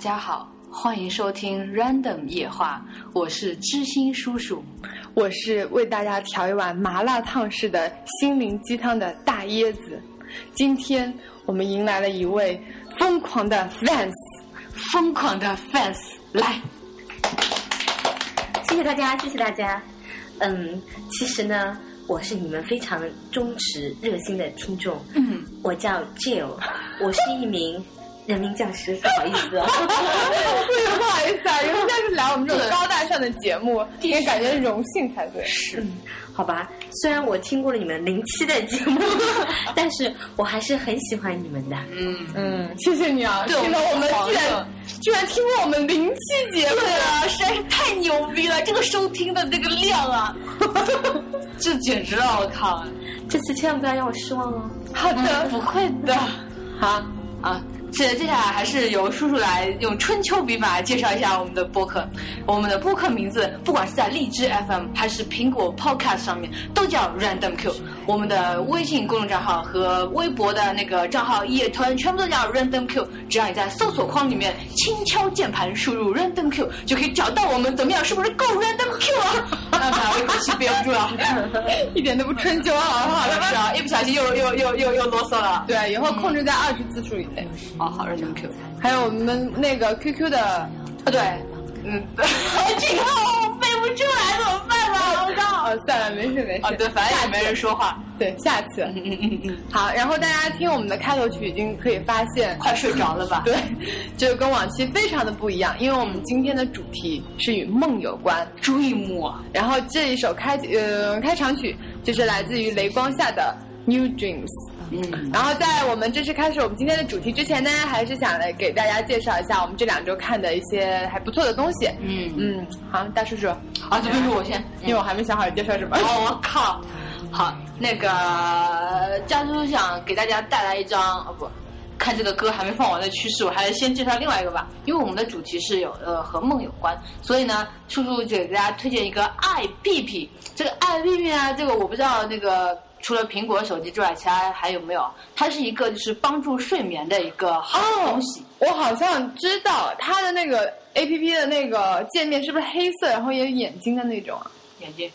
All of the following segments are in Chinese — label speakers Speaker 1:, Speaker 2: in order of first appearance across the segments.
Speaker 1: 家好，欢迎收听 Random 夜话，我是知心叔叔。
Speaker 2: 我是为大家调一碗麻辣烫式的心灵鸡汤的大椰子。今天我们迎来了一位疯狂的 fans，
Speaker 1: 疯狂的 fans 来，
Speaker 3: 谢谢大家，谢谢大家。嗯，其实呢，我是你们非常忠实、热心的听众。
Speaker 1: 嗯，
Speaker 3: 我叫 Jill，我 是一名人民教师，不好意 思哦。
Speaker 2: 不好意思啊，人家是来我们这种高大上的节目，也感觉荣幸才对。
Speaker 1: 是
Speaker 3: 好吧，虽然我听过了你们零期的节目，但是我还是很喜欢你们的。
Speaker 1: 嗯，
Speaker 2: 嗯，谢谢你啊，
Speaker 1: 对
Speaker 2: 听了我们
Speaker 1: 我们
Speaker 2: 居然居然听过我们零期节目，
Speaker 1: 啊，实在是太牛逼了，这个收听的这个量啊， 这简直了，我啊靠！
Speaker 3: 这次千万不要让我失望哦。
Speaker 2: 好的，
Speaker 1: 嗯不会的，
Speaker 2: 好，
Speaker 1: 啊，接接下来还是由叔叔来用春秋笔法介绍一下我们的播客。我们的播客名字，不管是在荔枝 FM 还是苹果 Podcast 上面，都叫 Random Q。我们的微信公众账号和微博的那个账号、夜吞，全部都叫 Random Q。只要你在搜索框里面轻敲键盘，输入 Random Q，就可以找到我们。怎么样？是不是够 Random Q 啊？啊，我口气憋不住 了，
Speaker 2: 一点都不春秋啊，好
Speaker 1: 好
Speaker 2: 的
Speaker 1: 了， 是
Speaker 2: 吧？
Speaker 1: 啊，一不小心又又又又又啰嗦了。
Speaker 2: 对，啊以后控制在二十字数以内。
Speaker 1: 哦，好 Random Q。
Speaker 2: 还有我们那个 QQ 的，
Speaker 1: 啊，对，嗯， 这个我背不出来怎么办呢？我靠！
Speaker 2: 哦，算了，没事没事。
Speaker 1: 啊，对，反正也没人说话。
Speaker 2: 对，下次
Speaker 1: 嗯嗯嗯嗯，
Speaker 2: 好。然后大家听我们的开头曲已经可以发现，
Speaker 1: 快睡着了吧？
Speaker 2: 对，就跟往期非常的不一样，因为我们今天的主题是与梦有关。
Speaker 1: 追啊我，
Speaker 2: 然后这一首开呃开场曲就是来自于雷光下的《New Dreams》。
Speaker 1: 嗯，
Speaker 2: 然后在我们正式开始我们今天的主题之前呢，还是想来给大家介绍一下我们这两周看的一些还不错的东西。
Speaker 1: 嗯
Speaker 2: 嗯，好，大叔叔，
Speaker 1: 啊，这不是我先，
Speaker 2: 因为我还没想好介绍什么。
Speaker 1: 哦，我靠！好，那个家叔想给大家带来一张，哦不，看这个歌还没放完的趋势，我还是先介绍另外一个吧，因为我们的主题是有呃和梦有关，所以呢，叔叔就给大家推荐一个 IPP，这个 IPP 呢，啊这个我不知道那个。除了苹果手机之外，其他还有没有？它是一个就是帮助睡眠的一个好东西。
Speaker 2: 我好像知道它的那个 A P P 的那个界面是不是黑色，然后也有眼睛的那种啊？
Speaker 1: 眼睛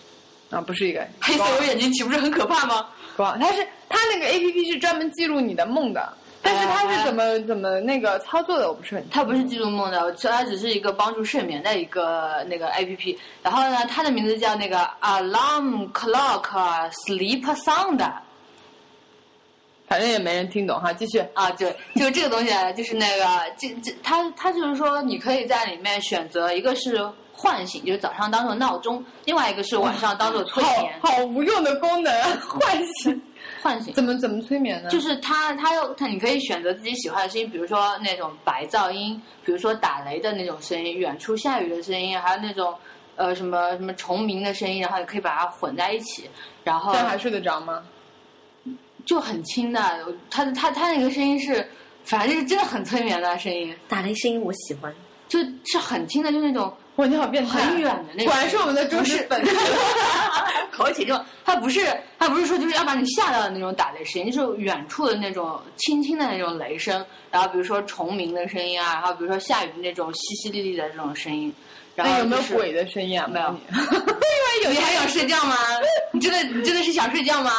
Speaker 2: 啊，不是一个
Speaker 1: 黑色有眼睛，岂不是很可怕吗？
Speaker 2: 光，它是它那个 A P P 是专门记录你的梦的，但是它
Speaker 1: 啊
Speaker 2: 是怎么、怎么那个操作的，我不是很
Speaker 1: 它不是记录梦的，它只是一个帮助睡眠的一个那个 A P P。然后呢，它的名字叫那个 Alarm Clock Sleep Sound。
Speaker 2: 反正也没人听懂哈。继续，
Speaker 1: 啊，对，就这个东西啊，就是那个，这这，它它就是说，你可以在里面选择一个是唤醒，就是早上当做闹钟；，另外一个是晚上当做催
Speaker 2: 好
Speaker 1: 眠，
Speaker 2: 好无用的功能， 唤醒。
Speaker 1: 唤醒。
Speaker 2: 怎么怎么催眠呢？
Speaker 1: 就是它，它要它，你可以选择自己喜欢的声音，比如说那种白噪音，比如说打雷的那种声音，远处下雨的声音，还有那种呃什么什么虫鸣的声音，然后你可以把它混在一起，然后
Speaker 2: 这样还睡得着吗？
Speaker 1: 就很轻的，它它它那个声音是，反正就是真的很催眠的声音，
Speaker 3: 打雷声音我喜欢，
Speaker 1: 就是很轻的，就那种
Speaker 2: 哇，你好变态！
Speaker 1: 很远的那种。
Speaker 2: 果然是我们的 忠 实粉丝。
Speaker 1: 口起这种，它不是它不是说就是要把你吓到的那种打雷声，就是远处的那种轻轻的那种雷声，然后比如说虫鸣的声音啊，然后比如说下雨那种淅淅沥沥的这种声音，然后、
Speaker 2: 那有没有
Speaker 1: 就是？
Speaker 2: 鬼的声音啊？
Speaker 1: 没有
Speaker 2: 梦里因为
Speaker 1: 你
Speaker 2: 有
Speaker 1: 还想睡觉吗？你真的你真的是想睡觉吗？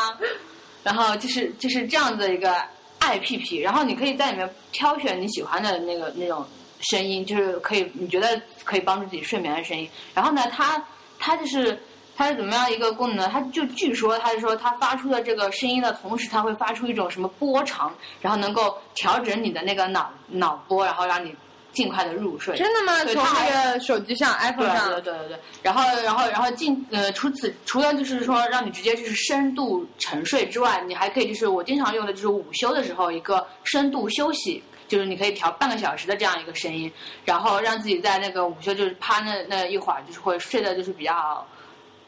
Speaker 1: 然后就是就是这样子的一个 IPP，然后你可以在里面挑选你喜欢的那个那种声音，就是可以你觉得可以帮助自己睡眠的声音。然后呢，它它就是它是怎么样一个功能呢？它就据说它是说它发出的这个声音的同时，它会发出一种什么波长，然后能够调整你的那个脑脑波，然后让你尽快的入睡。
Speaker 2: 真的吗？
Speaker 1: 对
Speaker 2: 从
Speaker 1: 它还
Speaker 2: 那个手机上、
Speaker 1: 对啊
Speaker 2: iPhone 上
Speaker 1: 对对对对，然后然后然后进呃，除此除了就是说让你直接就是深度沉睡之外，你还可以就是我经常用的就是午休的时候一个深度休息，就是你可以调半个小时的这样一个声音，然后让自己在那个午休就是趴那那一会儿就是会睡的就是比较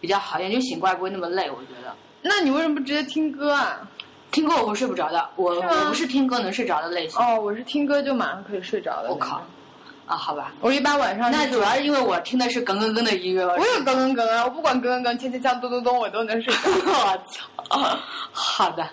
Speaker 1: 比较好一点，就醒过来不会那么累，我觉得。
Speaker 2: 那你为什么不直接听歌啊？
Speaker 1: 听歌我会睡不着的，我
Speaker 2: 是吗
Speaker 1: 我不是听歌能睡着的类型。
Speaker 2: 哦，我是听歌就马上可以睡着了。
Speaker 1: 我靠！啊，好吧，
Speaker 2: 我一般晚上
Speaker 1: 那
Speaker 2: 是
Speaker 1: 主要是因为我听的是耿耿耿的音乐，
Speaker 2: 我有咯咯咯啊，我不管咯咯咯，锵锵锵，咚咚咚，我都能睡着。
Speaker 1: 我操！好的
Speaker 2: 啊，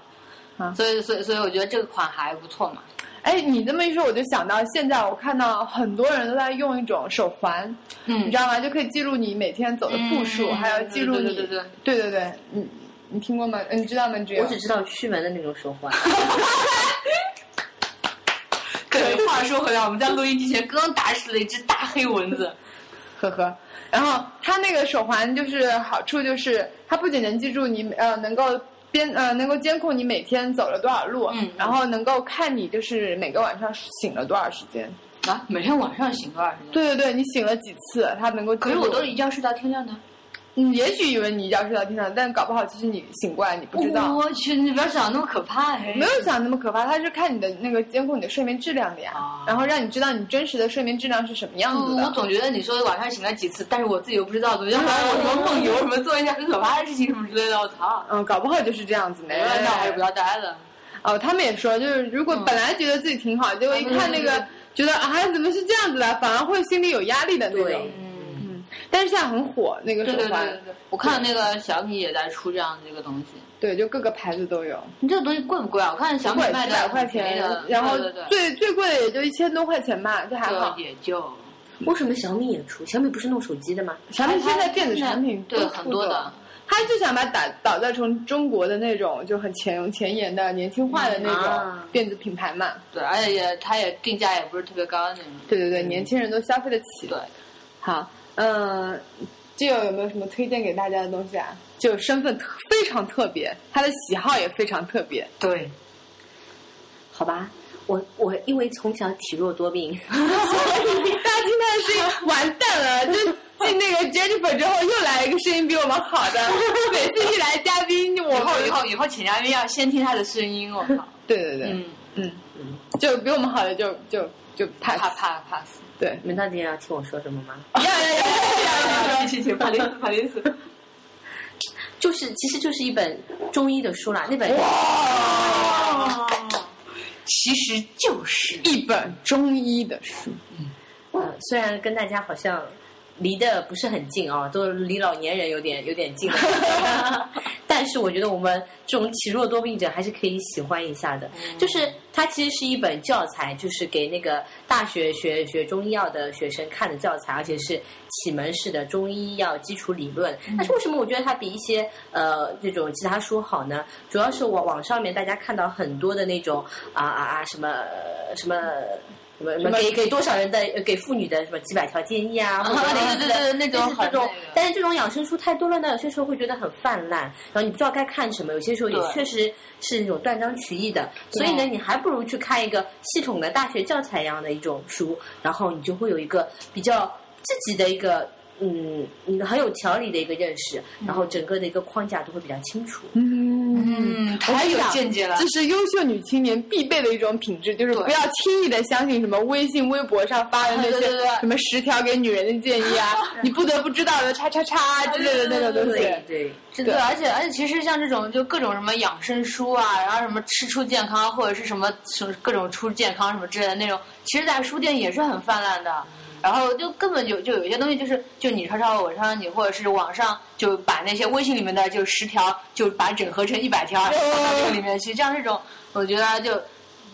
Speaker 1: 啊所以所以所以我觉得这个款还不错嘛。
Speaker 2: 哎，你这么一说，我就想到现在我看到很多人都在用一种手环，你
Speaker 1: 嗯
Speaker 2: 知，道吗？就可以记录你每天走的步数，
Speaker 1: 嗯
Speaker 2: 还有记录
Speaker 1: 对
Speaker 2: 你，
Speaker 1: 对对
Speaker 2: 对对对你你听过吗？呃你知道吗？只有
Speaker 1: 啊
Speaker 3: 我只知道驱门的那种手环，
Speaker 1: 对，话说回来，我们在录音之前刚打死了一只大黑蚊子。
Speaker 2: 呵呵。然后它那个手环就是好处就是，它不仅能记住你呃能够边呃能够监控你每天走了多少路，
Speaker 1: 嗯
Speaker 2: 然后能够看你就是每个晚上醒了多少时间。
Speaker 1: 啊，每天晚上醒多少时间？
Speaker 2: 对对对，你醒了几次，它能够记
Speaker 1: 可
Speaker 2: 录。
Speaker 1: 是我都一觉睡到天亮的。
Speaker 2: 你也许以为你一觉睡到天上，但搞不好其实你醒过来你不知道。
Speaker 1: 我去，你不要想得那么可怕哎。
Speaker 2: 没有想那么可怕，它是看你的那个监控你的睡眠质量的呀，
Speaker 1: 啊
Speaker 2: 然后让你知道你真实的睡眠质量是什么样子
Speaker 1: 嗯，
Speaker 2: 的。
Speaker 1: 我总觉得你说晚上醒来几次，但是我自己又不知道，怎么样？我什么梦游，什么做一些很可怕的事情什么之类的，我哎操！
Speaker 2: 嗯，搞不好就是这样子没
Speaker 1: 那我还是不要待了。
Speaker 2: 哦，他们也说，就是如果
Speaker 1: 嗯
Speaker 2: 本来觉得自己挺好，结果一看那
Speaker 1: 对对
Speaker 2: 个
Speaker 1: 对，
Speaker 2: 觉得啊怎么是这样子的，反而会心里有压力的那种
Speaker 3: 对。
Speaker 1: 嗯，
Speaker 2: 嗯，但是现在很火那个
Speaker 1: 对
Speaker 2: 手
Speaker 1: 对对
Speaker 2: 环，
Speaker 1: 对对，我看那个小米也在出这样的一个东西。
Speaker 2: 对就各个牌子都有，
Speaker 1: 你这个东西贵不贵啊？我看小米
Speaker 2: 不管
Speaker 1: 卖
Speaker 2: 几
Speaker 1: 的
Speaker 2: 百块钱
Speaker 1: 挺便宜的，
Speaker 2: 然后
Speaker 1: 对对对，
Speaker 2: 最最贵的也就一千多块钱吧，就还好
Speaker 1: 这。也就
Speaker 3: 为什么小米也出？小米不是弄手机的吗？
Speaker 2: 小米现在电子产品
Speaker 1: 对
Speaker 2: 都
Speaker 1: 很
Speaker 2: 出
Speaker 1: 多
Speaker 2: 的
Speaker 1: 的，
Speaker 2: 他就想把打打造成中国的那种就很前前沿的年轻化的那
Speaker 3: 嗯
Speaker 2: 种
Speaker 3: 啊
Speaker 2: 电子品牌嘛。
Speaker 1: 对，而且也它也定价也不是特别高的那种。
Speaker 2: 对对对，年轻人都消费得起。
Speaker 1: 嗯对，
Speaker 2: 好，嗯、基友有没有什么推荐给大家的东西啊？就身份特非常特别，他的喜好也非常特 别。
Speaker 1: 对，
Speaker 3: 好吧，我我因为从小体弱多病，
Speaker 2: 大家听他的声音，完蛋了！就进那个 Jennifer 之后，又来一个声音比我们好的。每次一来嘉宾，我
Speaker 1: 以后以
Speaker 2: 们
Speaker 1: 后以后请嘉宾要先听他的声音，我靠，
Speaker 2: 对对对，
Speaker 1: 嗯，
Speaker 2: 嗯就比我们好的就就就 pass
Speaker 1: 怕怕怕死。
Speaker 2: 对。
Speaker 3: 你们到底要听我说什么吗？
Speaker 2: 要要要要要！
Speaker 1: 谢谢，帕雷斯，帕雷斯。
Speaker 3: 就是，其实就是一本中医的书啦。那本
Speaker 1: 哦其实就是
Speaker 2: 一本中医的书，
Speaker 3: 呃，虽然跟大家好像离得不是很近啊，都离老年人有点有点近了，但是我觉得我们这种体弱多病者还是可以喜欢一下的。就是它其实是一本教材，就是给那个大学学学中医药的学生看的教材，而且是启蒙式的中医药基础理论。但是为什么我觉得它比一些呃这种其他书好呢？主要是网网上面大家看到很多的那种啊啊啊什么什么。什么什
Speaker 2: 什
Speaker 3: 么
Speaker 2: 么
Speaker 3: 给给多少人的呃给妇女的什么几百条建议啊，或者
Speaker 1: 啊对
Speaker 3: 类似
Speaker 1: 对对对
Speaker 3: 的
Speaker 1: 那种
Speaker 3: 类似
Speaker 1: 很
Speaker 3: 这种
Speaker 1: 那个，
Speaker 3: 但是这种养生书太多了呢，有些时候会觉得很泛滥，然后你不知道该看什么，有些时候也
Speaker 1: 对
Speaker 3: 确实是那种断章取义的，
Speaker 1: 对
Speaker 3: 所以呢，你还不如去看一个系统的大学教材一样的一种书，然后你就会有一个比较自己的一个。嗯，嗯很有条理的一个认识，
Speaker 1: 嗯
Speaker 3: 然后整个的一个框架都会比较清楚。
Speaker 2: 嗯。
Speaker 1: 嗯，太有见解了
Speaker 2: 这。是优秀女青年必备的一种品质，就是
Speaker 1: 对
Speaker 2: 不要轻易的相信什么微信、微博上发的
Speaker 1: 啊
Speaker 2: 那
Speaker 1: 对
Speaker 2: 些
Speaker 1: 对对
Speaker 2: 什么十条给女人的建议 啊，你不得不知道的叉叉叉之类的那种东西。
Speaker 3: 对，
Speaker 1: 对，而且而且，其实像这种就各种什么养生书啊，然后什么吃出健康，或者是什么什么各种出健康什么之类的那种，其实在书店也是很泛滥的。然后就根本就就有一些东西就是就你抄抄我抄抄你，或者是网上就把那些微信里面的就十条就把它整合成一百条放到这个里面去，像这种我觉得就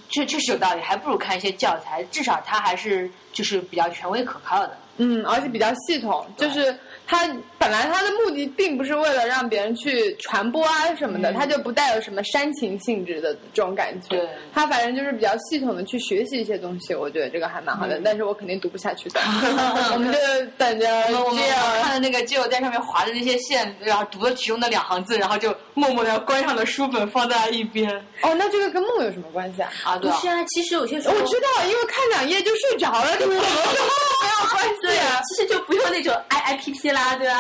Speaker 1: 确确实有道理，还不如看一些教材，至少它还是就是比较权威可靠的。
Speaker 2: 嗯，而且比较系统，
Speaker 1: 对
Speaker 2: 就是他本来他的目的并不是为了让别人去传播啊什么的，
Speaker 1: 嗯
Speaker 2: 他就不带有什么煽情性质的这种感觉
Speaker 1: 对。
Speaker 2: 他反正就是比较系统的去学习一些东西，我觉得这个还蛮好
Speaker 1: 嗯
Speaker 2: 的， 但是我肯定读不下去 的，我们就等着
Speaker 1: 我们我们
Speaker 2: 这
Speaker 1: 我们看
Speaker 2: 样。
Speaker 1: 的那个基友在上面划的那些线，然后读了其中的两行字，然后就默默的关上了书本，放在一边。
Speaker 2: 哦，那这个跟梦有什么关系啊？
Speaker 1: 啊，
Speaker 3: 不
Speaker 1: 对啊，
Speaker 3: 是啊，其实有些时
Speaker 2: 我
Speaker 3: 候
Speaker 2: 知道，因为看两页就睡着了，这个没有关系
Speaker 3: 对
Speaker 2: 啊
Speaker 3: 啊，。其实就不用那种 I I P P 啦，对吧？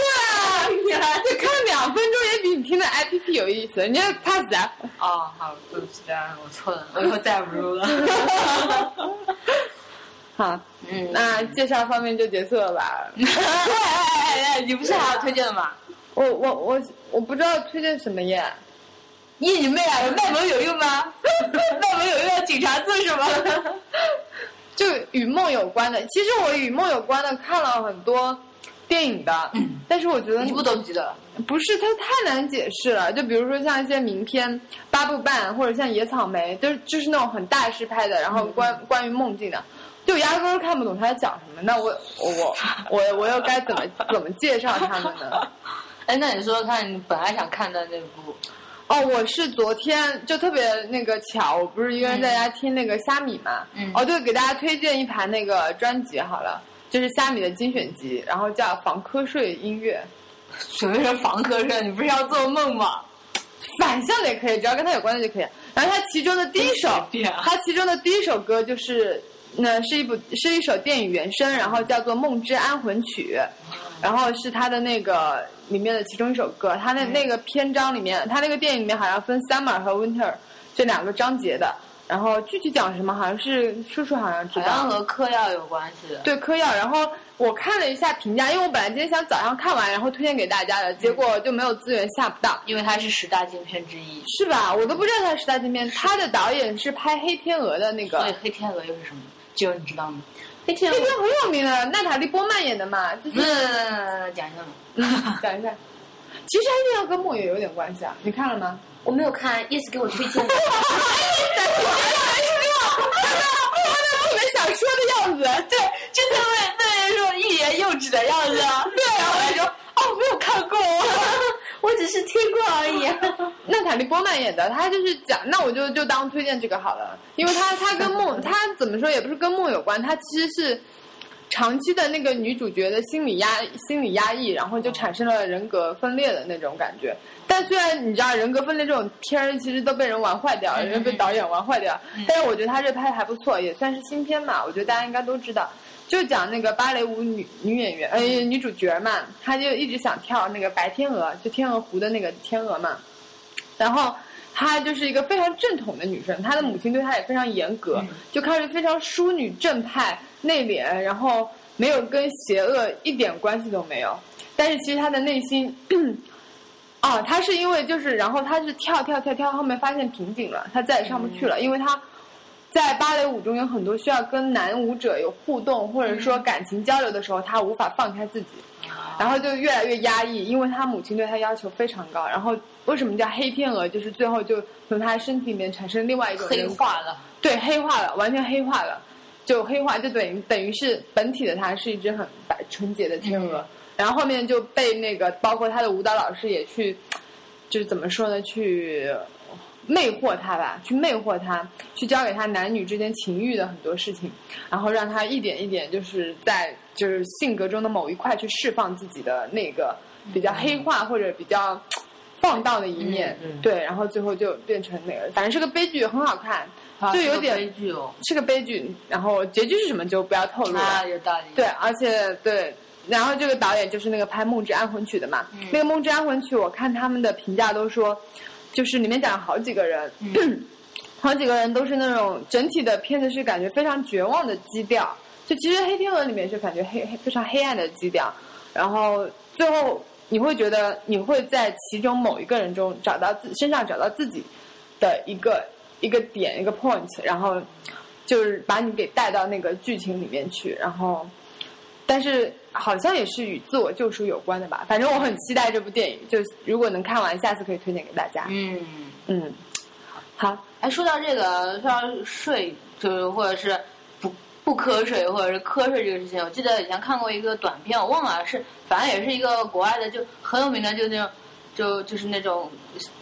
Speaker 3: 对啊，
Speaker 2: 这看两分钟也比你听的 APP 有意思，人家 pass 啊。
Speaker 1: 哦，好，对不起，大家，我错了，我以后再也不录 了。
Speaker 2: 好，
Speaker 1: 嗯，哎
Speaker 2: 那介绍方面就结束了吧？
Speaker 1: 哎哎哎，你不是还有推荐的吗？
Speaker 2: 我我我我不知道推荐什么耶。
Speaker 1: 耶，你妹啊！卖萌有用吗？ 卖萌有用，要警察做什么？
Speaker 2: 就与梦有关的。其实我与梦有关的看了很多，电影的，但是我觉得
Speaker 1: 嗯你不懂不得。
Speaker 2: 不是，它太难解释了。就比如说像一些名片《八部半》，或者像《野草莓》，就是就是那种很大师拍的，然后关、关于梦境的，就压根儿看不懂他在讲什么。那我我我我我又该怎么怎么介绍他们呢？
Speaker 1: 哎，那你说说看，你本来想看的那部，
Speaker 2: 哦，我是昨天就特别那个巧，我不是一个人在家听那个虾米嘛，
Speaker 1: 嗯
Speaker 2: 哦对，给大家推荐一盘那个专辑好了，就是虾米的精选集，然后叫《防瞌睡音乐》。
Speaker 1: 什么是防瞌睡？你不是要做梦吗？
Speaker 2: 反向的也可以，只要跟它有关的就可以。然后它其中的第一首
Speaker 1: 随，便啊
Speaker 2: 它其中的第一首歌就是，那是一部是一首电影原声，然后叫做《梦之安魂曲》，然后是它的那个里面的其中一首歌。它
Speaker 1: 嗯
Speaker 2: 那那个篇章里面，它那个电影里面好像分 summer 和 winter 这两个章节的。然后具体讲什么，好像是叔叔好像知
Speaker 1: 好
Speaker 2: 道，
Speaker 1: 像和嗑药有关系的。
Speaker 2: 对嗑药，然后我看了一下评价，因为我本来今天想早上看完，然后推荐给大家的，
Speaker 1: 嗯
Speaker 2: 结果就没有资源下不到。
Speaker 1: 因为它是十大禁片之一。
Speaker 2: 是吧？我都不知道他是大金片，他的导演是拍《黑天鹅》的那个。
Speaker 1: 所以
Speaker 2: 黑
Speaker 1: 黑天鹅又是什么？只有你知道吗？
Speaker 3: 那天
Speaker 2: 天鹅很有名的，娜塔莉波曼演的嘛。就是
Speaker 1: 那讲一下嘛。 嗯
Speaker 2: 讲一下，其实黑天鹅跟梦也有点关系啊。你看了 吗？
Speaker 3: 我没有看，yes 给我推荐
Speaker 2: 特
Speaker 3: 的。
Speaker 2: 别想说的样子，
Speaker 1: 对，就那位那位说一脸幼稚的样子啊。对，然后我就说哦，没有看过。
Speaker 3: 我只是听过而已、
Speaker 2: 娜塔莉波曼演的，她就是讲，那我就就当推荐这个好了，因为她她跟梦，她怎么说也不是跟梦有关，她其实是长期的那个女主角的心理压心理压抑，然后就产生了人格分裂的那种感觉。但虽然你知道人格分裂这种片儿其实都被人玩坏掉，人被导演玩坏掉，但是我觉得她这拍的还不错，也算是新片嘛，我觉得大家应该都知道。就讲那个芭蕾舞女女演员，呃，女主角嘛，她就一直想跳那个白天鹅，就天鹅湖的那个天鹅嘛。然后她就是一个非常正统的女生，她的母亲对她也非常严格，就看着非常淑女正派、内敛，然后没有跟邪恶一点关系都没有。但是其实她的内心，啊，她是因为就是，然后她是跳跳跳跳，后面发现瓶颈了，她再也上不去了，因为她。在芭蕾舞中有很多需要跟男舞者有互动或者说感情交流的时候，她无法放开自己，然后就越来越压抑，因为她母亲对她要求非常高。然后为什么叫黑天鹅？就是最后就从她身体里面产生另外一种
Speaker 1: 黑
Speaker 2: 人格
Speaker 1: 化了，
Speaker 2: 对，黑化了，完全黑化了，就黑化，就等于等于是本体的它是一只很白纯洁的天
Speaker 3: 嗯
Speaker 2: 鹅，然后后面就被那个包括他的舞蹈老师也去，就是怎么说呢，去魅惑他吧，去魅惑他，去教给他男女之间情欲的很多事情，然后让他一点一点就是在就是性格中的某一块去释放自己的那个比较黑化或者比较。放荡的一面，
Speaker 3: 嗯嗯嗯
Speaker 2: 对，然后最后就变成那个，反正是个悲剧，很好看，
Speaker 1: 啊
Speaker 2: 就
Speaker 1: 这个
Speaker 2: 有点
Speaker 1: 悲剧哦。
Speaker 2: 是个悲剧，然后结局是什么就不要透露了。
Speaker 1: 啊，有道理。
Speaker 2: 对，，而且对，然后这个导演就是那个拍《梦之安魂曲》的嘛。
Speaker 1: 嗯
Speaker 2: 那个《梦之安魂曲》，我看他们的评价都说，就是里面讲了好几个人，
Speaker 1: 嗯
Speaker 2: 好几个人都是那种整体的片子是感觉非常绝望的基调。就其实《黑天鹅》里面是感觉黑黑非常黑暗的基调，然后最后你会觉得你会在其中某一个人中找到自身上找到自己的一个一个点一个 point，然后就是把你给带到那个剧情里面去，然后但是好像也是与自我救赎有关的吧。反正我很期待这部电影，就如果能看完，下次可以推荐给大家。
Speaker 1: 嗯。
Speaker 2: 嗯，好，
Speaker 1: 哎，说到这个，说到睡，就是或者是不不瞌睡，或者是瞌睡这个事情，我记得以前看过一个短片，我忘了是，反正也是一个国外的，就很有名的，就那种，就就是那种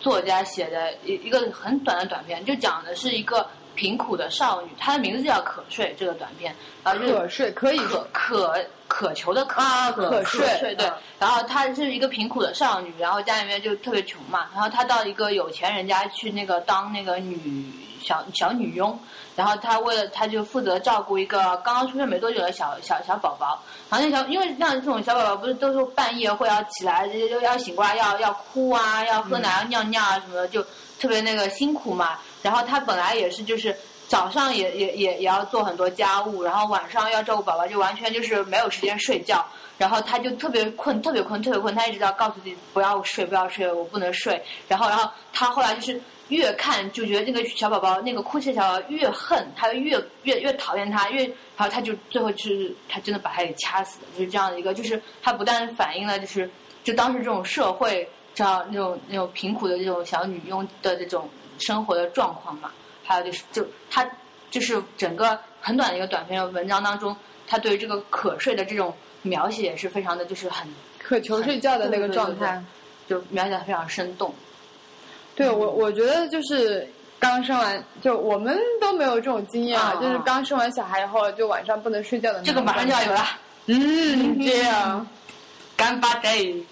Speaker 1: 作家写的一一个很短的短片，就讲的是一个贫苦的少女，她的名字就叫可睡，这个短片，然后就是
Speaker 2: 可睡可以
Speaker 1: 可渴渴求的渴
Speaker 2: 啊
Speaker 1: 渴
Speaker 2: 渴睡
Speaker 1: 对
Speaker 2: 嗯。
Speaker 1: 然后她是一个贫苦的少女，然后家里面就特别穷嘛。然后她到一个有钱人家去那个当那个女小小女佣，然后她为了她就负责照顾一个刚刚出生没多久的小小小宝宝。然后那小因为像这种小宝宝不是都是半夜会要起来，就就要醒过来要要哭啊，要喝奶要尿尿啊什么的，就特别那个辛苦嘛。然后她本来也是就是早上也也也也要做很多家务，然后晚上要照顾宝宝，就完全就是没有时间睡觉。然后他就特别困，特别困，特别困。他一直要告诉自己不要睡，不要睡，我不能睡。然后，然后他后来就是越看就觉得这个小宝宝，那个哭泣的小宝宝越恨，他越越越讨厌他，越然后他就最后就是他真的把他给掐死了，就是这样的一个，就是他不但反映了就是就当时这种社会这样那种那种贫苦的这种小女佣的这种生活的状况嘛，还有就是就他就是整个很短的一个短篇文章当中，他对于这个渴睡的这种描写也是非常的，就是很
Speaker 2: 渴求睡觉的那个状态。
Speaker 1: 就描写的非常生动。
Speaker 2: 对我，我觉得就是刚生完，就我们都没有这种经验啊，
Speaker 1: 啊
Speaker 2: 就是刚生完小孩以后，就晚上不能睡觉的那
Speaker 1: 这
Speaker 2: 种
Speaker 1: 个马上就要有了，
Speaker 2: 嗯，这样。
Speaker 1: 干巴day。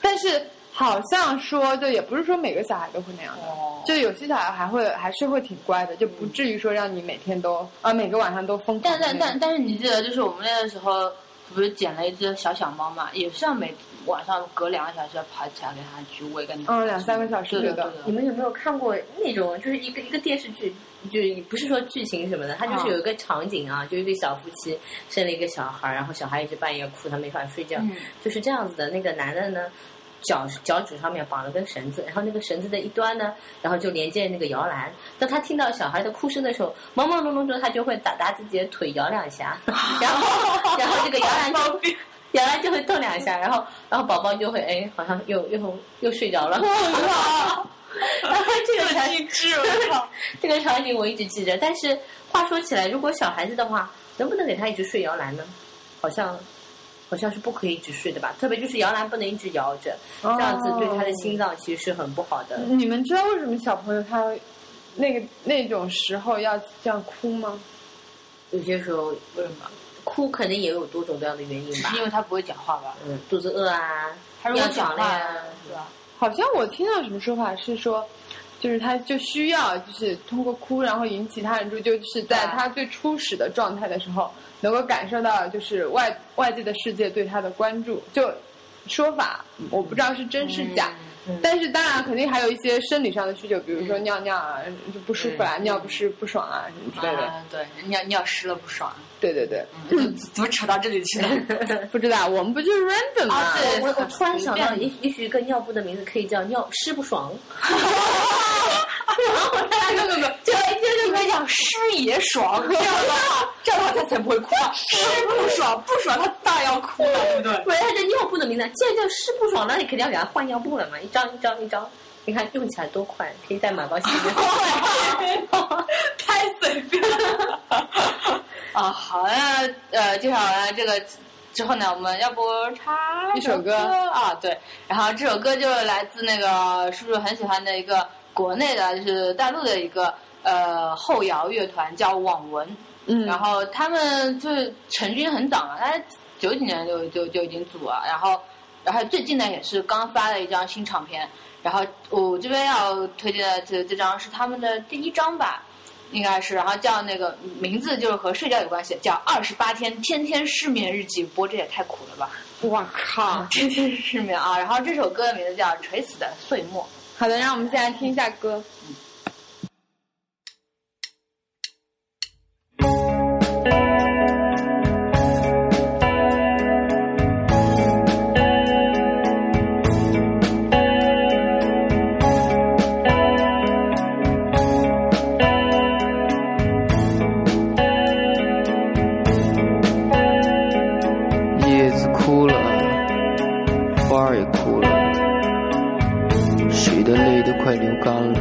Speaker 2: 但是好像说，就也不是说每个小孩都会那样的，
Speaker 1: 哦
Speaker 2: 就有些小孩还会还是会挺乖的，就不至于说让你每天都啊每个晚上都疯狂
Speaker 1: 但
Speaker 2: 的那
Speaker 1: 但
Speaker 2: 种。
Speaker 1: 但但是你记得，就是我们那个时候不是捡了一只小小猫嘛，也是要每晚上隔两个小时要爬起来给它去喂个奶。
Speaker 2: 嗯两三个小时
Speaker 1: 对对
Speaker 2: 对的
Speaker 1: 对
Speaker 3: 你们有没有看过那种，就是一个一个电视剧，就是不是说剧情什么的，它就是
Speaker 1: 嗯
Speaker 3: 有一个场景啊，就一对小夫妻生了一个小孩儿，然后小孩一直半夜哭，他没法睡觉，
Speaker 1: 嗯
Speaker 3: 就是这样子的。那个男的呢，脚脚趾上面绑了根绳子，然后那个绳子的一端呢，然后就连接那个摇篮。当他听到小孩的哭声的时候，朦朦胧胧中他就会打打自己的腿摇 两下，然 后然后这个摇篮就。摇篮就会动两下，然后，然后宝宝就会哎，好像又又又睡着了。 然后 这个才
Speaker 1: 致，我靠！
Speaker 3: 这个场景我一直记着。但是话说起来，如果小孩子的话，能不能给他一直睡摇篮呢？好像好像是不可以一直睡的吧，特别就是摇篮不能一直摇着，这样子对他的心
Speaker 1: 哦
Speaker 3: 脏其实是很不好的。
Speaker 2: 哦
Speaker 1: 嗯
Speaker 2: 你们知道为什么小朋友他那个那种时候要这样哭吗？
Speaker 3: 有些时候
Speaker 1: 为什么？
Speaker 3: 哭肯定也有多种多样的原因
Speaker 1: 只
Speaker 3: 吧
Speaker 1: 是，因为它不会讲话吧？
Speaker 3: 嗯，肚子饿啊，
Speaker 1: 它如果
Speaker 3: 要
Speaker 1: 讲
Speaker 3: 讲了
Speaker 1: 话
Speaker 3: 呀，，
Speaker 1: 对吧？
Speaker 2: 好像我听到什么说法是说，就是他就需要就是通过哭，然后引起他人注意，就是在
Speaker 1: 对
Speaker 2: 他最初始的状态的时候，能够感受到就是外外界的世界对他的关注。就说法我不知道是真是假，
Speaker 3: 嗯
Speaker 2: 但是当然肯定还有一些生理上的需求，比如说尿尿啊就不舒服啊，
Speaker 1: 嗯
Speaker 2: 尿不湿不爽啊什么之类的。
Speaker 1: 啊，对，尿尿湿了不爽。
Speaker 2: 对对对，
Speaker 1: 嗯，怎么扯到这里去了？
Speaker 2: 不知道我们不就是 random 吗？
Speaker 1: 啊对
Speaker 3: 我我我突然想到，
Speaker 1: 随便
Speaker 3: 也也许一个尿布的名字可以叫尿湿不爽。然后大家
Speaker 1: 不不不，这这就该讲师爷爽，这样的话，这样的话他才不会哭啊。师不爽，不爽他当然要哭了，对不对？
Speaker 3: 不是它的尿布的名字，既然叫湿不爽，那你肯定要给它换尿布了嘛，一张一张一张。你看用起来多快，可以再买包新的。
Speaker 1: 太随便了。啊，好，那呃，介绍完这个之后呢，我们要不插
Speaker 2: 一首歌
Speaker 1: 啊？对，然后这首歌就来自那个叔叔很喜欢的一个国内的，就是大陆的一个呃后摇乐团，叫网文。
Speaker 2: 嗯，
Speaker 1: 然后他们就是成军很早嘛，他九几年就就就已经组了，然后然后最近呢也是刚发了一张新唱片，然后我这边要推荐的这这张是他们的第一张吧，应该是，然后叫那个名字就是和睡觉有关系，叫《二十八天天天失眠日记》，不过这也太苦了吧，
Speaker 2: 我靠！
Speaker 1: 天天失眠啊！然后这首歌的名字叫《垂死的岁末》。
Speaker 2: 好的，让我们现在听一下歌。
Speaker 4: 叶子枯了，花儿也枯了，谁的泪都快流干了。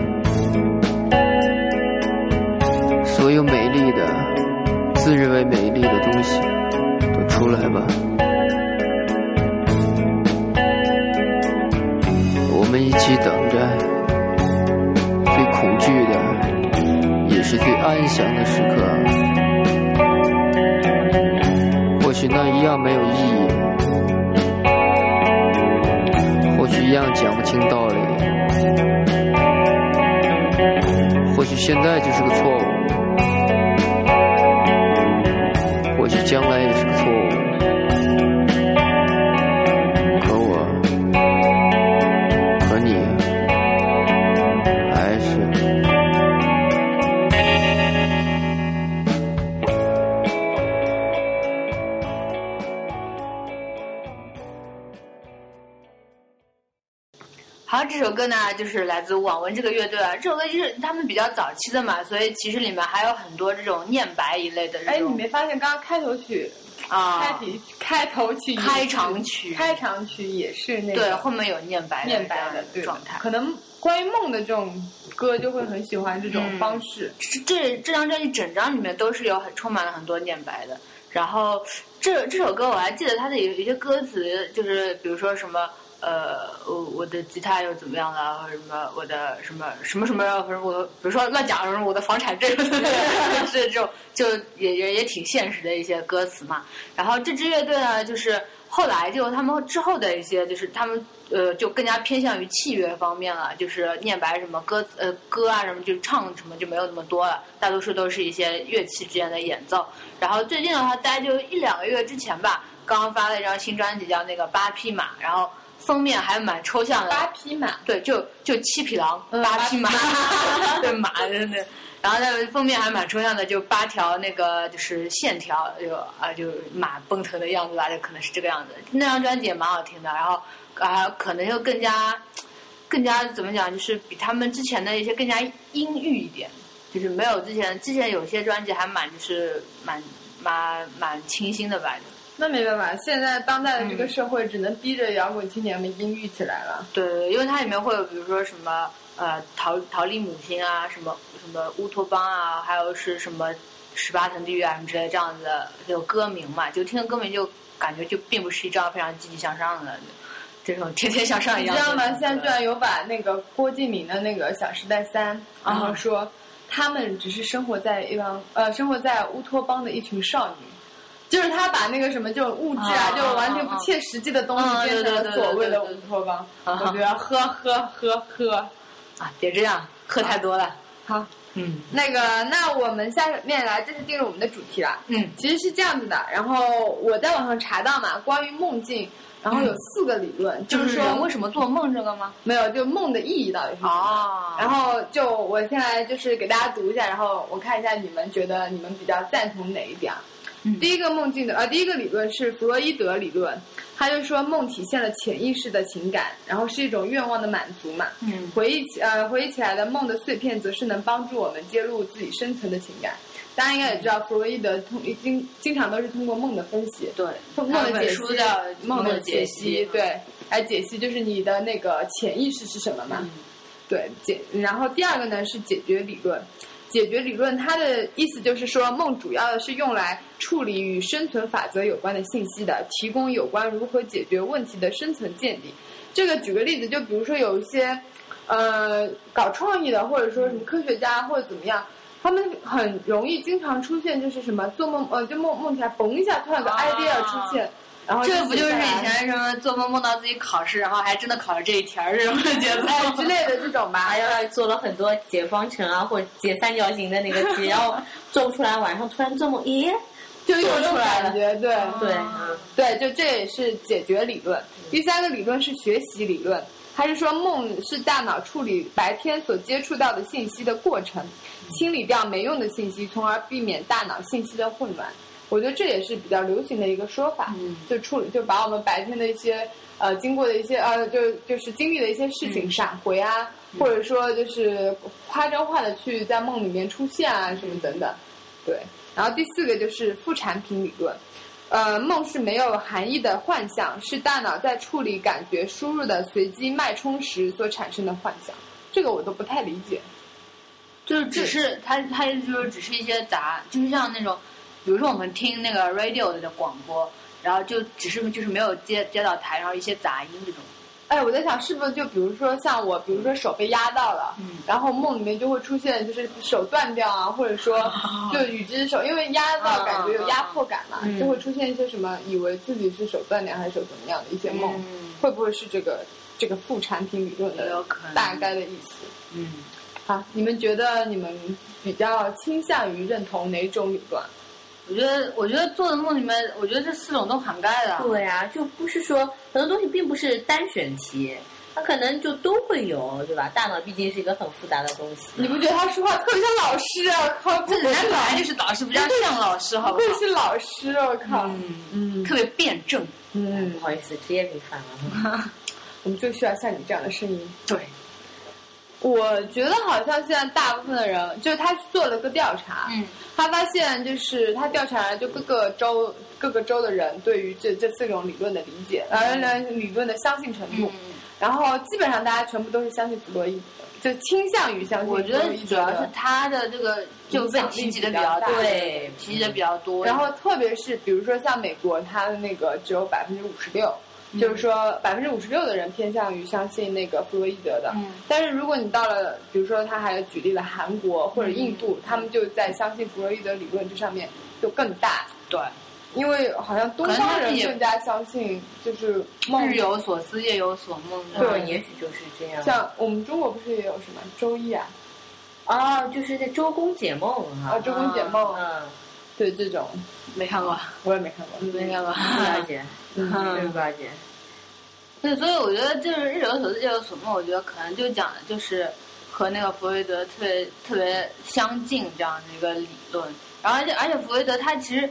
Speaker 4: 所有美丽的、自认为美丽的东西，都出来吧。我们一起等着，最恐惧的，也是最安详的时刻。啊或许那一样没有意义，或许一样讲不清道理，或许现在就是个错误，或许将来也是个错误。可我，可你，还是。
Speaker 1: 好，这首歌呢，就是来自网文这个乐队啊。这首歌就是他们比较早期的嘛，所以其实里面还有很多这种念白一类的这种。
Speaker 2: 哎，你没发现刚刚开头曲、开
Speaker 1: 啊，
Speaker 2: 题、开头曲、
Speaker 1: 开场曲，
Speaker 2: 开场曲也是那
Speaker 1: 对
Speaker 2: 个
Speaker 1: 后面有念白
Speaker 2: 念白
Speaker 1: 的
Speaker 2: 的
Speaker 1: 这
Speaker 2: 对
Speaker 1: 样状态。
Speaker 2: 可能关于梦的这种歌就会很喜欢这
Speaker 1: 嗯
Speaker 2: 种方式。
Speaker 1: 这这张专辑整张里面都是有很充满了很多念白的。然后这这首歌我还记得它的有一些歌词，就是比如说什么呃，我我的吉他又怎么样了，或者什么我的什么什么什么，或者我比如说乱讲什么我的房产证， 是这种就也也也挺现实的一些歌词嘛。然后这支乐队呢，就是后来就他们之后的一些，就是他们呃就更加偏向于器乐方面了，就是念白什么歌词呃歌啊什么，就唱什么就没有那么多了，大多数都是一些乐器之间的演奏。然后最近的话，大概就一两个月之前吧，刚刚发了一张新专辑叫那个八匹马，然后封面还蛮抽象的，
Speaker 2: 八匹马，
Speaker 1: 对，就就七匹狼，
Speaker 2: 嗯
Speaker 1: 八匹马， 对马真的。然后那个封面还蛮抽象的，就八条那个就是线条，就啊就马奔腾的样子吧，就可能是这个样子。那张专辑也蛮好听的，然后啊可能又更加更加怎么讲，就是比他们之前的一些更加阴郁一点，就是没有之前之前有些专辑还蛮就是蛮蛮蛮清新的吧，
Speaker 2: 那没办法，现在当代的这个社会只能逼着摇滚青年们阴郁起来了。
Speaker 1: 对，因为它里面会有比如说什么呃逃逃离母亲啊，什么什么乌托邦啊，还有是什么十八层地狱啊什么之类这样子的有歌名嘛，就听歌名就感觉就并不是一张非常积极向上的这种天天向上一
Speaker 2: 你
Speaker 1: 样
Speaker 2: 知
Speaker 1: 的。
Speaker 2: 道吗？现在居然有把那个郭敬明的那个《小时代三》，
Speaker 1: 嗯
Speaker 2: 然后说他们只是生活在一帮呃生活在乌托邦的一群少女，就是他把那个什么这种物质啊，
Speaker 1: 啊
Speaker 2: 就完全不切实际的东
Speaker 1: 啊啊
Speaker 2: 西
Speaker 1: 啊
Speaker 2: 变成了所谓的乌托邦。
Speaker 1: 对对对对对啊对
Speaker 2: 我觉得喝喝喝喝。
Speaker 1: 啊，别这样，喝太多了。
Speaker 2: 好，
Speaker 1: 嗯
Speaker 2: 那个那我们下面来正式进入我们的主题了。
Speaker 1: 嗯
Speaker 2: 其实是这样子的，然后我在网上查到嘛，关于梦境，然
Speaker 1: 嗯
Speaker 2: 后有四个理论，
Speaker 1: 就
Speaker 2: 就是是
Speaker 1: 人为
Speaker 2: 说
Speaker 1: 什么做梦这个吗？
Speaker 2: 没有就梦的意义到底是什么。
Speaker 1: 嗯哦
Speaker 2: 然后就我先来就是给大家读一下，然后我看一下你们觉得你们比较赞同哪一点啊。
Speaker 1: 嗯
Speaker 2: 第一个梦境的呃，第一个理论是弗洛伊德理论，他就说梦体现了潜意识的情感，然后是一种愿望的满足嘛。
Speaker 1: 嗯
Speaker 2: 回忆起呃回忆起来的梦的碎片，则是能帮助我们揭露自己深层的情感。大家应该也知道，弗洛伊德通经经常都是通过梦的分析，
Speaker 1: 对，
Speaker 2: 梦
Speaker 1: 他有
Speaker 2: 的
Speaker 1: 本
Speaker 2: 解
Speaker 1: 书
Speaker 2: 析
Speaker 1: 叫，
Speaker 2: 梦
Speaker 1: 的
Speaker 2: 的解析，对，来解析就是你的那个潜意识是什么嘛。
Speaker 1: 嗯
Speaker 2: 对解，然后第二个呢是解决理论。解决理论，它的意思就是说，梦主要的是用来处理与生存法则有关的信息的，提供有关如何解决问题的生存见地。这个举个例子，就比如说有一些，呃，搞创意的，或者说什么科学家或者怎么样，他们很容易经常出现就是什么做梦，呃，就梦梦起来，嘣一下突然有个
Speaker 1: 啊
Speaker 2: idea 出现，然后
Speaker 1: 这不就是
Speaker 2: 写下来
Speaker 1: 以前什么做梦梦到自己考试，然后还真的考了这一题儿这种 节奏？
Speaker 2: 哎之类的这种吧，
Speaker 3: 还
Speaker 2: 然后
Speaker 3: 要做了很多解方程啊，或者解三角形的那个题，然后做不出来，晚上突然做梦，咦，
Speaker 2: 就有
Speaker 3: 做
Speaker 2: 这种
Speaker 3: 出来
Speaker 2: 感觉，对。
Speaker 3: 对，
Speaker 1: 啊
Speaker 2: 对，就这也是解决理论。第三个理论是学习理论，它是说梦是大脑处理白天所接触到的信息的过程，清理掉没用的信息，从而避免大脑信息的混乱。我觉得这也是比较流行的一个说法，
Speaker 1: 嗯
Speaker 2: 就处理就把我们白天的一些呃经过的一些呃就就是经历的一些事情闪回啊，或者说就是夸张化的去在梦里面出现啊什么等等，对。然后第四个就是副产品理论，呃，梦是没有含义的幻象，是大脑在处理感觉输入的随机脉冲时所产生的幻想。这个我都不太理解。
Speaker 1: 就是只是它它就是只是一些杂，就是像那种，比如说我们听那个 radio 的广播，然后就只是就是没有接接到台，然后一些杂音这种。
Speaker 2: 哎，我在想是不是就比如说像我，比如说手被压到了，
Speaker 1: 嗯
Speaker 2: 然后梦里面就会出现就是手断掉啊，或者说
Speaker 1: 哦
Speaker 2: 就与之手，因为压到感觉有压迫感嘛，
Speaker 3: 嗯
Speaker 2: 就会出现一些什么以为自己是手断掉还是手怎么样的一些梦，会不会是这个这个副产品理论
Speaker 1: 也嗯有
Speaker 2: 的
Speaker 1: 可能
Speaker 2: 大概的意思？
Speaker 1: 嗯，
Speaker 2: 好，你们觉得你们比较倾向于认同哪种理论？
Speaker 1: 我觉得我觉得做的梦里面，我觉得这四种都涵盖了。
Speaker 3: 对啊，就不是说很多东西并不是单选题，它可能就都会有，对吧？大脑毕竟是一个很复杂的东
Speaker 1: 嗯
Speaker 3: 西。
Speaker 2: 你不觉得他说话特别像老师啊？靠，不
Speaker 1: 这人本来就是老师，不叫像老师，好不
Speaker 2: 不愧
Speaker 1: 好？
Speaker 2: 是老师，我靠！
Speaker 1: 嗯，
Speaker 2: 嗯
Speaker 1: 特别辩证。
Speaker 2: 嗯
Speaker 3: 啊不好意思，职业病犯了。
Speaker 2: 我们就需要像你这样的声音。
Speaker 1: 对，
Speaker 2: 我觉得好像现在大部分的人，就是他做了个调查，
Speaker 1: 嗯，
Speaker 2: 他发现就是他调查就各个州各个州的人对于这这四种理论的理解，呃、
Speaker 1: 嗯
Speaker 2: 理论的相信程度，然后基本上大家全部都是相信弗洛伊德，就倾向于相信。
Speaker 1: 我觉得主要是他的这个就被提及的比较大，
Speaker 2: 影响力比较大
Speaker 3: 对
Speaker 1: 提及的比较多。
Speaker 2: 然后特别是比如说像美国，它的那个只有百分之五十六，
Speaker 1: 嗯
Speaker 2: 就是说百分之五十六的人偏向于相信那个弗洛伊德的。
Speaker 1: 嗯
Speaker 2: 但是如果你到了，比如说他还举例了韩国或者印度，
Speaker 1: 嗯
Speaker 2: 他们就在相信弗洛伊德理论这上面就更大，
Speaker 1: 对，
Speaker 2: 因为好像东
Speaker 1: 可能他
Speaker 2: 方
Speaker 1: 们
Speaker 2: 人
Speaker 1: 也
Speaker 2: 更加相信就是梦
Speaker 1: 日有所思，夜有所梦。
Speaker 2: 对
Speaker 3: 嗯也许就是这样。
Speaker 2: 像我们中国不是也有什么周易啊？
Speaker 3: 啊，就是在周公解梦哈
Speaker 2: 啊，周公解梦
Speaker 3: 嗯，
Speaker 2: 对这种
Speaker 1: 没看过，
Speaker 2: 我也没看过。
Speaker 1: 没看过。
Speaker 3: 不了解，
Speaker 2: 嗯，
Speaker 3: 真不了解。
Speaker 1: 对，所以我觉得就是日有所思，夜有所梦，我觉得可能就讲的就是和那个弗洛伊德特别特别相近这样的一个理论。然后而且而且弗洛伊德他其实，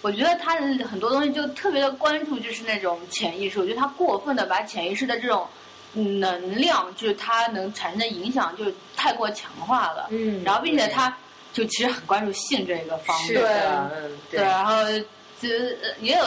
Speaker 1: 我觉得他的很多东西就特别的关注就是那种潜意识，我觉得他过分的把潜意识的这种能量，就是它能产生的影响，就是太过强化了。
Speaker 3: 嗯
Speaker 1: 然后并且他就其实很关注性这个方面
Speaker 3: 是。的，嗯，
Speaker 1: 对，然后就是呃也有，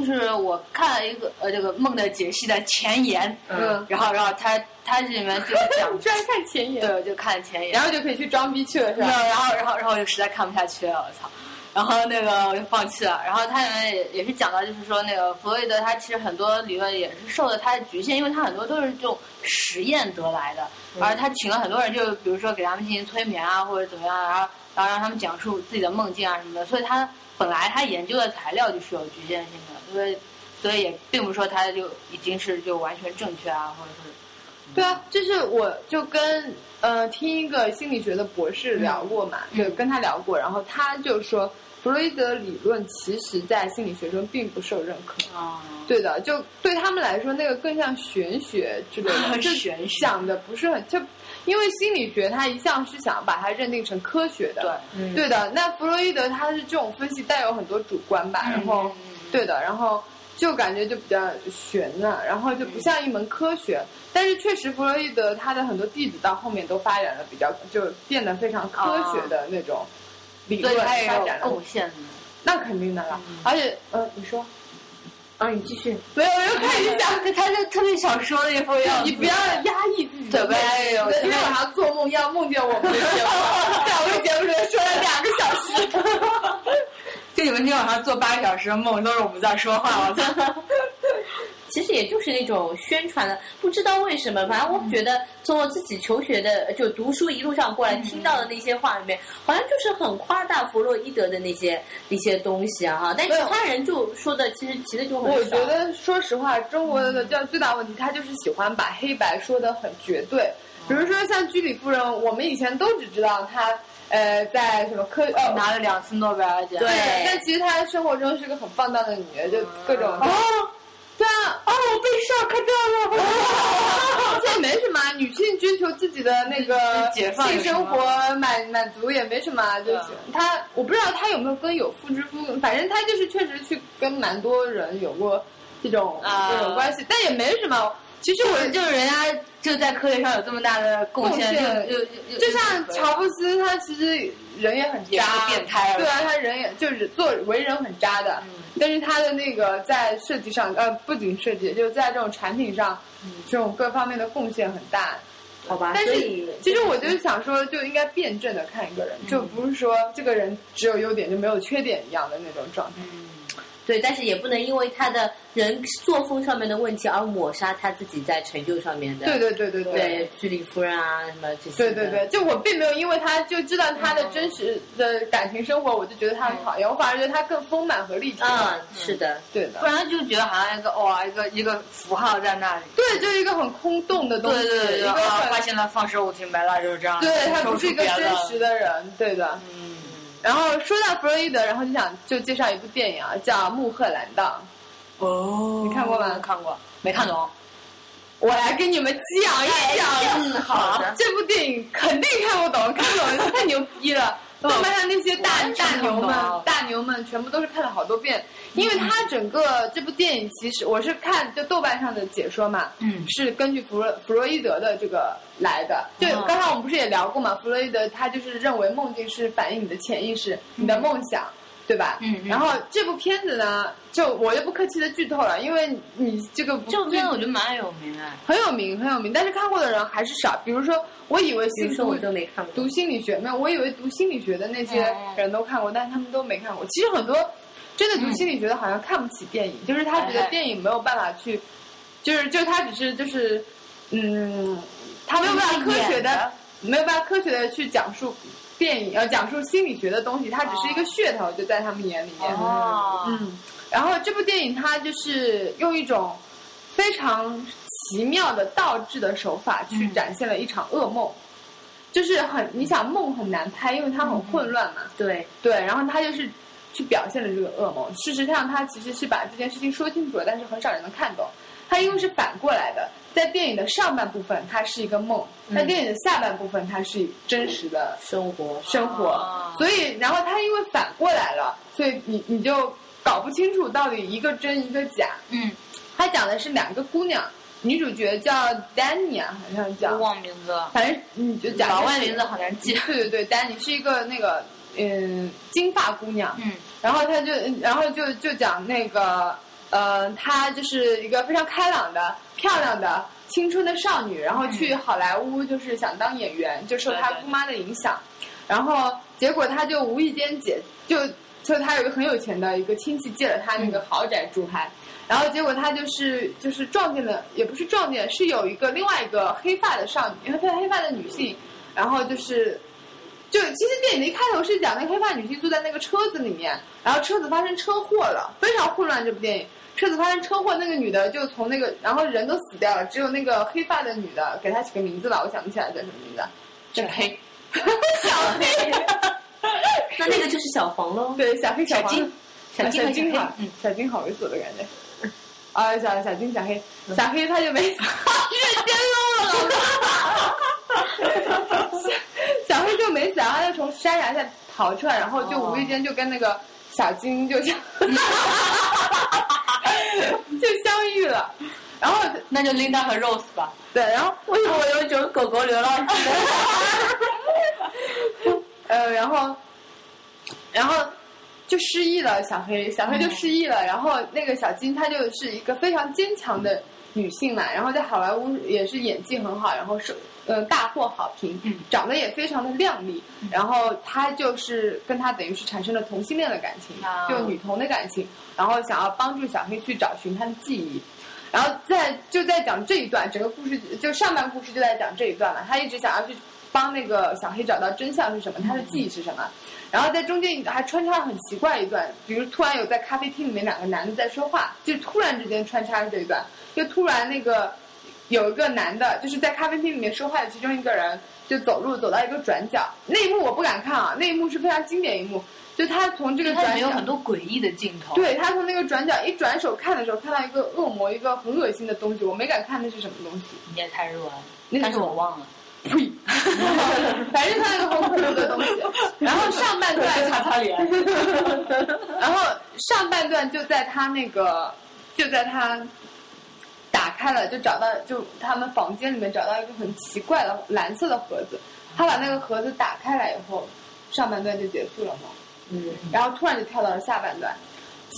Speaker 1: 就是我看了一个呃这个梦的解析的前言，
Speaker 3: 嗯，
Speaker 1: 然后然后他他这里面就 讲，
Speaker 2: 居然看前
Speaker 1: 对，
Speaker 2: 言，
Speaker 1: 我就看前言
Speaker 2: 然，后就可以去装逼去了，是
Speaker 1: 没有，
Speaker 2: 吧？
Speaker 1: 然后然后然后我就实在看不下去了，我操。然后那个我就放弃了。然后它里面也也是讲到，就是说那个弗洛伊德他其实很多理论也是受了他的局限，因为他很多都是这种实验得来的，而他请了很多人，就比如说给他们进行催眠啊，或者怎么样，然后然后让他们讲述自己的梦境啊什么的。所以他本来他研究的材料就是有局限性的，因为所以也并不是说他就已经是就完全正确啊，或者是
Speaker 2: 对啊，就是我就跟呃听一个心理学的博士聊过嘛，
Speaker 1: 嗯
Speaker 2: 对，跟他聊过，然后他就说弗洛伊德理论其实在心理学中并不受认可。
Speaker 1: 啊，
Speaker 2: 对的，就对他们来说，那个更像玄学之类的，就
Speaker 1: 玄学
Speaker 2: 想的不是很就，因为心理学它一向是想把它认定成科学的，
Speaker 1: 对，
Speaker 3: 嗯
Speaker 2: 对的，那弗洛伊德他是这种分析带有很多主观吧，然后
Speaker 1: 嗯嗯嗯
Speaker 2: 对的，然后就感觉就比较悬了，然后就不像一门科学。但是确实，弗洛伊德他的很多弟子到后面都发展了比较，就变得非常科学的那种理
Speaker 1: 所
Speaker 2: 论
Speaker 1: 以他也
Speaker 2: 发
Speaker 1: 有嗯
Speaker 2: 展了
Speaker 1: 贡，献的。
Speaker 2: 那肯定的啦。而且，呃，你说
Speaker 3: 啊，你继续，
Speaker 2: 没有？我又看一下，
Speaker 1: 啊他他就特别想说那副样 子，
Speaker 2: 你不要压抑自己
Speaker 1: 对
Speaker 2: 的
Speaker 1: 不要
Speaker 2: 内心
Speaker 1: 有
Speaker 2: 今天晚上做梦要梦见我们的节 目，在我们节目里说了两个小时。
Speaker 1: 就你们今天晚上做八个小时的梦，都是我们在说话，我操！
Speaker 3: 其实也就是那种宣传的，不知道为什么，反正我觉得从我自己求学的就读书一路上过来听到的那些话里面，好像就是很夸大弗洛伊德的那些一些东西啊哈，但其
Speaker 2: 对
Speaker 3: 他人就说的其实其实就很
Speaker 2: 我
Speaker 3: 少嗯
Speaker 2: 觉得，说实话，中国的教最大问题，他就是喜欢把黑白说的很绝对。
Speaker 3: 嗯
Speaker 2: 比如说像居里夫人，我们以前都只知道她呃在什么科
Speaker 3: 哦
Speaker 2: 呃
Speaker 1: 拿了两次诺贝尔奖，
Speaker 3: 对
Speaker 2: 但其实她生活中是个很放荡的女人，
Speaker 1: 嗯
Speaker 2: 就各种哦，对啊，哦，我被 shock 到 了，这哦也没什么，啊女性追求自己的那个
Speaker 1: 解放
Speaker 2: 性
Speaker 1: 有什
Speaker 2: 生
Speaker 1: 么
Speaker 2: 活满满足也没什么，就
Speaker 1: 对啊
Speaker 2: 行。她我不知道她有没有跟有妇之夫，反正她就是确实去跟蛮多人有过这种
Speaker 1: 啊
Speaker 2: 这种关系，但也没什么。其实
Speaker 1: 就
Speaker 2: 我
Speaker 1: 是就是人家就在科学上有这么大的贡献，
Speaker 2: 贡献
Speaker 1: 就就
Speaker 2: 就像乔布斯，他其实人也很
Speaker 1: 也
Speaker 2: 渣，
Speaker 1: 是变态了
Speaker 2: 对啊，他人也就是做为人很渣的，但是他的那个在设计上，呃，不仅设计，就是在这种产品上，这种各方面的贡献很大。
Speaker 3: 好吧，
Speaker 2: 但
Speaker 3: 啊所
Speaker 2: 是
Speaker 3: 以
Speaker 2: 其实我就是想说，就应该辩证的看一个人，就不是说这个人只有优点就没有缺点一样的那种状态。
Speaker 3: 对，但是也不能因为他的人作风上面的问题而抹杀他自己在成就上面的。
Speaker 2: 对对对对
Speaker 3: 对，居里夫人啊，什么这些
Speaker 2: 对
Speaker 3: 的。
Speaker 2: 对对，就我并没有因为他就知道他的真实的感情生活，我就觉得他很讨厌，我反而觉得他更丰满和立体。
Speaker 3: 嗯，是的，
Speaker 2: 对的
Speaker 1: 不。然就觉得好像一个哇一个一个符号在那里。
Speaker 2: 对，就是一个很空洞的东
Speaker 1: 对
Speaker 2: 西，
Speaker 1: 对对
Speaker 2: 一
Speaker 1: 对
Speaker 2: 个
Speaker 1: 啊！发
Speaker 2: 很
Speaker 1: 现了放生物停白蜡就是这样，
Speaker 2: 对他不是一个
Speaker 1: 抽出别
Speaker 2: 真实
Speaker 1: 的。
Speaker 2: 的人，对的。
Speaker 1: 嗯，
Speaker 2: 然后说到弗洛伊德，然后就想就介绍一部电影啊，叫《穆赫兰道
Speaker 1: 哦，
Speaker 2: 你看过吗
Speaker 1: 看过，没看懂。》，
Speaker 2: 我来给你们讲一讲。
Speaker 1: 嗯，好的。
Speaker 2: 这部电影肯定看不懂，看不懂太牛逼了。
Speaker 1: 懂
Speaker 2: 豆瓣上那些大
Speaker 1: 完全
Speaker 2: 大
Speaker 1: 不
Speaker 2: 牛
Speaker 1: 懂
Speaker 2: 们、大牛们全部都是看了好多遍，因为它整个这部电影其实我是看就豆瓣上的解说嘛，
Speaker 1: 嗯
Speaker 2: 是根据弗洛弗洛伊德的这个来的。就
Speaker 3: 嗯
Speaker 1: 哦
Speaker 2: 刚才我们不是也聊过嘛，弗洛伊德他就是认为梦境是反映你的潜意识、你
Speaker 3: 嗯
Speaker 2: 的梦想，对吧？
Speaker 1: 嗯嗯
Speaker 2: 然后这部片子呢，就我就不客气的剧透了，因为你这个不
Speaker 1: 这部片
Speaker 2: 剧
Speaker 1: 我觉得蛮有名的，
Speaker 2: 很有名很有名，但是看过的人还是少。比如说，我以为
Speaker 3: 比
Speaker 2: 新
Speaker 3: 如说我就没看过，
Speaker 2: 读心理学没有，我以为读心理学的那
Speaker 1: 哎
Speaker 2: 些人都看过，但是他们都没看过。其实很多真
Speaker 1: 嗯
Speaker 2: 的读心理学的，好像看不起电影，就是他觉
Speaker 1: 哎
Speaker 2: 得电影没有办法去，就是就是他只是就是嗯，他没有办法科学
Speaker 1: 演的
Speaker 2: 的，没有办法科学的去讲述电影，呃，讲述心理学的东西，它只是一个噱头，就在他们眼里面。
Speaker 1: 哦
Speaker 2: 嗯，然后这部电影它就是用一种非常奇妙的倒置的手法去
Speaker 1: 嗯
Speaker 2: 展现了一场噩梦，就是很你想梦很难拍，因为它很混乱嘛。
Speaker 3: 对，
Speaker 2: 对，然后他就是去表现了这个噩梦。事实上，他其实是把这件事情说清楚了，但是很少人能看懂。他因为是反过来的，在电影的上半部分它是一个梦，在电影的下半部分它是真实的
Speaker 3: 生活
Speaker 2: 生活，
Speaker 1: 哦
Speaker 2: 所以然后他因为反过来了，所以你你就搞不清楚到底一个真一个假。
Speaker 1: 嗯，
Speaker 2: 他讲的是两个姑娘，女主角叫丹尼啊，好像
Speaker 1: 我
Speaker 2: 叫，
Speaker 1: 忘名字了，
Speaker 2: 反正你就讲
Speaker 1: 老外
Speaker 2: 的是
Speaker 1: 名字好难记。
Speaker 2: 对对对，丹尼是一个那个嗯金发姑娘，
Speaker 1: 嗯
Speaker 2: 然后他就，然后就就讲那个，呃，她就是一个非常开朗的、漂亮的、青春的少女，然后去好莱坞就是想当演员，就受她
Speaker 1: 对对对
Speaker 2: 姑妈的影响，然后结果她就无意间姐就就她有一个很有钱的一个亲戚借了她那个豪宅住还。然后结果她就是就是撞见了，也不是撞见，是有一个另外一个黑发的少女，黑黑发的女性，然后就是就其实电影的一开头是讲那个黑发女性坐在那个车子里面，然后车子发生车祸了，非常混乱。这部电影车子发生车祸，那个女的就从那个，然后人都死掉了，只有那个黑发的女的，给她起个名字吧，我想不起来叫什么名字，
Speaker 1: 这黑
Speaker 2: 小黑，
Speaker 3: 那那个就是小黄 喽，
Speaker 2: 对，小黑小黄
Speaker 1: 金小
Speaker 2: 小
Speaker 1: 金和
Speaker 2: 金
Speaker 1: 小
Speaker 2: 好
Speaker 1: 黑，嗯，
Speaker 2: 小金好猥琐的感觉。啊，小小金小黑，小黑他就没越监 小黑就没死，然后他就从山崖下逃出来，然后就无意间就跟那个小金就相 就相遇了，然后
Speaker 1: 那就 Linda 和 Rose 吧。
Speaker 2: 对，然后
Speaker 3: 为什么我有一种狗狗流浪记
Speaker 2: 呃，然后，然后就失忆了。小黑，小
Speaker 1: 嗯
Speaker 2: 黑就失忆了。然后那个小金，她就是一个非常坚强的女性嘛。然后在好莱坞也是演技很好，然后是呃大获好评
Speaker 1: 嗯，
Speaker 2: 长得也非常的靓丽。然后她就是跟她等于是产生了同性恋的感情
Speaker 1: 啊，
Speaker 2: 就女同的感情。然后想要帮助小黑去找寻她的记忆。然后在就在讲这一段，整个故事就上半故事就在讲这一段嘛。他一直想要去帮那个小黑找到真相是什么，他的记忆是什么。然后在中间还穿插了很奇怪一段，比如突然有在咖啡厅里面两个男的在说话，就突然之间穿插了这一段，就突然那个有一个男的就是在咖啡厅里面说话的其中一个人就走路走到一个转角，那一幕我不敢看啊，那一幕是非常经典一幕，就他从这个
Speaker 1: 它里
Speaker 2: 转
Speaker 1: 面
Speaker 2: 角
Speaker 1: 有很多诡异的镜头。
Speaker 2: 对他从那个转角一转手看的时候，看到一个恶魔，一个很恶心的东西，我没敢看那是什么东西。
Speaker 1: 你也太弱了，
Speaker 2: 那是
Speaker 1: 但是我忘了。
Speaker 2: 呸！反正看到一个很恐怖的东西。然后上半段，
Speaker 1: 擦脸。
Speaker 2: 然后上半段就在他那个，就在他打开了，就找到就他们房间里面找到一个很奇怪的蓝色的盒子，他把那个盒子打开来以后，上半段就结束了嘛。
Speaker 3: 嗯，
Speaker 2: 然后突然就跳到了下半段。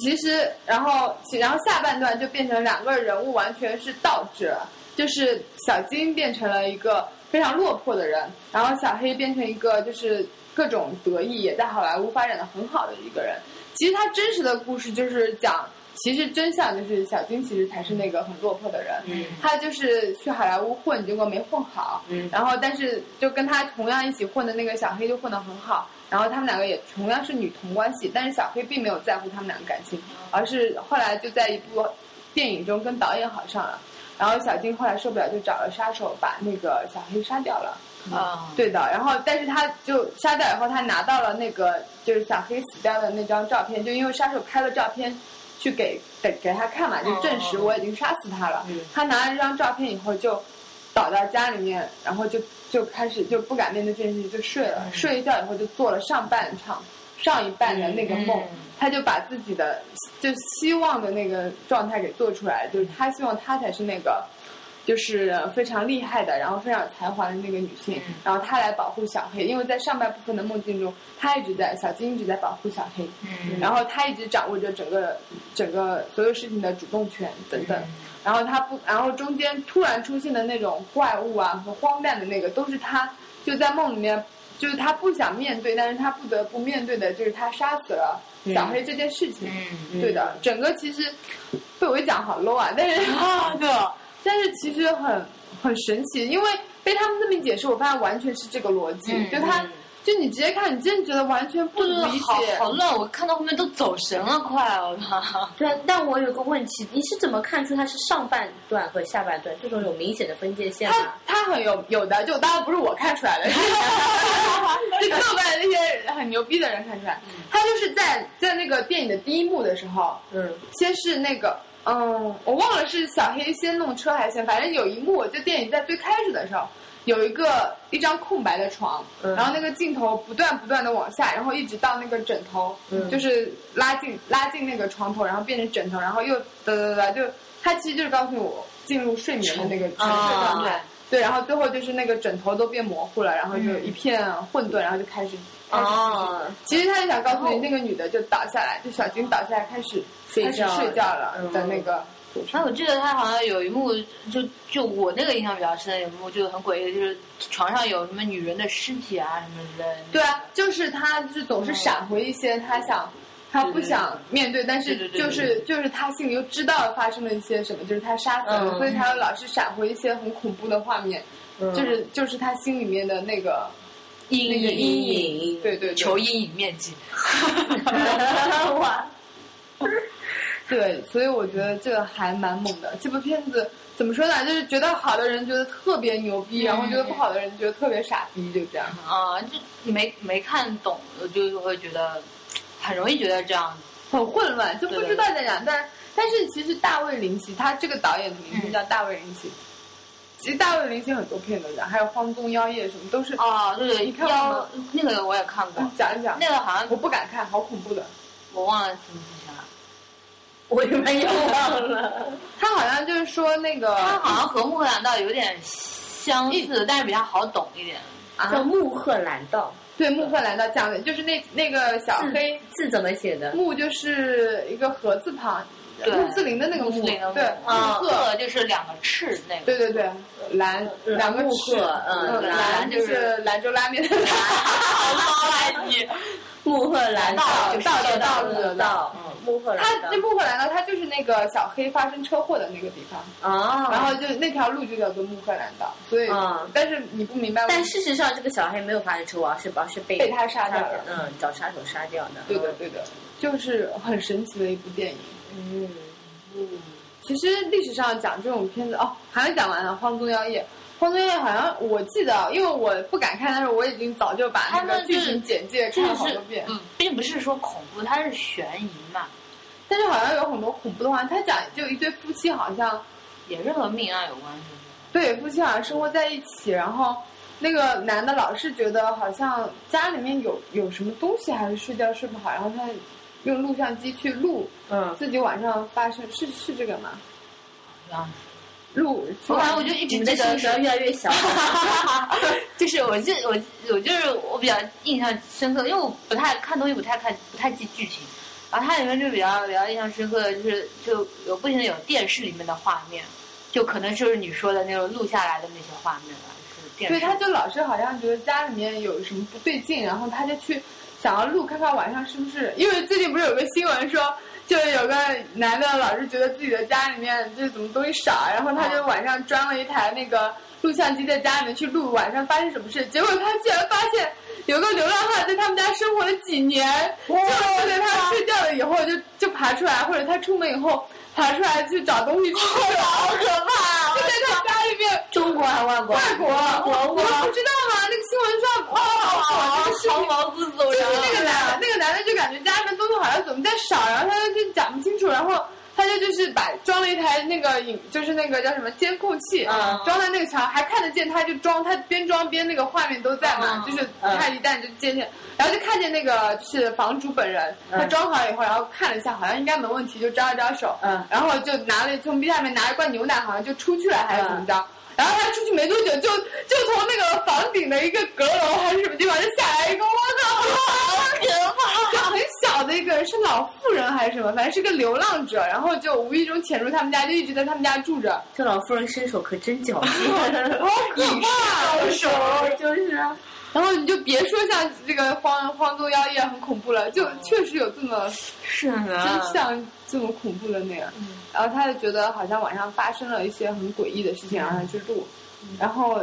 Speaker 2: 其实，然后，其然后下半段就变成两个人物完全是倒置了，就是小金变成了一个非常落魄的人，然后小黑变成一个就是各种得意，也在好莱坞发展的很好的一个人。其实他真实的故事就是讲，其实真相就是小金其实才是那个很落魄的人，
Speaker 3: 嗯
Speaker 2: 他就是去好莱坞混，结果没混好，
Speaker 3: 嗯
Speaker 2: 然后但是就跟他同样一起混的那个小黑就混得很好，然后他们两个也同样是女同关系，但是小黑并没有在乎他们两个感情，而是后来就在一部电影中跟导演好上了，然后小金后来受不了就找了杀手把那个小黑杀掉了。
Speaker 1: 啊，
Speaker 2: 对的，然后但是他就杀掉以后，他拿到了那个就是小黑死掉的那张照片，就因为杀手拍了照片去给给给他看嘛，就证实我已经杀死他了。
Speaker 3: 嗯
Speaker 2: 他拿了这张照片以后就。倒到家里面，然后就就开始就不敢面对这件事情，就睡了。睡一觉以后就做了上半场上一半的那个梦，
Speaker 1: 嗯
Speaker 2: 他就把自己的就希望的那个状态给做出来，就是他希望他才是那个。就是非常厉害的，然后非常有才华的那个女性，
Speaker 1: 嗯
Speaker 2: 然后她来保护小黑，因为在上半部分的梦境中，她一直在小金一直在保护小黑，
Speaker 1: 嗯
Speaker 2: 然后他一直掌握着整个整个所有事情的主动权等等。
Speaker 1: 嗯
Speaker 2: 然后他不，然后中间突然出现的那种怪物啊和荒诞的那个，都是他就在梦里面，就是他不想面对，但是他不得不面对的，就是他杀死了小黑这件事情。
Speaker 1: 嗯，
Speaker 2: 对的，整个其实被我讲好 low 啊，但是啊，对哦，但是其实很很神奇，因为被他们这么一解释，我发现完全是这个逻辑，
Speaker 1: 嗯
Speaker 2: 就他。就你直接看，你真的觉得完全不理解，
Speaker 1: 好好乱，我看到后面都走神了，快，我靠！
Speaker 3: 对啊，但我有个问题，你是怎么看出它是上半段和下半段这种有明显的分界线
Speaker 2: 他
Speaker 3: 吗？
Speaker 2: 他很有有的，就当然不是我看 出来的， 是豆瓣那些很牛逼的人看出来。
Speaker 1: 嗯
Speaker 2: 他就是在在那个电影的第一幕的时候，
Speaker 3: 嗯，
Speaker 2: 先是那个，嗯，我忘了是小黑先弄车还是先，反正有一幕，就电影在最开始的时候，有一个一张空白的床，
Speaker 3: 嗯
Speaker 2: 然后那个镜头不断不断的往下，然后一直到那个枕头，
Speaker 3: 嗯
Speaker 2: 就是拉近拉近那个床头，然后变成枕头，然后又哒哒哒哒，就他其实就是告诉我进入睡眠的那个沉睡状态。
Speaker 1: 啊
Speaker 2: 对，然后最后就是那个枕头都变模糊了，然后就
Speaker 1: 嗯
Speaker 2: 一片混沌，然后就开始。开始
Speaker 1: 哦，
Speaker 2: 其实他就想告诉你，那个女的就倒下来，就小金倒下来开始
Speaker 3: 睡
Speaker 2: 开始
Speaker 3: 觉
Speaker 2: 睡觉了
Speaker 3: 嗯
Speaker 2: 的那个。
Speaker 1: 哎，我记得他好像有一幕，就就我那个印象比较深的有一幕就很诡异，就是床上有什么女人的尸体啊什么之类的。
Speaker 2: 对啊，就是他就是总是闪回一些他想。他不想面对，但
Speaker 1: 对
Speaker 2: 是
Speaker 1: 对对
Speaker 2: 就是就是他心里又知道发生了一些什么，就是他杀死了，
Speaker 3: 嗯
Speaker 2: 所以他又老是闪回一些很恐怖的画面，
Speaker 3: 嗯
Speaker 2: 就是就是他心里面的那个，
Speaker 1: 阴
Speaker 2: 那个
Speaker 1: 影，
Speaker 3: 阴影
Speaker 2: 对对
Speaker 1: 求
Speaker 2: 对
Speaker 1: 阴影面积。
Speaker 3: 哇，
Speaker 2: 对，所以我觉得这个还蛮猛的。这部片子怎么说呢？就是觉得好的人觉得特别牛逼，然后
Speaker 1: 嗯
Speaker 2: 觉得不好的人觉得特别傻逼，就这样。
Speaker 1: 啊，就没没看懂，我就会觉得很容易觉得这样。
Speaker 2: 很混乱，就不知道在讲。但但是其实大卫林奇，他这个导演的名字
Speaker 1: 嗯
Speaker 2: 叫大卫林奇。其实大卫林奇很多片都讲，还有《荒踪妖夜》什么都是。
Speaker 1: 哦，对对，
Speaker 2: 你看过
Speaker 1: 妖
Speaker 2: 吗
Speaker 1: 那个我也看过，
Speaker 2: 讲一讲，
Speaker 1: 那个好像
Speaker 2: 我不敢看，好恐怖的。
Speaker 1: 我忘了怎么剧情了。
Speaker 3: 我也没有忘了。
Speaker 2: 他好像就是说那个
Speaker 1: 它好像和《穆赫兰道》有点相似，但是比较好懂一点。
Speaker 3: 叫
Speaker 2: 啊，
Speaker 3: 穆赫兰道，
Speaker 2: 对穆赫兰道讲的，就是那那个
Speaker 3: 啊
Speaker 2: 小
Speaker 1: 嗯
Speaker 2: 黑
Speaker 3: 字怎么写的？
Speaker 2: 穆就是一个禾字旁，
Speaker 1: 对
Speaker 2: 穆斯林的那个穆，
Speaker 1: 穆斯林的穆
Speaker 2: 对，穆
Speaker 1: 啊，
Speaker 2: 赫，
Speaker 1: 赫就是两个翅那个。
Speaker 2: 对对对，兰两个
Speaker 3: 穆
Speaker 2: 翅
Speaker 3: 赫，嗯，
Speaker 1: 兰
Speaker 2: 兰就
Speaker 1: 就是是
Speaker 2: 兰州拉面 的兰。
Speaker 1: 啊好垃圾！
Speaker 3: 穆赫兰道
Speaker 1: 道
Speaker 3: 就是
Speaker 2: 道的
Speaker 3: 道
Speaker 2: 道
Speaker 3: 的
Speaker 2: 的
Speaker 3: 道，嗯穆赫兰
Speaker 2: 他
Speaker 3: 道
Speaker 2: 这。穆赫兰道，他就是那个小黑发生车祸的那个地方，
Speaker 3: 啊，
Speaker 2: 然后就那条路就叫做穆赫兰道，所以，
Speaker 3: 嗯
Speaker 2: 但是你不明白为，
Speaker 3: 但事实上，这个小黑没有发生车祸，而是而是被
Speaker 2: 被他杀掉了
Speaker 3: 嗯，找杀手杀掉的。
Speaker 2: 对的对的，就是很神奇的一部电影。
Speaker 3: 嗯，
Speaker 2: 其实历史上讲这种片子哦，还没讲完呢，《荒踪妖夜》。《荒踪妖夜》好像我记得，因为我不敢看，但是我已经早就把那
Speaker 1: 他
Speaker 2: 个
Speaker 1: 们就
Speaker 2: 剧
Speaker 1: 是
Speaker 2: 情简介
Speaker 1: 这
Speaker 2: 看了
Speaker 1: 个
Speaker 2: 好
Speaker 1: 是
Speaker 2: 多遍，
Speaker 1: 嗯，并不是说恐怖，它是悬疑嘛，
Speaker 2: 但是好像有很多恐怖的话，他讲就一对夫妻好像
Speaker 1: 也是和命案有关系。
Speaker 2: 对，夫妻好像生活在一起，然后那个男的老是觉得好像家里面有有什么东西，还是睡觉睡不好，然后他用录像机去录
Speaker 3: 嗯，
Speaker 2: 自己晚上发生，是是这个吗？
Speaker 1: 这样
Speaker 2: 录，
Speaker 1: 我反正我就一
Speaker 3: 你
Speaker 1: 直
Speaker 3: 们的
Speaker 1: 记
Speaker 3: 心
Speaker 1: 得
Speaker 3: 只要越来越小。
Speaker 1: 就是我记我我就是我比较印象深刻，因为我不太看东西，不太看不太记剧情。然后它里面就比较比较印象深刻的就是就有不停的有电视里面的画面，就可能就是你说的那种录下来的那些画面吧，就是电视。
Speaker 2: 对，他就老是好像觉得家里面有什么不对劲，然后他就去想要录看看晚上是不是，因为最近不是有个新闻说。就是有个男的老是觉得自己的家里面就是怎么东西少，然后他就晚上装了一台那个录像机在家里面去录晚上发生什么事，结果他居然发现有个流浪汉在他们家生活了几年，就是在他睡觉了以后就就爬出来，或者他出门以后爬出来去找东西吃，好可怕！啊就在他家里面
Speaker 3: 中国还是外国？
Speaker 2: 外国，
Speaker 3: 国
Speaker 2: 我
Speaker 3: 国
Speaker 2: 不知道吗？那个新闻上，哦，好这个视
Speaker 1: 毫
Speaker 2: 频，
Speaker 1: 毛不走
Speaker 2: 就是
Speaker 1: 人
Speaker 2: 那
Speaker 1: 了。
Speaker 2: 个男，那个男的就感觉家里面东西好像总在少，然后他就讲不清楚，然后他家就是把装了一台那个影，就是那个叫什么监控器，
Speaker 1: 嗯
Speaker 2: 装在那个墙，还看得见，他就装，他边装边那个画面都在嘛，
Speaker 1: 嗯
Speaker 2: 就是
Speaker 3: 嗯
Speaker 2: 他一旦就接见，然后就看见那个就是房主本人，
Speaker 3: 嗯
Speaker 2: 他装好以后，然后看了一下，好像应该没问题，就招了招手，
Speaker 3: 嗯
Speaker 2: 然后就拿了从冰箱里面拿一罐牛奶，好像就出去了还是怎么着。然后他出去没多久，就就从那个房顶的一个阁楼还是什么地方，就下来一个，我操，好可怕！就很小的一个人，是老妇人还是什么，反正是个流浪者，然后就无意中潜入他们家，就一直在他们家住着，
Speaker 3: 这老妇人身手可真矫
Speaker 2: 好
Speaker 3: 健，
Speaker 2: 可怕！
Speaker 3: 手就是啊，
Speaker 2: 然后你就别说像这个荒荒踪妖夜很恐怖了，就确实有这么
Speaker 1: 是呢
Speaker 2: 真像这么恐怖的那样。
Speaker 1: 嗯
Speaker 2: 然后他就觉得好像晚上发生了一些很诡异的事情，然后他去录，
Speaker 1: 嗯
Speaker 2: 然后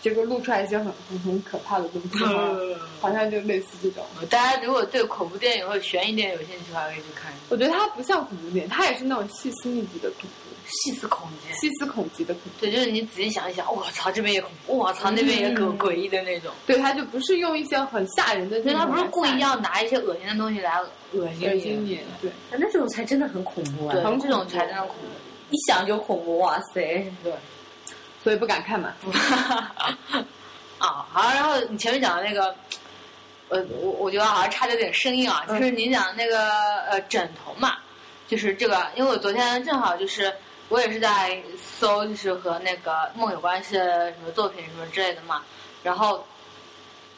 Speaker 2: 结果录出来一些很很很可怕的东西，
Speaker 1: 嗯
Speaker 2: 好像就类似这种。
Speaker 1: 大家如果对恐怖电影或者悬疑电影有兴趣的话，可以去看
Speaker 2: 我觉得它不像恐怖电影，它也是那种细思密集的恐怖，
Speaker 1: 细思恐极。
Speaker 2: 细思恐极的恐怖。
Speaker 1: 对，就是你仔细想一想，我操，这边也恐怖，我操，那边也可诡异的那种。
Speaker 2: 对，它就不是用一些很吓人的那
Speaker 1: 所以
Speaker 2: 种
Speaker 1: 他
Speaker 2: 来吓人，
Speaker 1: 不是故意要拿一些恶心的东西来恶
Speaker 2: 嗯恶
Speaker 1: 心
Speaker 2: 心
Speaker 1: 你，
Speaker 2: 你，对，
Speaker 3: 那种才真的很恐怖
Speaker 1: 对
Speaker 3: 啊！，
Speaker 1: 这种才真的恐怖。
Speaker 3: 一想就恐怖，哇塞！
Speaker 2: 所以不敢看嘛。
Speaker 1: 啊，好，然后你前面讲的那个，呃，我我觉得好像差点点声音啊，就是你讲的那个呃枕头嘛，就是这个，因为我昨天正好就是我也是在搜，就是和那个梦有关系的什么作品什么之类的嘛，然后，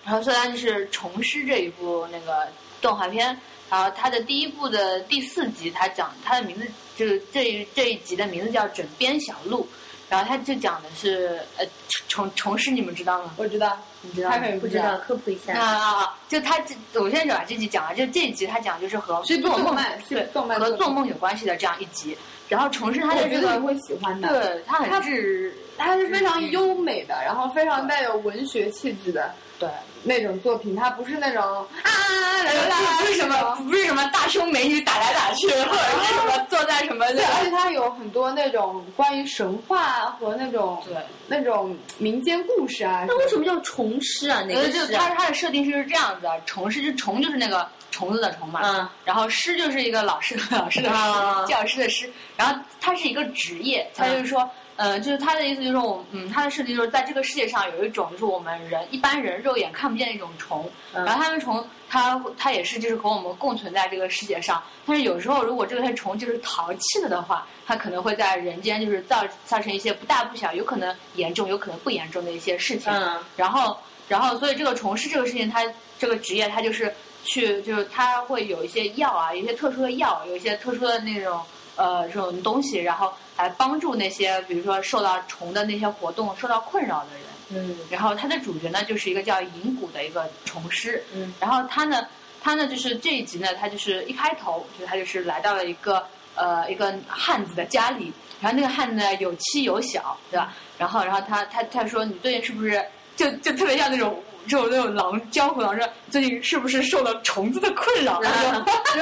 Speaker 1: 然后虽然就是《重师》这一部那个动画片，然后它的第一部的第四集，它讲它的名字就是这一这一集的名字叫《枕边小路》。然后它就讲的是，呃，重重师你们知道吗？
Speaker 2: 我知道，
Speaker 1: 你知道
Speaker 2: 他
Speaker 1: 吗？
Speaker 2: 可以
Speaker 3: 不知
Speaker 2: 知
Speaker 3: 道，科普一下。
Speaker 1: 啊，就他这，我现在就把这集讲啊完。就这一集他讲就是和
Speaker 2: 是一部
Speaker 1: 做
Speaker 2: 动
Speaker 1: 梦
Speaker 2: 漫，是一
Speaker 1: 对
Speaker 2: 部动漫
Speaker 1: 和
Speaker 2: 作品
Speaker 1: 做梦有关系的这样一集。然后重申他
Speaker 2: 我
Speaker 1: 的
Speaker 2: 觉
Speaker 1: 这
Speaker 2: 得
Speaker 1: 个
Speaker 2: 你，会喜欢的。
Speaker 1: 对嗯他
Speaker 2: 它
Speaker 1: 很治，
Speaker 2: 它是非常优美的，然后非常带有文学气质的
Speaker 1: 对，
Speaker 2: 那种作品，它不是那种啊啦啦啦
Speaker 1: 呃不是什么不是什么大胸美女打来打去，或者是什么坐在什么
Speaker 2: 啊对，而且它有很多那种关于神话和那种
Speaker 1: 对。
Speaker 2: 那种民间故事啊。
Speaker 3: 那为什么叫虫师啊？哪
Speaker 1: 呃，
Speaker 3: 个
Speaker 1: 就
Speaker 3: 师
Speaker 1: 它
Speaker 3: 啊？
Speaker 1: 它的设定是这样子的，虫是就虫就是那个虫子的虫嘛，
Speaker 3: 嗯
Speaker 1: 然后师就是一个老师 的老师的师，
Speaker 3: 啊
Speaker 1: 教师的师，然后它是一个职业，它就是说，呃，就是它的意思就是说我，嗯，它的设定就是在这个世界上有一种就是我们人一般人肉眼看不见的一种虫，
Speaker 3: 嗯
Speaker 1: 然后它们虫它它也是就是和我们共存在这个世界上，但是有时候如果这些虫就是淘气了的话，它可能会在人间就是造造成一些不大不小，有可能严重有可能不严重的一些事情，
Speaker 3: 嗯
Speaker 1: 然后，然后，所以这个虫师这个事情，它这个职业，它就是去，就是它会有一些药啊，有一些特殊的药，有一些特殊的那种呃这种东西，然后来帮助那些比如说受到虫的那些活动受到困扰的人。
Speaker 3: 嗯
Speaker 1: 然后它的主角呢，就是一个叫银谷的一个虫师，
Speaker 3: 嗯，
Speaker 1: 然后他呢，他呢就是这一集呢，他就是一开头，就是他就是来到了一个呃一个汉子的家里，然后那个汉子呢有妻有小，对吧？然后然后他他他说你最近是不是就就特别像那种。就那种狼江湖狼说最近是不是受到虫子的困扰？然后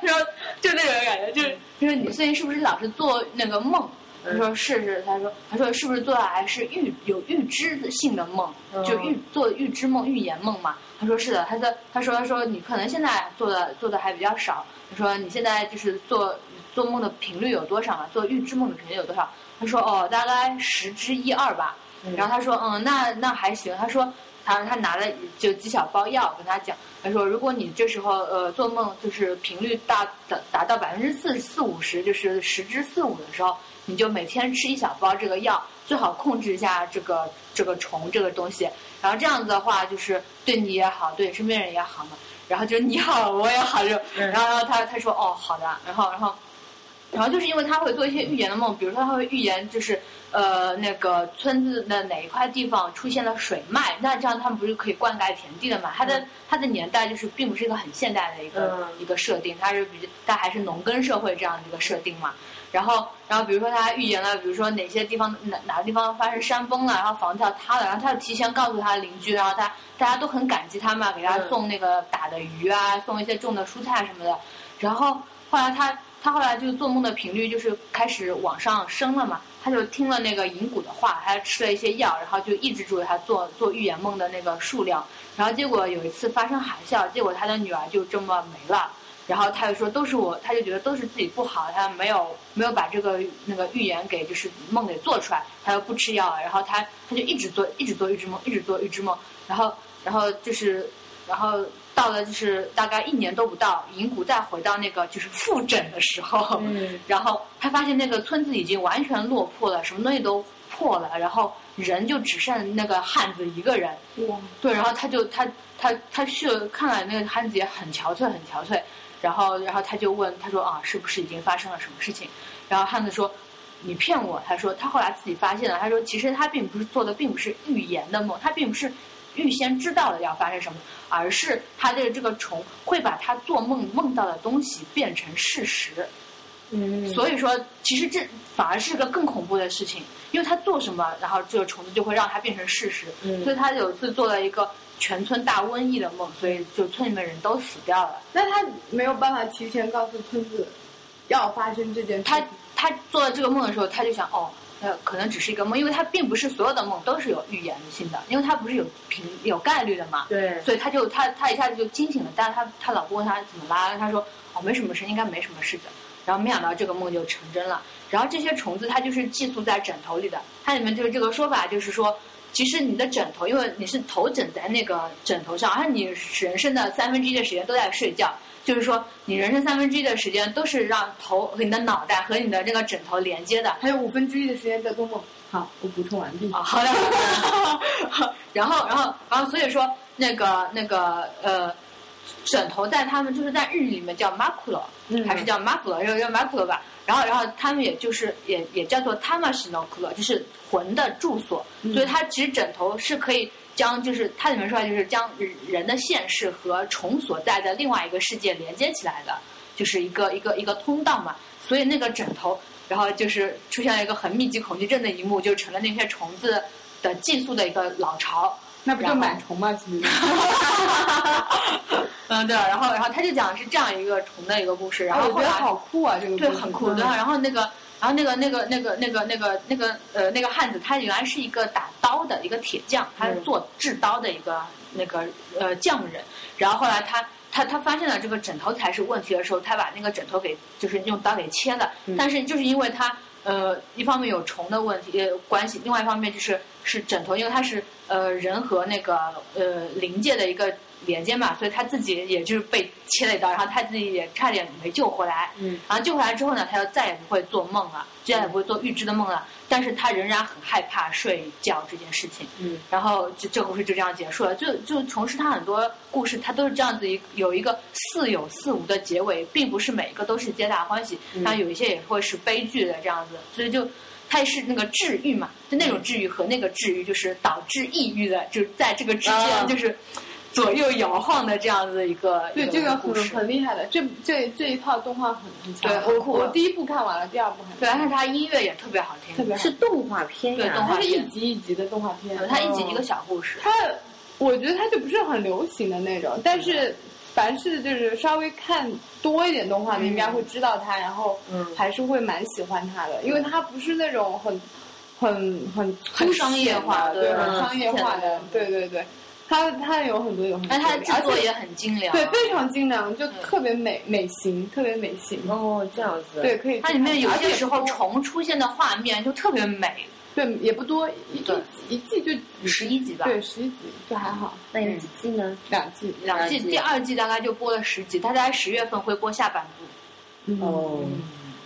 Speaker 1: 然后就那种感觉，就是就是你最近是不是老是做那个梦？他说是是，他说他说是不是做的还是预有预知性的梦，就预做预知梦、预言梦嘛？他说是的，他说他说他说你可能现在做的做的还比较少，他说你现在就是做做梦的频率有多少嘛？做预知梦的频率有多少？他说哦，大概十之一二吧。然后他说嗯，那那还行。他说他他拿了就几小包药跟他讲，他说如果你这时候呃做梦就是频率大达达到百分之四四五十，就是十之四五的时候，你就每天吃一小包这个药，最好控制一下这个这个虫这个东西。然后这样子的话，就是对你也好，对你身边人也好嘛。然后就你好我也好这种，
Speaker 3: 嗯
Speaker 1: 然后然后他他说哦好的，然后然后。然后就是因为他会做一些预言的梦，比如说他会预言就是呃那个村子的哪一块地方出现了水脉，那这样他们不是可以灌溉田地了嘛？他的、他的年代就是并不是一个很现代的一个、
Speaker 3: 嗯
Speaker 1: 一个设定，它是比它还是农耕社会这样的一个设定嘛。然后，然后比如说他预言了，比如说哪些地方哪哪个地方发生山崩了，然后房子要塌了，然后他就提前告诉他邻居，然后他大家都很感激他嘛，给他
Speaker 3: 嗯
Speaker 1: 送那个打的鱼啊，送一些种的蔬菜什么的。然后后来他他后来就做梦的频率就是开始往上升了嘛，他就听了那个银谷的话，他吃了一些药，然后就抑制住了他做做预言梦的那个数量。然后结果有一次发生海啸，结果他的女儿就这么没了。然后他就说都是我，他就觉得都是自己不好，他没有没有把这个那个预言给就是梦给做出来，他又不吃药，然后他他就一直做一直做预知梦，一直做预知梦，然后然后就是然后到了就是大概一年都不到，银谷再回到那个就是复诊的时候，
Speaker 3: 嗯
Speaker 1: 然后他发现那个村子已经完全落魄了，什么东西都破了，然后人就只剩那个汉子一个人，
Speaker 2: 哇，
Speaker 1: 对，然后他就他他他去了看了那个汉子也很憔悴，很憔悴。然后然后他就问他说啊，是不是已经发生了什么事情？然后汉子说你骗我。他说他后来自己发现了，他说其实他并不是做的并不是预言的梦，他并不是预先知道了要发生什么，而是他的这个虫会把他做梦梦到的东西变成事实。
Speaker 3: 嗯，
Speaker 1: 所以说，其实这反而是个更恐怖的事情，因为他做什么，然后这个虫子就会让它变成事实。
Speaker 3: 嗯
Speaker 1: 所以他有一次做了一个全村大瘟疫的梦，所以就村里面人都死掉了。
Speaker 2: 那他没有办法提前告诉村子要发生这件事情。
Speaker 1: 他他做了这个梦的时候，他就想，哦，呃，可能只是一个梦，因为他并不是所有的梦都是有预言性的，因为他不是有频有概率的嘛。
Speaker 3: 对，
Speaker 1: 所以他就他他一下子就惊醒了，但是他他老婆问他怎么啦，他说哦没什么事，应该没什么事的。然后没想到这个梦就成真了。然后这些虫子它就是寄宿在枕头里的，它里面就是这个说法，就是说其实你的枕头，因为你是头枕在那个枕头上，而你人生的三分之一的时间都在睡觉，就是说你人生三分之一的时间都是让头和你的脑袋和你的这个枕头连接的。
Speaker 2: 还有五分之一的时间在做梦。好，我补充完毕。
Speaker 1: 啊，好的。 然后，然后，然后，所以说那个那个呃，枕头在他们就是在日语里面叫 makulo，、
Speaker 3: 嗯
Speaker 1: 还是叫 makulo，叫叫 makulo 吧。然后，然后他们也就是也也叫做 tamashi no kulo，就是魂的住所。
Speaker 2: 嗯
Speaker 1: 所以它其实枕头是可以将就是它里面说的就是将人的现世和虫所在的另外一个世界连接起来的，就是一个一个一个通道嘛。所以那个枕头，然后就是出现了一个很密集恐惧症的一幕，就成了那些虫子的寄宿的一个老巢。
Speaker 2: 那不就
Speaker 1: 然后
Speaker 2: 螨虫吗？其实。
Speaker 1: 嗯，对，然后然后他就讲的是这样一个虫的一个故事，然
Speaker 2: 然后
Speaker 1: 后
Speaker 2: 我觉
Speaker 1: 后
Speaker 2: 得
Speaker 1: 来
Speaker 2: 好酷啊，这个
Speaker 1: 对
Speaker 2: 故事
Speaker 1: 很酷，对，
Speaker 2: 嗯
Speaker 1: 然后那个。然后那个那个那个那个那个那个呃那个汉子，他原来是一个打刀的一个铁匠，他
Speaker 2: 嗯
Speaker 1: 是做制刀的一个那个呃匠人。然后后来他他他发现了这个枕头才是问题的时候，他把那个枕头给就是用刀给切了。
Speaker 2: 嗯
Speaker 1: 但是就是因为他呃一方面有虫的问题呃关系，另外一方面就是是枕头，因为它是呃人和那个呃灵界的一个连接嘛，所以他自己也就是被切了一刀，然后他自己也差点没救回来。
Speaker 3: 嗯，
Speaker 1: 然后啊救回来之后呢，他就再也不会做梦了，再也不会做预知的梦了。但是他仍然很害怕睡觉这件事情。
Speaker 3: 嗯，
Speaker 1: 然后就这个故事就这样结束了。就就琼斯他很多故事，他都是这样子一有一个似有似无的结尾，并不是每一个都是皆大欢喜，
Speaker 2: 嗯
Speaker 1: 那有一些也会是悲剧的这样子。所以就它也是那个治愈嘛，就
Speaker 2: 嗯
Speaker 1: 那种治愈和那个治愈，就是导致抑郁的，就是在这个之
Speaker 3: 啊
Speaker 1: 间就是左右摇晃的这样子一个一
Speaker 2: 对这个
Speaker 1: 故
Speaker 2: 很
Speaker 1: 事。
Speaker 2: 很厉害的，这这这一套动画很很强。
Speaker 1: 对很酷
Speaker 2: 我我第一部看完了，第二部还没
Speaker 1: 对，而且它音乐也特别好听，
Speaker 2: 特别好
Speaker 3: 是动画片
Speaker 1: 对
Speaker 3: 呀、
Speaker 1: 动画
Speaker 2: 它是一
Speaker 1: 片
Speaker 2: 集一集的动画片
Speaker 1: 对，它一集一个小故事。
Speaker 2: 它，我觉得它就不是很流行的那种，但
Speaker 1: 嗯
Speaker 2: 是凡是就是稍微看多一点动画的，应该
Speaker 1: 嗯
Speaker 2: 会知道它，然后还是会蛮喜欢它的，因为它不是那种很很很粗
Speaker 1: 很商业化
Speaker 2: 浅的对，
Speaker 1: 对
Speaker 2: 很商业化的
Speaker 1: 嗯，
Speaker 2: 对对对，它它有很多有很多
Speaker 1: 但它的
Speaker 2: 道
Speaker 1: 哎
Speaker 2: 理，
Speaker 1: 制
Speaker 2: 而
Speaker 1: 作
Speaker 2: 且
Speaker 1: 也很嗯精良，
Speaker 2: 对非常精良，就特别美美型，特别美型。
Speaker 3: 哦，这样子。
Speaker 2: 对，，可以去
Speaker 1: 它
Speaker 2: 看。
Speaker 1: 里面有
Speaker 2: 而
Speaker 1: 些
Speaker 2: 且
Speaker 1: 时候虫出现的画面就特别美，
Speaker 2: 对也不多，一一
Speaker 1: 对
Speaker 2: 一季就
Speaker 1: 十一集吧，哦
Speaker 2: 对十一集就还好，
Speaker 3: 那有几季呢？
Speaker 2: 两季。
Speaker 1: 两季，
Speaker 3: 两季
Speaker 1: 第二季大概就播了十集，它大概十月份会播下半部。
Speaker 2: 嗯
Speaker 3: 哦，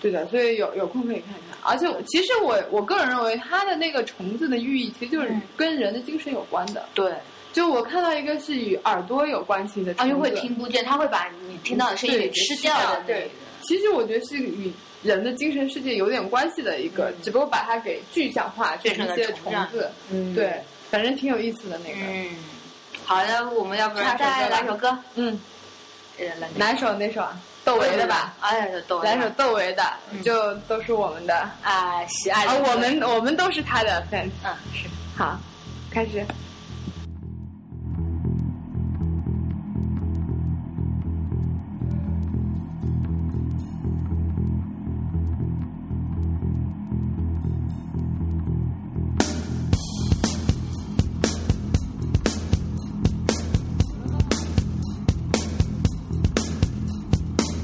Speaker 2: 对的，所以有有空可以看看。而且我其实我我个人认为，它的那个虫子的寓意其实就是
Speaker 1: 嗯
Speaker 2: 跟人的精神有关的。
Speaker 1: 对，
Speaker 2: 就我看到一个是与耳朵有关系的
Speaker 1: 奥
Speaker 2: 虫
Speaker 1: 运
Speaker 2: 子，
Speaker 1: 哦会听不见，它会把你听到的声音
Speaker 2: 对
Speaker 1: 给吃掉的。
Speaker 2: 对，其实我觉得是与人的精神世界有点关系的一个，只不过把它给具象化
Speaker 1: 嗯变成
Speaker 2: 一
Speaker 1: 了
Speaker 2: 些
Speaker 1: 虫
Speaker 2: 虫
Speaker 1: 样
Speaker 2: 子。
Speaker 3: 嗯
Speaker 2: 对，反正挺有意思的那个。
Speaker 1: 嗯，好的，我们要不然
Speaker 2: 唱
Speaker 1: 再
Speaker 2: 首歌吧
Speaker 1: 来首歌，
Speaker 2: 嗯，
Speaker 1: 呃来
Speaker 2: 哪首哪首啊？窦唯的吧。？
Speaker 1: 哎，窦唯的
Speaker 2: 来首窦唯的，
Speaker 1: 嗯
Speaker 2: 就都是我们的啊，
Speaker 1: 啊，喜爱的
Speaker 2: 我们我们都是他的 fans。
Speaker 1: 嗯是。
Speaker 2: 好，开始。
Speaker 5: 「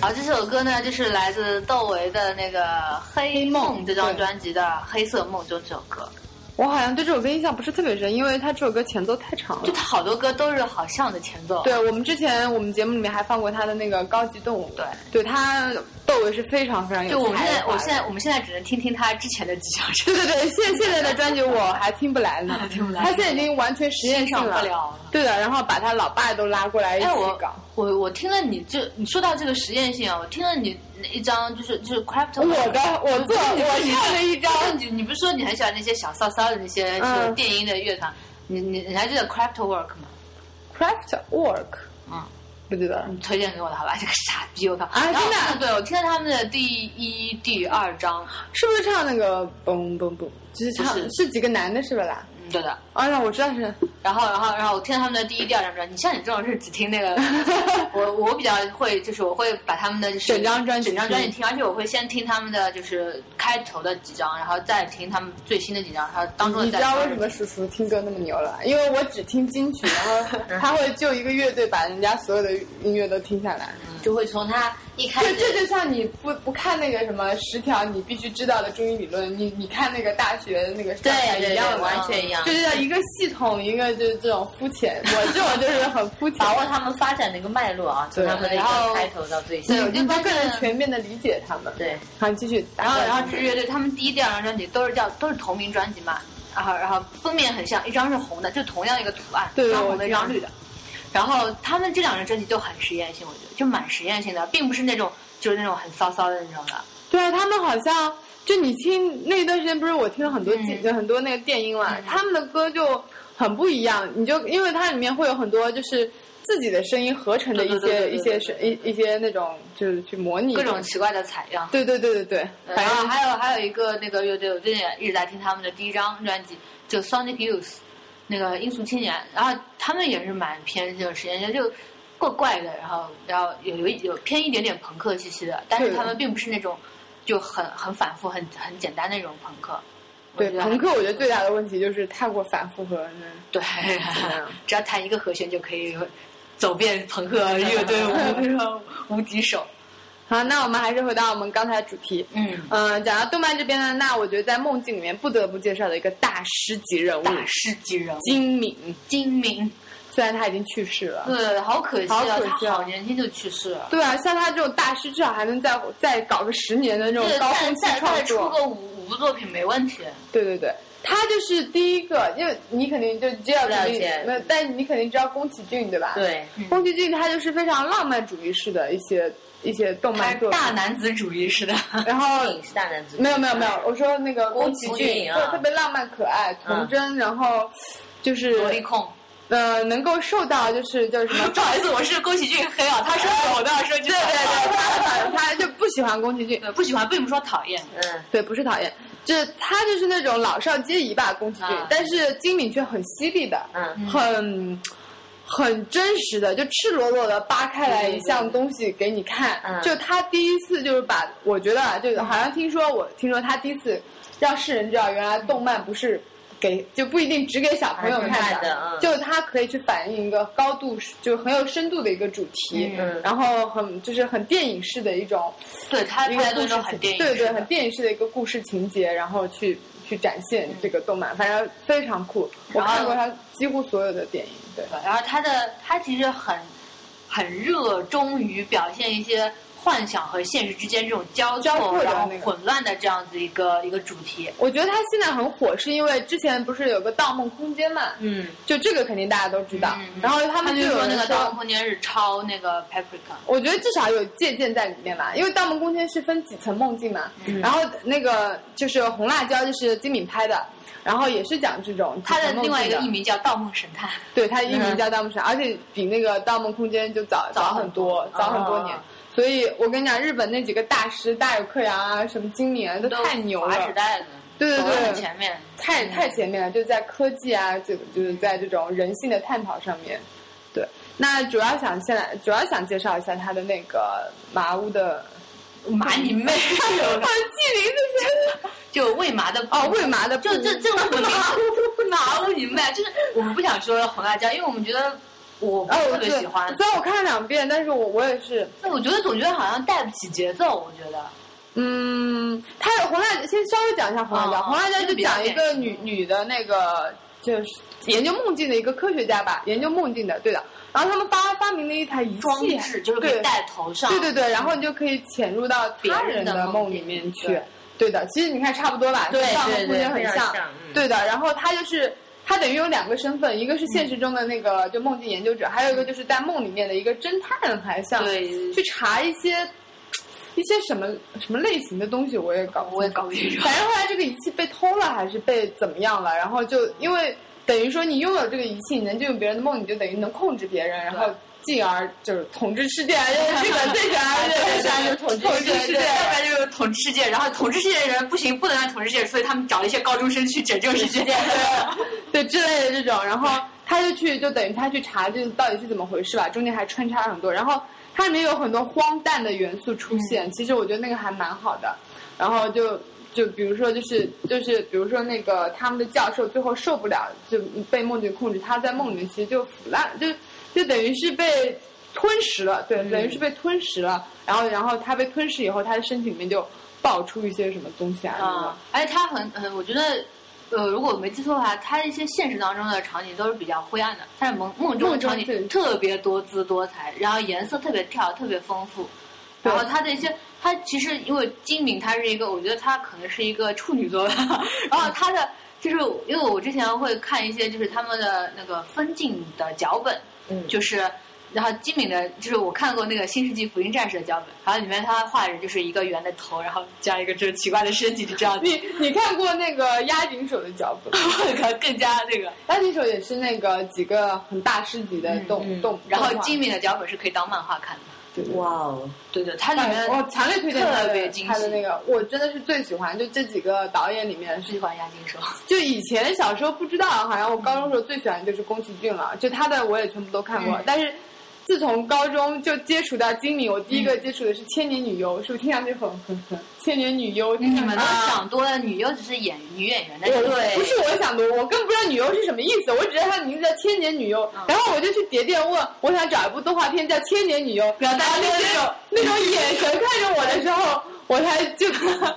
Speaker 1: 好，这首歌呢，就是来自窦唯的那个《黑梦》这张专辑的《黑色梦中》这首歌。
Speaker 2: 我好像对这首歌印象不是特别深，因为它这首歌前奏太长
Speaker 1: 就
Speaker 2: 了。
Speaker 1: 他好多歌都是好像的前奏。
Speaker 2: 嗯对我们之前我们节目里面还放过他的那个《高级动物》，
Speaker 1: 对
Speaker 2: 对他窦唯是非常非常有
Speaker 1: 就我们
Speaker 2: 才
Speaker 1: 现在，
Speaker 2: 华的
Speaker 1: 我现在，我们现在只能听听他之前的几首
Speaker 2: 对对对，现现在的专辑我还听不来 呢，
Speaker 1: 听不来
Speaker 2: 他现在已经完全实验性
Speaker 1: 欣赏不了了
Speaker 2: 对的，然后把他老爸都拉过来一起
Speaker 1: 哎，我
Speaker 2: 搞。
Speaker 1: 我我听了你这，你说到这个实验性啊，我听了你那一张就是就是 craft，
Speaker 2: 我的我做我唱了一张，
Speaker 1: 你你不是说你很喜欢那些小骚骚的那些
Speaker 2: 嗯
Speaker 1: 有电音的乐团？你你你还记得 craft work 吗？
Speaker 2: craft work，
Speaker 1: 嗯，
Speaker 2: 不记得了。
Speaker 1: 你推荐给我的好吧？这个傻逼，我靠！
Speaker 2: 啊
Speaker 1: 然后嗯
Speaker 2: 真的
Speaker 1: 对，我听了他们的第一、第二章，
Speaker 2: 是不是唱那个嘣嘣嘣？就是唱
Speaker 1: 不是
Speaker 2: 是几个男的是不啦？
Speaker 1: 嗯，对的。
Speaker 2: 哎呀，我知道是，
Speaker 1: 然后，然后，然后我听了他们的第一、第二张专辑。你像你这种是只听 那个，我我比较会，就是我会把他们的就是
Speaker 2: 整张专辑
Speaker 1: 整张专辑听，而且我会先听他们的就是开头的几张，然后再听他们最新的几张，然后当中
Speaker 2: 你
Speaker 1: 再
Speaker 2: 知道为什么叔叔听歌那么牛了？因为我只听金曲，然后
Speaker 1: 嗯
Speaker 2: 他会就一个乐队把人家所有的音乐都听下来。
Speaker 1: 嗯
Speaker 3: 就会从他一开
Speaker 2: 对，这
Speaker 3: 始
Speaker 2: 就像你不不看那个什么十条你必须知道的中医理论，你你看那个大学那个上课
Speaker 3: 对
Speaker 2: 一
Speaker 3: 对
Speaker 2: 样
Speaker 3: 对，
Speaker 2: 的
Speaker 3: 完全一样
Speaker 2: 就，是要一个系统，一个就是这种肤浅。我这种就是很肤浅，
Speaker 3: 把握他们发展的一个脉络啊，从
Speaker 2: 对
Speaker 3: 他们的一
Speaker 1: 然后
Speaker 3: 个开头到最新
Speaker 2: 你，
Speaker 1: 对我就
Speaker 2: 你
Speaker 1: 发现
Speaker 2: 就更能全面的理解他们。
Speaker 3: 对，
Speaker 2: 好，你继续。
Speaker 1: 然后，然后这支乐队他们第一、第二张专辑都是叫都是同名专辑嘛，然后然后封面很像，一张是红的，就同样一个图案，
Speaker 2: 对
Speaker 1: 一
Speaker 2: 对
Speaker 1: 张
Speaker 2: 我
Speaker 1: 红的，一
Speaker 2: 知道
Speaker 1: 张绿的。然后他们这两张专辑就很实验性，我觉得就蛮实验性的，并不是那种就是那种很骚骚的那种的。
Speaker 2: 对啊，他们好像就你听那一段时间，不是我听了很
Speaker 1: 嗯
Speaker 2: 多几、很多那个电音嘛，他们的歌就很不一样。你就因为它里面会有很多就是自己的声音合成的一
Speaker 1: 对对对
Speaker 2: 些
Speaker 1: 对
Speaker 2: 一
Speaker 1: 对
Speaker 2: 些声一一些那种就是去模拟
Speaker 1: 各种。奇怪的采样。
Speaker 2: 对对对对对，
Speaker 1: 然
Speaker 2: 反
Speaker 1: 后
Speaker 2: 正
Speaker 1: 还有还有一个那个乐队，我最近也一直在听他们的第一张专辑，就 Sonic Youth，那个音速青年。然后他们也是蛮偏这种实验性，就怪怪的，然后然后有有一有偏一点点朋克气息的，但是
Speaker 2: 对
Speaker 1: 他们并不是那种就很很反复、很很简单的那种朋克。我
Speaker 2: 对
Speaker 1: 觉得
Speaker 2: 朋克，我觉得最大的问题就是太过反复和那
Speaker 1: 对， 只要弹一个和弦就可以走遍朋克乐队 无无敌手。
Speaker 2: 好，那我们还是回到我们刚才的主题。
Speaker 1: 嗯，
Speaker 2: 嗯、讲到动漫这边呢，那我觉得在梦境里面不得不介绍的一个大师级人物
Speaker 1: 大师级人物，
Speaker 2: 金敏，
Speaker 1: 精明。
Speaker 2: 虽然他已经去世了，
Speaker 1: 对，好可惜啊，
Speaker 2: 好可惜
Speaker 1: 他
Speaker 2: 啊
Speaker 1: 好年轻就去世了。
Speaker 2: 对啊，像他这种大师，至少还能再再搞个十年的那种
Speaker 1: 对，
Speaker 2: 高峰
Speaker 1: 再再再
Speaker 2: 期创
Speaker 1: 出
Speaker 2: 作。
Speaker 1: 个五五部作品没问题。
Speaker 2: 对对对，他就是第一个，因为你肯定就知道
Speaker 3: 了
Speaker 2: 肯定
Speaker 3: 解
Speaker 2: 没有，但你肯定知道宫崎骏对吧？，
Speaker 3: 对，
Speaker 2: 宫崎骏他就是非常浪漫主义式的一些一些动
Speaker 1: 他
Speaker 2: 漫
Speaker 1: 是
Speaker 2: 作品，
Speaker 1: 大男子主义 似的，
Speaker 2: 然后
Speaker 3: 电影是大男子主义，
Speaker 2: 没有没有没有，我说那个宫崎
Speaker 3: 宫崎
Speaker 2: 骏
Speaker 3: 骏啊
Speaker 2: 就特别浪漫可爱、童真，然后就是
Speaker 1: 萝莉控。
Speaker 2: 呃能够受到就是叫什么
Speaker 1: 不好意思，我是宫崎骏黑啊，他说我都要说句
Speaker 2: 哎对对对，他他就不喜欢宫崎骏，
Speaker 1: 对，不喜欢并不是说讨厌，
Speaker 3: 嗯，
Speaker 2: 对，不是讨厌，就是他就是那种老少皆宜吧，宫崎骏
Speaker 1: 啊，
Speaker 2: 但是金敏却很犀利的，
Speaker 3: 嗯
Speaker 2: 很很真实的，就赤裸裸的扒开来一项东西给你看。
Speaker 3: 嗯
Speaker 2: 就他第一次就是把，我觉得啊，就好像听说我听说他第一次让世人知道，原来动漫不是。给就不一定只给小朋友看
Speaker 3: 儿童看的嗯
Speaker 2: 就他可以去反映一个高度，就很有深度的一个主题，
Speaker 3: 嗯
Speaker 2: 然后很就是很电影式的一种
Speaker 1: 对他
Speaker 2: 一
Speaker 1: 拍的
Speaker 2: 个
Speaker 1: 东西
Speaker 2: 故事
Speaker 1: 都很电
Speaker 2: 情，
Speaker 1: 影，
Speaker 2: 对对，很。电影式的一个故事情节，然后去去展现这个动漫，反正非常酷。我
Speaker 1: 然后
Speaker 2: 看过他几乎所有的电影，对，
Speaker 1: 然后他的他其实很很热衷于表现一些幻想和现实之间这种交
Speaker 2: 交
Speaker 1: 错
Speaker 2: 错的
Speaker 1: 然后
Speaker 2: 那个
Speaker 1: 混乱的这样子一个一个主题。
Speaker 2: 我觉得他现在很火，是因为之前不是有个《盗梦空间》嘛，
Speaker 3: 嗯，
Speaker 2: 就这个肯定大家都知道。
Speaker 1: 嗯嗯
Speaker 2: 然后他
Speaker 1: 他
Speaker 2: 们
Speaker 1: 就
Speaker 2: 有
Speaker 1: 说
Speaker 2: 人
Speaker 1: 那个《
Speaker 2: 说
Speaker 1: 盗梦空间》是抄那个 Paprika，
Speaker 2: 我觉得至少有借鉴在里面吧，因为《盗梦空间》是分几层梦境嘛，
Speaker 1: 嗯
Speaker 2: 然后那个就是《红辣椒》就是金敏拍的，然后也是讲这种
Speaker 1: 他的
Speaker 2: 几层梦
Speaker 1: 另
Speaker 2: 境
Speaker 1: 外一个
Speaker 2: 的
Speaker 1: 艺名叫《盗梦神探》。
Speaker 2: 对，它艺名叫《盗梦神》，而且比那个《盗梦空间》就早
Speaker 1: 嗯早嗯
Speaker 2: 早很多，早很多年。所以我跟你讲，日本那几个大师，大有克洋啊，什么金敏啊，都太牛
Speaker 1: 划时
Speaker 2: 了，
Speaker 1: 代的，嗯
Speaker 2: 对对
Speaker 1: 走得很
Speaker 2: 对
Speaker 1: 前面。
Speaker 2: 太太 前面了，就在科技啊，就就是在这种人性的探讨上面。对，那主要想现在主要想介绍一下他的那个麻 屋的，啊
Speaker 1: 麻你 妹！
Speaker 2: 我记名字
Speaker 1: 就喂麻的
Speaker 2: 哦， 喂麻的布，
Speaker 1: 就这这种混名麻屋你妹！就是我们不想说红辣椒，因为我们觉得我
Speaker 2: 哦，
Speaker 1: 特
Speaker 2: 我
Speaker 1: 别
Speaker 2: 对
Speaker 1: 喜欢。
Speaker 2: 虽然我看了两遍，但是我我也是，
Speaker 1: 但我觉得总觉得好像带不起节奏，我觉得。
Speaker 2: 嗯，他有红辣，先稍微讲一下红辣椒。
Speaker 1: 哦
Speaker 2: 红辣椒就讲一个女女的那个，就是研究梦境的一个科学家吧，研究梦境的，对的。然后他们发发明了一台仪
Speaker 1: 装
Speaker 2: 器，
Speaker 1: 置就是可
Speaker 2: 对
Speaker 1: 以戴头上，
Speaker 2: 对对对，然后你就可以潜入到他人的梦里面去。对的，其实你看差不多吧，
Speaker 3: 对
Speaker 2: 上和
Speaker 3: 对对，
Speaker 2: 空
Speaker 3: 非
Speaker 2: 间很
Speaker 3: 常
Speaker 2: 像。
Speaker 3: 像，嗯
Speaker 2: 对的，然后他就是他等于有两个身份，一个是现实中的那个就梦境研究者，还有一个就是在梦里面的一个侦探，还像
Speaker 1: 对
Speaker 2: 去查一些一些什么什么类型的东西，我也搞不
Speaker 1: 我也搞不清楚。
Speaker 2: 反正后来这个仪器被偷了还是被怎么样了，然后就因为等于说你拥有这个仪器，你能进入别人的梦，你就等于能控制别人，然后进而就是统治世界，就是这个最喜欢
Speaker 3: 最喜欢就是统治
Speaker 2: 统
Speaker 1: 哎对对
Speaker 2: 世界
Speaker 1: 对，。要不然就是统治世界，然后统治世界的人不行，不能让统治世界，所以他们找了一些高中生去拯救世界。
Speaker 2: 对之类的这种，然后他就去，就等于他去查这到底是怎么回事吧，中间还穿插了很多，然后它里面有很多荒诞的元素出现，其实我觉得那个还蛮好的，然后就。就比如说，就是就是，比如说那个他们的教授最后受不了，就被梦境控制，他在梦里面其实就腐烂，就就等于是被吞食了，对，等于是被吞食了。然后然后他被吞噬以后，他的身体里面就爆出一些什么东西啊，那种
Speaker 1: 啊，而且他很嗯，我觉得。呃，如果我没记错的话，他一些现实当中的场景都是比较灰暗的，但是梦梦中的
Speaker 2: 梦中
Speaker 1: 场
Speaker 2: 是
Speaker 1: 景特别多姿多彩，然后颜色特别跳，特别丰富。
Speaker 2: 对
Speaker 1: 然后他的一些，他其实因为金敏，他是一个，我觉得他可能是一个处女座吧。然后他的就是因为我之前会看一些就是他们的那个分镜的脚本，
Speaker 3: 嗯
Speaker 1: 就是，然后金敏的，就是我看过那个《新世纪福音战士》的脚本，然后里面他画的就是一个圆的头，然后这样一个就是奇怪的身体，就这样子，
Speaker 2: 你你看过那个押井守的脚本吗？
Speaker 1: 我靠，更加那个。
Speaker 2: 大地手也是那个几个很大师级的动、
Speaker 3: 嗯嗯
Speaker 2: 动，
Speaker 1: 然后
Speaker 2: 动画
Speaker 1: 金敏的脚本是可以当漫画看的，
Speaker 2: 对对对
Speaker 3: 哇哦，
Speaker 1: 对对，它里
Speaker 2: 哎我
Speaker 1: 面
Speaker 2: 强烈推荐他
Speaker 1: 特别
Speaker 2: 的
Speaker 1: 精
Speaker 2: 他的
Speaker 1: 细
Speaker 2: 那个，我真的是最喜欢，就这几个导演里面
Speaker 1: 最
Speaker 2: 是，
Speaker 1: 喜欢押金手，
Speaker 2: 就以前小时候不知道，好像我高中时候最喜欢就是宫崎骏了，就他的我也全部都看过，
Speaker 1: 嗯
Speaker 2: 但是。自从高中就接触到金敏，我第一
Speaker 1: 嗯
Speaker 2: 个接触的是《千年女优》，是不是听上去很很很《千年女优》？
Speaker 1: 嗯你们都
Speaker 2: 啊
Speaker 1: 想多了，女优只是演女演 员的
Speaker 2: 我
Speaker 1: 角色，
Speaker 2: 不是我想多，我根本不知道女优是什么意思，我只知道她的名字叫千年女优，
Speaker 1: 嗯
Speaker 2: 然后我就去碟店问，我想找一部动画片叫《千年女优》，
Speaker 1: 表达
Speaker 2: 那
Speaker 1: 那
Speaker 2: 种那种眼神看着我的时候，我才就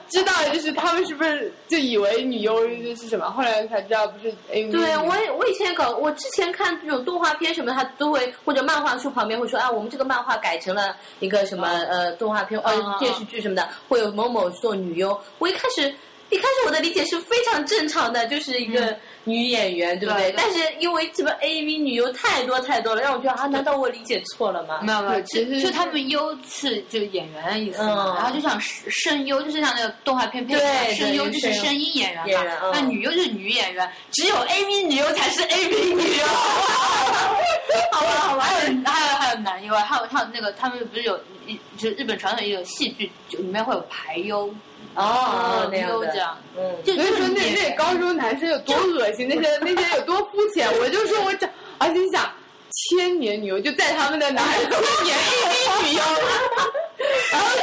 Speaker 2: 知道就是他们是不是就以为女优是什么，后来才知道不是
Speaker 1: 嗯
Speaker 2: A V。
Speaker 3: 对我也我以前也搞，我之前看这种动画片什么，他都会或者漫画书旁边会说啊，我们这个漫画改成了一个什么、
Speaker 1: 哦
Speaker 3: 呃动画片
Speaker 1: 嗯嗯
Speaker 3: 呃
Speaker 1: 嗯
Speaker 3: 电视剧什么的，会有某某做女优。我一开始一开始我的理解是非常正常的，就是一个女演员，对不
Speaker 1: 嗯对对
Speaker 3: 但是因为这个 A V 女优太多太多了，让我觉得啊，难道我理解错了吗？
Speaker 1: 没有没有，
Speaker 2: 对其实
Speaker 1: 就就他们优次就演员的意思
Speaker 3: 嗯
Speaker 1: 嘛，然后就像声优，就是像那个动画片配
Speaker 3: 对
Speaker 1: 音，声优
Speaker 3: 对
Speaker 1: 就是
Speaker 3: 声优
Speaker 1: 声音演员
Speaker 3: 演员
Speaker 1: 嘛
Speaker 3: 嗯，
Speaker 1: 那女优就是女演员，只有 AV 女优才是 AV 女优。 好吧好吧，还有还有还有男优啊，还有还有那个他们不是有一就是日本传统也有戏剧，就里面会有排优，
Speaker 3: 哦，那
Speaker 1: 女
Speaker 3: 样
Speaker 1: 优
Speaker 3: 的，
Speaker 1: 这样，
Speaker 3: 嗯，
Speaker 1: 就
Speaker 2: 所以说那
Speaker 1: 就是
Speaker 2: 那高中男生有多恶心，那些那些有多肤浅，我就说我找，而且你想千年女优就在他们的男人中 年 A V 女优。
Speaker 1: 然后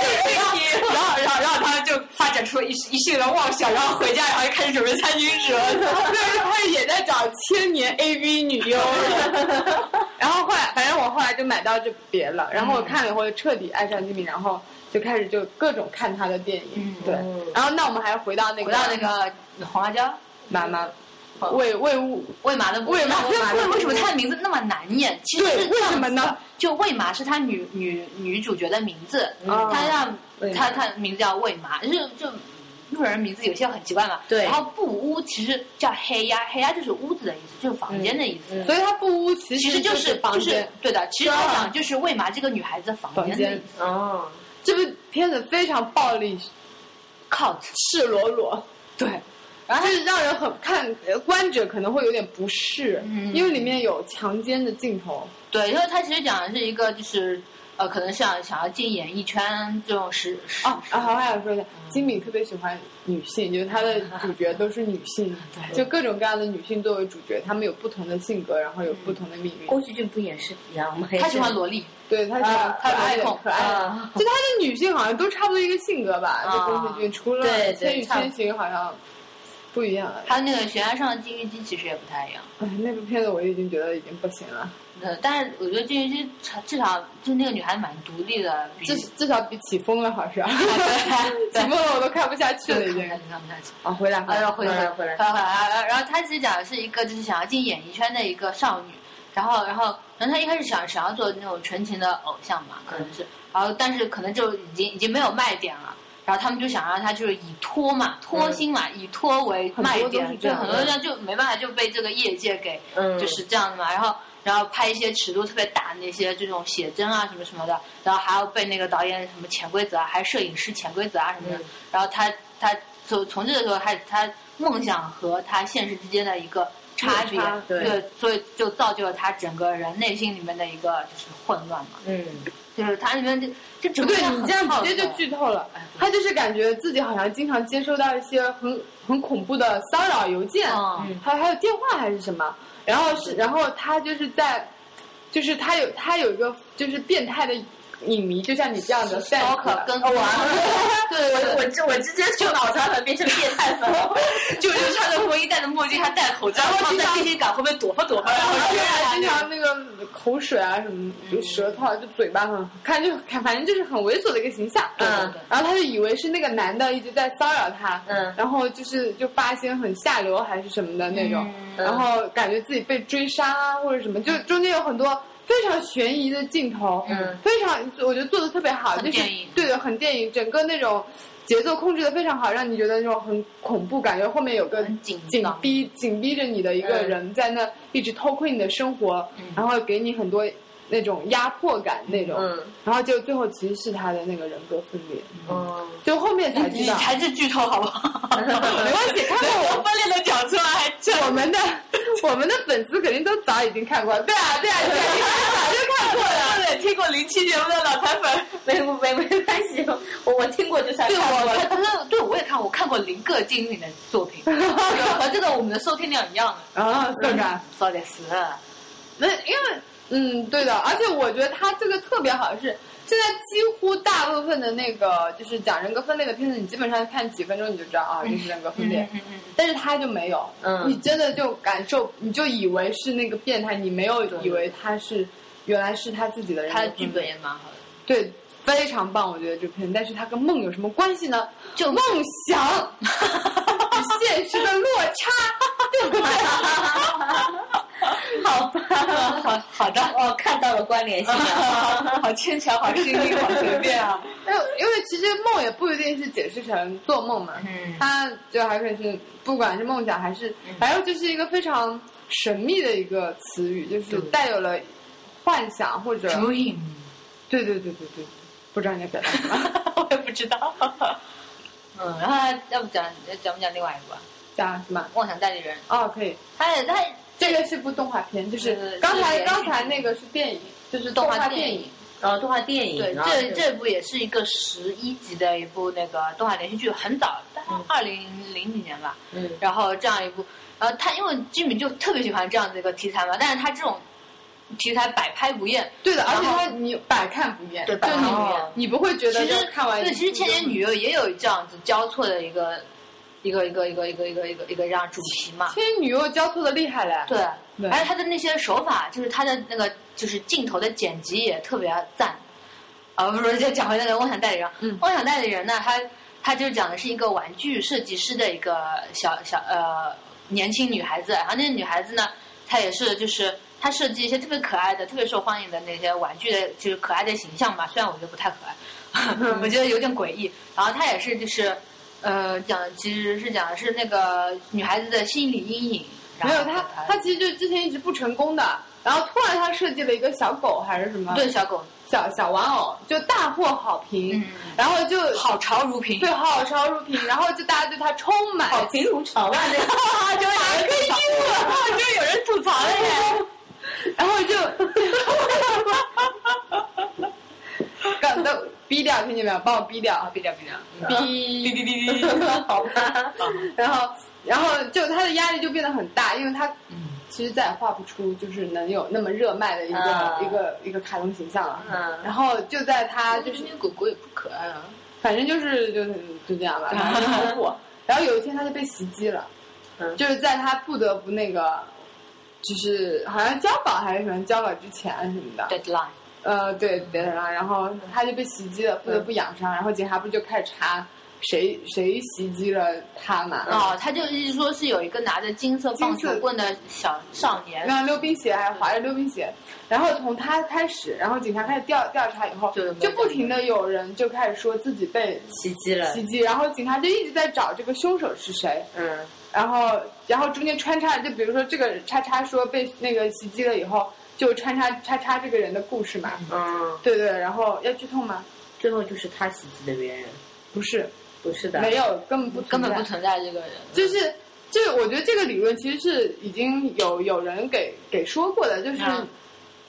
Speaker 1: 然后然后然后他们就发展出了一一系列的妄想，然后回家然后就开始准备参军去 了。
Speaker 2: 但是他也在找千年 AV 女优。然后后来，反正我后来就买到这别了，然
Speaker 1: 嗯
Speaker 2: 后我看了以后就彻底爱上金敏，然后就开始就各种看他的电影。
Speaker 1: 嗯
Speaker 2: 对，然后那我们还是回到那
Speaker 1: 回
Speaker 2: 个
Speaker 1: 到那个红辣椒。
Speaker 2: 妈妈为为物
Speaker 1: 魏麻的部
Speaker 2: 魏麻
Speaker 1: 为
Speaker 2: 魏麻
Speaker 1: 为什么她的名字那么难念？其实
Speaker 2: 对
Speaker 1: 是这样
Speaker 2: 为什么呢
Speaker 1: 子的？就魏麻是她女女女主角的名字，
Speaker 2: 哦
Speaker 1: 她让
Speaker 3: 魏麻
Speaker 1: 她她名字叫魏麻，就是就路人名字有些很奇怪嘛。
Speaker 3: 对
Speaker 1: 然后布屋其实叫黑呀，黑呀就是屋子的意思，就是房间的意思。
Speaker 3: 嗯
Speaker 2: 所以他不污，其
Speaker 1: 其
Speaker 2: 实
Speaker 1: 实就是是
Speaker 2: 房
Speaker 1: 就是
Speaker 2: 间。
Speaker 1: 对的，其实
Speaker 2: 对
Speaker 1: 来
Speaker 2: 啊
Speaker 1: 讲就是魏麻这个女孩子的房
Speaker 2: 房
Speaker 1: 间的意
Speaker 2: 间
Speaker 1: 思。
Speaker 3: 哦，
Speaker 2: 这部片子非常暴力，
Speaker 1: cult
Speaker 2: 赤裸裸。
Speaker 1: 对，
Speaker 2: 然后就是让人很看呃观者可能会有点不适，
Speaker 1: 嗯
Speaker 2: 因为里面有强奸的镜头。
Speaker 1: 对，因为他其实讲的是一个就是呃，可能想想要进演艺圈这种时时
Speaker 2: 哦，然后还想
Speaker 1: 嗯
Speaker 2: 说一下，金敏特别喜欢女性，就是她的主角都是女性，
Speaker 1: 对
Speaker 2: 就各种各样的女性作为主角，她们有不同的性格，然后有不同的命运。
Speaker 3: 宫崎骏不也是一样吗？
Speaker 1: 他喜欢萝莉，
Speaker 2: 对，她喜欢
Speaker 3: 啊
Speaker 2: 可爱
Speaker 1: 她
Speaker 2: 的
Speaker 1: 有控
Speaker 2: 可爱的，
Speaker 3: 啊，
Speaker 2: 就她的女性好像都差不多一个性格吧。
Speaker 1: 啊
Speaker 2: 就宫崎骏除了
Speaker 3: 对
Speaker 2: 《
Speaker 3: 对
Speaker 2: 千与千寻》，好像不一样了。
Speaker 1: 还有那个《悬崖上的禁欲姬》其实也不太一样。
Speaker 2: 哎，那部片子我已经觉得已经不行了，
Speaker 1: 呃，但是我觉得禁欲姬至少就那个女孩子蛮独立的，比啊
Speaker 2: 至至少比起风了好是吧？
Speaker 1: 对
Speaker 2: 起风了我都看不下去了已
Speaker 1: 对，
Speaker 2: 经。
Speaker 1: 看不下去。
Speaker 2: 啊，回来，
Speaker 1: 啊，然后回来
Speaker 3: 回来
Speaker 1: 回来回来，然后她其实讲的是一个就是想要进演艺圈的一个少女，然后然后然后她一开始想想要做那种纯情的偶像嘛，可能是，然后但是可能就已经已经没有卖点了。然后他们就想让她就是以托嘛，托心嘛，以托为卖
Speaker 3: 很多都
Speaker 1: 点
Speaker 3: 是，这
Speaker 1: 就
Speaker 3: 样
Speaker 1: 嗯很多
Speaker 3: 的
Speaker 1: 人就没办法就被这个业界给
Speaker 3: 嗯，
Speaker 1: 就是这样的嘛。然后然后拍一些尺度特别大的那些这种写真啊什么什么的，然后还要被那个导演什么潜规则啊，还有摄影师潜规则啊什么的。
Speaker 3: 嗯
Speaker 1: 然后他他从从这个时候开始，他梦想和他现实之间的一个差别，
Speaker 3: 落差对
Speaker 1: 所以就造就了他整个人内心里面的一个就是混乱嘛，
Speaker 3: 嗯，
Speaker 1: 就是他里面就就整
Speaker 2: 不
Speaker 1: 个
Speaker 2: 对
Speaker 1: 人
Speaker 2: 你
Speaker 1: 很
Speaker 2: 这样
Speaker 1: 好
Speaker 2: 直接就
Speaker 1: 动
Speaker 2: 剧透了
Speaker 1: 哎。
Speaker 2: 他就是感觉自己好像经常接收到一些很很恐怖的骚扰邮件，
Speaker 1: 嗯
Speaker 2: 嗯还有还有电话还是什么，然后是然后他就是在，就是他有他有一个就是变态的影迷，就像你这样的
Speaker 1: stalker
Speaker 2: fans，
Speaker 1: 跟完了，哦 对对
Speaker 3: 我我这我直接就脑残粉变成变态粉了，
Speaker 1: 就就穿着风衣，戴着墨镜，还戴口罩，
Speaker 2: 然后
Speaker 1: 然后在
Speaker 2: 经常
Speaker 1: 飞机港后面躲吧 躲吧，然
Speaker 2: 然
Speaker 1: 后啊
Speaker 2: 后
Speaker 1: 就
Speaker 2: 经常那个口水啊什么，
Speaker 1: 嗯
Speaker 2: 就舌头啊，就嘴巴很，看就看，反正就是很猥琐的一个形象。
Speaker 1: 对对
Speaker 3: 嗯
Speaker 1: 对。
Speaker 2: 然后他就以为是那个男的一直在骚扰他，
Speaker 3: 嗯
Speaker 2: 然后就是就发一些很下流还是什么的那种，
Speaker 1: 嗯
Speaker 2: 然后感觉自己被追杀啊或者什么，就中间有很多非常悬疑的镜头，
Speaker 3: 嗯
Speaker 2: 非常我觉得做的特别好，
Speaker 1: 很
Speaker 2: 就是
Speaker 1: 电影
Speaker 2: 对对，很电影，整个那种节奏控制的非常好，让你觉得那种很恐怖，感觉后面有个
Speaker 1: 很紧
Speaker 2: 紧
Speaker 1: 张
Speaker 2: 逼紧逼着你的一个
Speaker 3: 嗯
Speaker 2: 人在那一直偷窥你的生活，
Speaker 1: 嗯
Speaker 2: 然后给你很多那种压迫感那种，
Speaker 3: 嗯
Speaker 2: 然后就最后其实是他的那个人格分裂。
Speaker 3: 嗯，
Speaker 2: 就后面才知
Speaker 1: 你
Speaker 2: 道，
Speaker 1: 还是剧透好不 好？
Speaker 2: 没关系，看过
Speaker 1: 我分裂的讲出来，还这
Speaker 2: 我我们的我们的粉丝肯定都早已经看过了，对啊对啊对啊，早就看过了。
Speaker 1: 对，听过零七节目的脑残粉，
Speaker 3: 没没没关系，我我听过就算
Speaker 1: 对
Speaker 3: 看过
Speaker 1: 我
Speaker 3: 了。
Speaker 1: 看，他对我也看，我看过零个经理的作 品，和这个我们的收听量一样的。
Speaker 2: 啊，对吧？
Speaker 1: 早点死，
Speaker 2: 那因为嗯，对的，而且我觉得他这个特别好是。现在几乎大部分的那个就是讲人格分裂的片子，你基本上看几分钟你就知道啊，这是人格分裂。
Speaker 1: 嗯嗯
Speaker 2: 但是他就没有，
Speaker 3: 嗯
Speaker 2: 你真的就感受，你就以为是那个变态，你没有以为他是原来是他自己的
Speaker 1: 嗯，
Speaker 2: 人格
Speaker 1: 他
Speaker 2: 分
Speaker 1: 的剧
Speaker 2: 裂。
Speaker 1: 本也蛮好的。
Speaker 2: 对，非常棒，我觉得这片，但是它跟梦有什么关系呢？
Speaker 1: 就
Speaker 2: 梦 想与现实的落差，对不 对？
Speaker 3: 好吧，
Speaker 1: 好好的，
Speaker 3: 哦，看到了关联性 了。
Speaker 1: 好牵强，好心机，好随便啊。
Speaker 2: 因为因为其实梦也不一定是解释成做梦嘛，
Speaker 1: 嗯
Speaker 2: 它就还可以是不管是梦想还是，反正就是一个非常神秘的一个词语，就是带有了幻想或者
Speaker 1: ，dream，
Speaker 2: 对对对对对，不知道你要表达什么，
Speaker 1: 我也不知道。嗯，然后还要不讲讲不讲另外一部啊？
Speaker 2: 讲什么？
Speaker 1: 妄想代理人，
Speaker 2: 哦，可以，
Speaker 1: 他也他也
Speaker 2: 这个是部动画片，就是
Speaker 1: 嗯
Speaker 2: 刚
Speaker 1: 是
Speaker 2: 才
Speaker 1: 连续
Speaker 2: 刚才
Speaker 1: 剧
Speaker 2: 那个是电影，就是
Speaker 1: 动
Speaker 2: 动
Speaker 1: 画
Speaker 2: 画
Speaker 1: 电
Speaker 2: 电
Speaker 1: 影
Speaker 2: 影。
Speaker 3: 哦，动画电影，
Speaker 1: 对，
Speaker 3: 然后
Speaker 1: 这
Speaker 3: 就
Speaker 1: 这部也是一个十一集的一部那个动画连续剧，很早，大概二零零几年吧。
Speaker 3: 嗯
Speaker 1: 然后这样一部，然后他因为居民就特别喜欢这样的一个题材嘛，但是他这种题材百拍不厌。
Speaker 2: 对的，而且
Speaker 1: 然后
Speaker 2: 它你百看不厌，
Speaker 3: 对
Speaker 2: 就
Speaker 3: 百
Speaker 1: 看
Speaker 2: 你
Speaker 1: 不厌
Speaker 2: 你不会觉得
Speaker 1: 其
Speaker 2: 就
Speaker 1: 实
Speaker 2: 看完
Speaker 1: 对，其实《千年
Speaker 2: 女
Speaker 1: 女优》也有这样子交错的一个一个一个一个一个一个一个一个这样主题嘛。
Speaker 2: 千年女优交错的厉害嘞，
Speaker 1: 对，
Speaker 2: 对
Speaker 1: 而且他的那些手法，就是他的那个就是镜头的剪辑也特别赞。啊，不是，再讲回那个《妄想代理人》。
Speaker 2: 嗯
Speaker 1: 妄想代理人》呢，他他就讲的是一个玩具设计师的一个小小呃年轻女孩子，然后那个女孩子呢，她也是就是她设计一些特别可爱的、特别受欢迎的那些玩具的，就是可爱的形象嘛。虽然我觉得不太可爱，
Speaker 2: 嗯
Speaker 1: 我觉得有点诡异。然后她也是就是呃讲其实是讲的是那个女孩子的心理阴影。然
Speaker 2: 没有
Speaker 1: 后
Speaker 2: 她，她其实就之前一直不成功的，然后突然她设计了一个小狗还是什么，
Speaker 1: 对，小狗
Speaker 2: 小小玩偶就大获好评
Speaker 1: 嗯，
Speaker 2: 然后就
Speaker 1: 好潮如萍，
Speaker 2: 对好潮如萍，然后就大家对它充满
Speaker 3: 好评如 潮啊，这个
Speaker 1: 就有人吐槽，就有人吐槽了耶。
Speaker 2: 然后就， 刚都逼掉，听见没有？帮我逼掉啊！逼掉，逼掉，逼逼逼逼， 好吧。然后，然后就他的压力就变得很大，因为他其实再也画不出就是能有那么热卖的一个
Speaker 3: 嗯
Speaker 2: 一个一个卡通形象了
Speaker 3: 嗯。
Speaker 2: 然后就在他就
Speaker 1: 就是是那个狗狗也不可爱啊，
Speaker 2: 反正就是就是就这样吧，然后就很火。然后有一天他就被袭击了，
Speaker 3: 嗯
Speaker 2: 就是在他不得不那个，就是好像交保还是什么交保之前什么的，
Speaker 1: deadline，
Speaker 2: 呃，对对啦，然后他就被袭击了，不得不养伤，然后警察不就开始查谁谁袭击了他嘛？
Speaker 1: 哦，他就是说是有一个拿着金色棒球棍的小少年，
Speaker 2: 然后溜冰鞋还划着溜冰鞋，然后从他开始，然后警察开始调调查以后，
Speaker 1: 就
Speaker 2: 就是不停的有人就开始说自己被
Speaker 3: 袭击了，
Speaker 2: 袭击，然后警察就一直在找这个凶手是谁，
Speaker 3: 嗯
Speaker 2: 然后然后中间穿插，就比如说这个叉叉说被那个袭击了以后，就穿插叉叉这个人的故事嘛，
Speaker 3: 嗯，
Speaker 2: 对对，然后要剧透吗？
Speaker 3: 最后就是他袭击的原人，
Speaker 2: 不是，
Speaker 3: 不是的，
Speaker 2: 没有，根本不
Speaker 1: 根
Speaker 2: 存在
Speaker 1: 本不存在这个人，
Speaker 2: 就是就是，我觉得这个理论其实是已经有有人给给说过的，就是
Speaker 3: 啊
Speaker 1: 嗯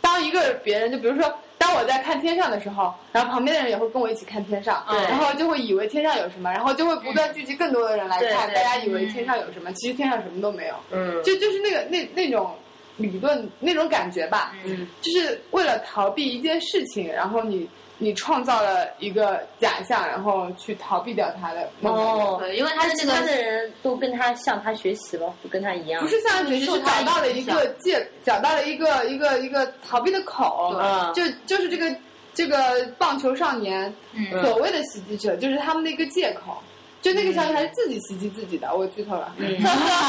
Speaker 2: 当一个别人，就比如说当我在看天上的时候，然后旁边的人也会跟我一起看天上，
Speaker 3: 嗯
Speaker 1: 对
Speaker 2: 然后就会以为天上有什么，然后就会不断聚集更多的人来看，
Speaker 3: 对对
Speaker 2: 大家以为天上有什么，其实天上什么都没有，
Speaker 3: 嗯
Speaker 2: 就就是那个那那种理论那种感觉吧，
Speaker 3: 嗯
Speaker 2: 就是为了逃避一件事情，然后你。你创造了一个假象，然后去逃避掉它的那种感觉
Speaker 3: 哦，
Speaker 1: 对，因为他的那
Speaker 3: 其他
Speaker 1: 个
Speaker 3: 的人都跟他向他学习了，就跟他一样
Speaker 2: 不，是像只是找到了一个借，找到了一个一个一个逃避的口，
Speaker 3: 嗯
Speaker 2: 就就是这个这个棒球少年
Speaker 1: 嗯
Speaker 2: 所谓的袭击者，就是他们的一个借口。就那个小女孩是自己袭击自己的，我剧透了，
Speaker 3: 嗯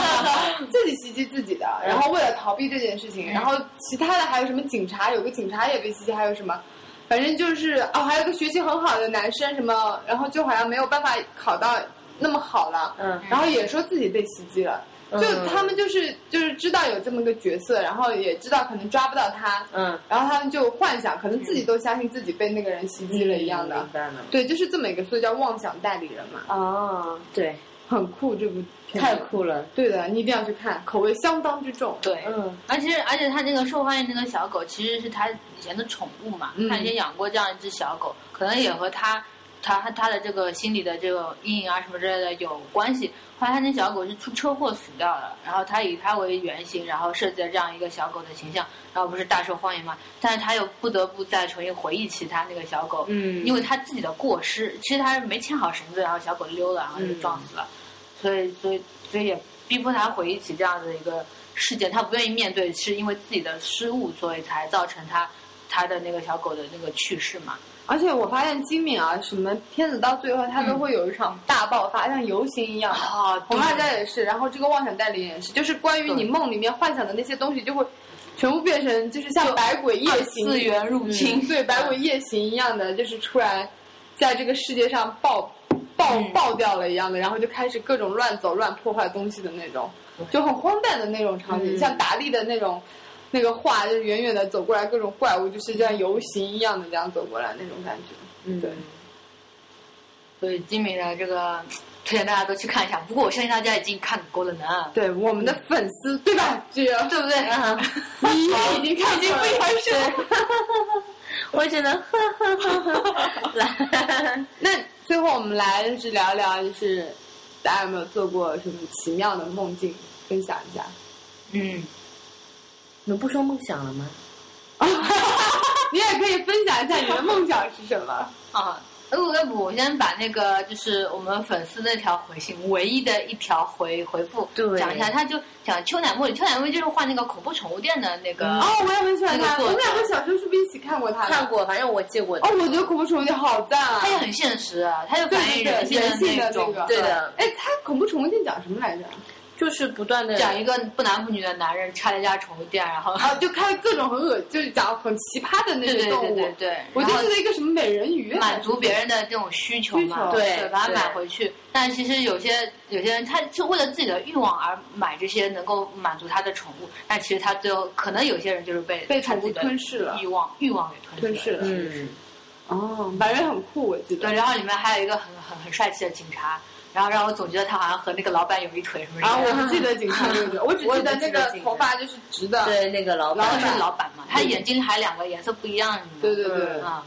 Speaker 2: 自己袭击自己的，然后为了逃避这件事
Speaker 3: 嗯
Speaker 2: 情，然后其他的还有什么警察，有个警察也被袭击，还有什么，反正就是哦，还有个学习很好的男生什么，然后就好像没有办法考到那么好了，
Speaker 3: 嗯
Speaker 2: 然后也说自己被袭击了，就
Speaker 3: 嗯
Speaker 2: 他们就是就是知道有这么个角色，然后也知道可能抓不到他，
Speaker 3: 嗯，
Speaker 2: 然后他们就幻想，可能自己都相信自己被那个人袭击了一样的
Speaker 3: 明，白了。
Speaker 2: 对，就是这么一个，所以叫妄想代理人嘛，
Speaker 3: 哦，对，
Speaker 2: 很酷这部片，
Speaker 3: 太，酷了，
Speaker 2: 对的，你一定要去看，口味相当之重，
Speaker 1: 对，
Speaker 3: 嗯
Speaker 1: 而且而且他那个受欢迎那个小狗其实是他以前的宠物嘛，
Speaker 2: 嗯
Speaker 1: 他以前养过这样一只小狗，可能也和他他他的这个心理的这个阴影啊什么之类的有关系。后来他那小狗是出车祸死掉了，然后他以它为原型，然后设计了这样一个小狗的形象，然后不是大受欢迎嘛？但是他又不得不再重新回忆起他那个小狗，
Speaker 3: 嗯
Speaker 1: 因为他自己的过失，其实他是没牵好绳子，然后小狗溜了，然后
Speaker 2: 嗯
Speaker 1: 就撞死了，所以所以所以也逼迫他回忆起这样的一个事件，他不愿意面对，是因为自己的失误，所以才造成他他的那个小狗的那个去世嘛。
Speaker 2: 而且我发现金敏啊，什么片子到最后他都会有一场大爆发，像游行一 样的。
Speaker 1: 啊，
Speaker 2: 红辣椒也是，然后这个妄想代理人也是，就是关于你
Speaker 1: 对
Speaker 2: 梦里面幻想的那些东西，就会全部变成就是像百鬼夜
Speaker 1: 二
Speaker 2: 行
Speaker 1: 次元入侵，
Speaker 2: 嗯对百鬼夜行一样的，就是突然在这个世界上爆爆
Speaker 1: 嗯
Speaker 2: 爆掉了一样的，然后就开始各种乱走、乱破坏东西的那种，就很荒诞的那种场景，
Speaker 3: 嗯
Speaker 2: 像达利的那种。那个画就是远远的走过来，各种怪物就是像游行一样的这样走过来那种感觉。
Speaker 3: 嗯，
Speaker 2: 对
Speaker 1: 所以金敏的这个推荐大家都去看一下。不过我相信大家已经看够了呢，
Speaker 2: 对我们的粉丝，对吧？只有
Speaker 1: 对不对？
Speaker 2: 嗯 你已经看已经非常深。
Speaker 3: 我只能呵呵呵呵来，
Speaker 2: 那最后我们来就是聊一聊，就是大家有没有做过什么奇妙的梦境，分享一下？
Speaker 1: 嗯，
Speaker 3: 能不说梦想了吗？
Speaker 2: 你也可以分享一下你的梦想是什么？
Speaker 1: 啊，呃，要不我先把那个就是我们粉丝那条回信，唯一的一条回回复
Speaker 3: 对
Speaker 1: 讲一下，他就讲秋乃木，秋乃木就是画那个恐怖宠物店的那个，啊
Speaker 2: 哦，我也很喜欢
Speaker 1: 嗯那个
Speaker 2: 他，
Speaker 1: 作
Speaker 2: 我
Speaker 1: 者
Speaker 2: 们两个小时候是不是一起看过他？
Speaker 3: 看。过，反正我借过的
Speaker 2: 哦，，我觉得恐怖宠物店好赞啊！
Speaker 1: 他也很现实啊，他就反映
Speaker 2: 对对对
Speaker 1: 性
Speaker 2: 人性的
Speaker 1: 那种
Speaker 2: 那个，
Speaker 3: 对的，
Speaker 2: 哎，他恐怖宠物店讲什么来着？
Speaker 3: 就是不断的
Speaker 1: 讲一个不男不女的男人开了一家宠物店，然后
Speaker 2: 啊，就开各种很恶，就是讲很奇葩的那
Speaker 1: 对
Speaker 2: 些
Speaker 1: 对
Speaker 2: 动
Speaker 1: 对
Speaker 2: 物。
Speaker 1: 对对，
Speaker 2: 我
Speaker 1: 然
Speaker 2: 就
Speaker 1: 后
Speaker 2: 记得一个什么美人鱼，啊
Speaker 1: 满足别人的这种需求嘛，
Speaker 2: 需求
Speaker 3: 对
Speaker 1: 把它
Speaker 3: 对
Speaker 1: 买回去。但其实有些有些人，他是为了自己的欲望而买这些能够满足他的宠物，但其实他最后可能有些人就是被
Speaker 2: 被
Speaker 1: 他
Speaker 2: 宠
Speaker 1: 自
Speaker 2: 物
Speaker 1: 己的
Speaker 2: 吞噬了。
Speaker 1: 欲望欲望给吞
Speaker 2: 吞噬
Speaker 1: 了。
Speaker 2: 了，
Speaker 3: 嗯，
Speaker 2: 哦，反正很酷，我记得。
Speaker 1: 对，然后里面还有一个很很很帅气的警察，然后让我总觉得他好像和那个老板有一腿什么之
Speaker 2: 然后
Speaker 1: 类
Speaker 2: 啊我
Speaker 1: 的。
Speaker 2: 不记得警察那 个，我只记得那个头发就是直的。
Speaker 3: 对那个老
Speaker 1: 然后
Speaker 3: 板，
Speaker 1: 是老板嘛，他眼睛还两个颜色不一样什么的。
Speaker 2: 对对对，
Speaker 1: 啊、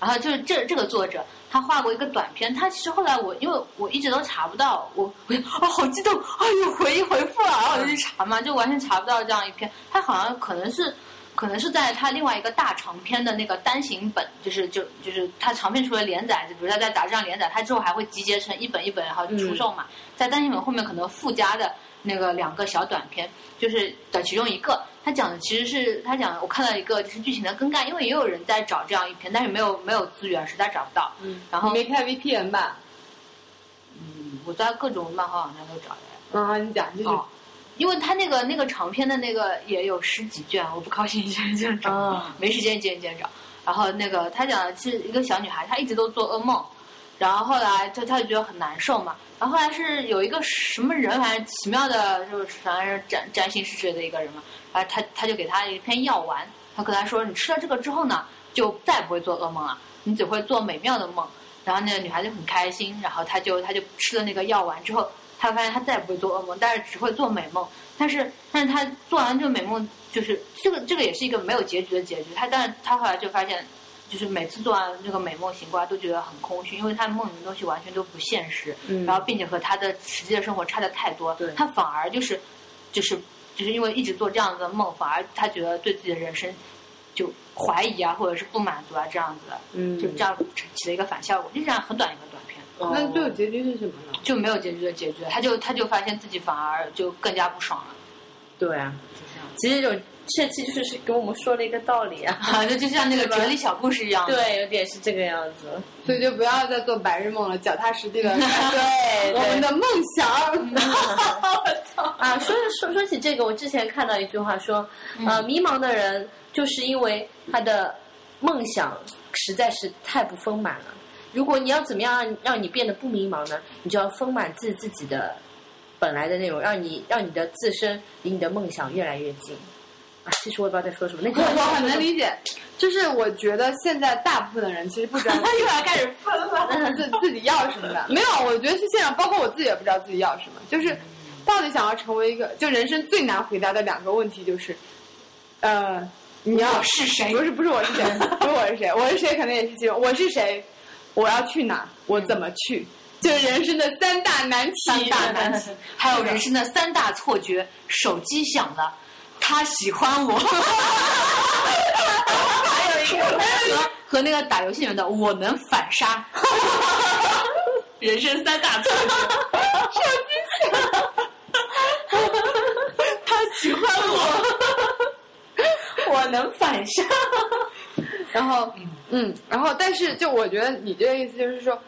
Speaker 1: 然后就是这这个作者，他画过一个短片，他其实后来我因为我一直都查不到，我我啊、好激动，哎呦回回复啊，然后我就去查嘛，就完全查不到这样一篇，他好像可能是可能是在他另外一个大长篇的那个单行本，就是就就是他长篇除了连载，就比如他在杂志上连载，他之后还会集结成一本一本然后出售嘛。在单行本后面可能附加的那个两个小短篇，就是的其中一个，他讲的其实是他讲我看到一个就是剧情的更改，因为也有人在找这样一篇，但是没有没有资源，实在找不到。
Speaker 3: 嗯，
Speaker 1: 然后
Speaker 2: 你没开 VPN 吧？
Speaker 1: 嗯，我在各种漫画网站都找来。
Speaker 2: 啊，你讲就是
Speaker 1: 哦，因为他那个那个长篇的那个也有十几卷，我不高兴一卷一卷找，
Speaker 3: 啊
Speaker 1: 没时间一卷一卷找。然后那个他讲的是一个小女孩，她一直都做噩梦，然后后来就她就觉得很难受嘛。然后后来是有一个什么人，反正奇妙的，就是反正是占占星师之类的一个人嘛，然后他他就给她一片药丸，他跟她说你吃了这个之后呢，就再也不会做噩梦了，你只会做美妙的梦。然后那个女孩就很开心，然后她就她就吃了那个药丸之后，她发现她再也不会做噩梦，但是只会做美梦。但是但是她做完这个美梦，就是这个这个也是一个没有结局的结局。她但是她后来就发现，就是每次做完这个美梦醒过来都觉得很空虚，因为她梦里的东西完全都不现实，
Speaker 3: 嗯
Speaker 1: 然后并且和她的实际的生活差的太多
Speaker 3: 对，
Speaker 1: 她反而就是就是就是因为一直做这样的梦，反而她觉得对自己的人生就怀疑啊，或者是不满足啊这样子的。
Speaker 3: 嗯，
Speaker 1: 就这样起了一个反效果，就这样很短一个短片，
Speaker 3: 哦。
Speaker 2: 那最后结局是什么呢？
Speaker 1: 就没有结局的结局，他就他就发现自己反而就更加不爽了，
Speaker 3: 对啊，其实有这期就是给我们说了一个道理啊。
Speaker 1: 啊，就就像那个哲理小故事一样，，
Speaker 3: 对，有点是这个样子。
Speaker 2: 所以就不要再做白日梦了，脚踏实地的
Speaker 3: 对
Speaker 2: 我们的梦想。
Speaker 3: 啊，说说说起这个，我之前看到一句话说，
Speaker 2: 嗯
Speaker 3: 呃，迷茫的人就是因为他的梦想实在是太不丰满了。如果你要怎么样让让你变得不迷茫呢？你就要丰满自自己的本来的内容，让你让你的自身离你的梦想越来越近。啊，其实我也不知道在说什么，那 句
Speaker 2: 我
Speaker 3: 话
Speaker 2: 我很能理解，就是我觉得现在大部分的人其实不知道
Speaker 1: 他又要开始分了，
Speaker 2: 自自己要什么的。没有，我觉得是现场，包括我自己也不知道自己要什么，就是到底想要成为一个，就人生最难回答的两个问题就是，呃，你要
Speaker 1: 我是谁
Speaker 2: 不是不是我是谁，不是我是谁，我是谁可能也是其中，我是谁，我要去哪，我怎么去，就是人生的三大难题。
Speaker 1: 三大难 题，还有人生的三大错觉，手机响了，他喜欢 我，还有一个和和那个打游戏里面的我能反杀，人生三大错觉。
Speaker 3: 我能反杀。
Speaker 2: 然后，嗯，然后，但是就我觉得你这个意思就是说，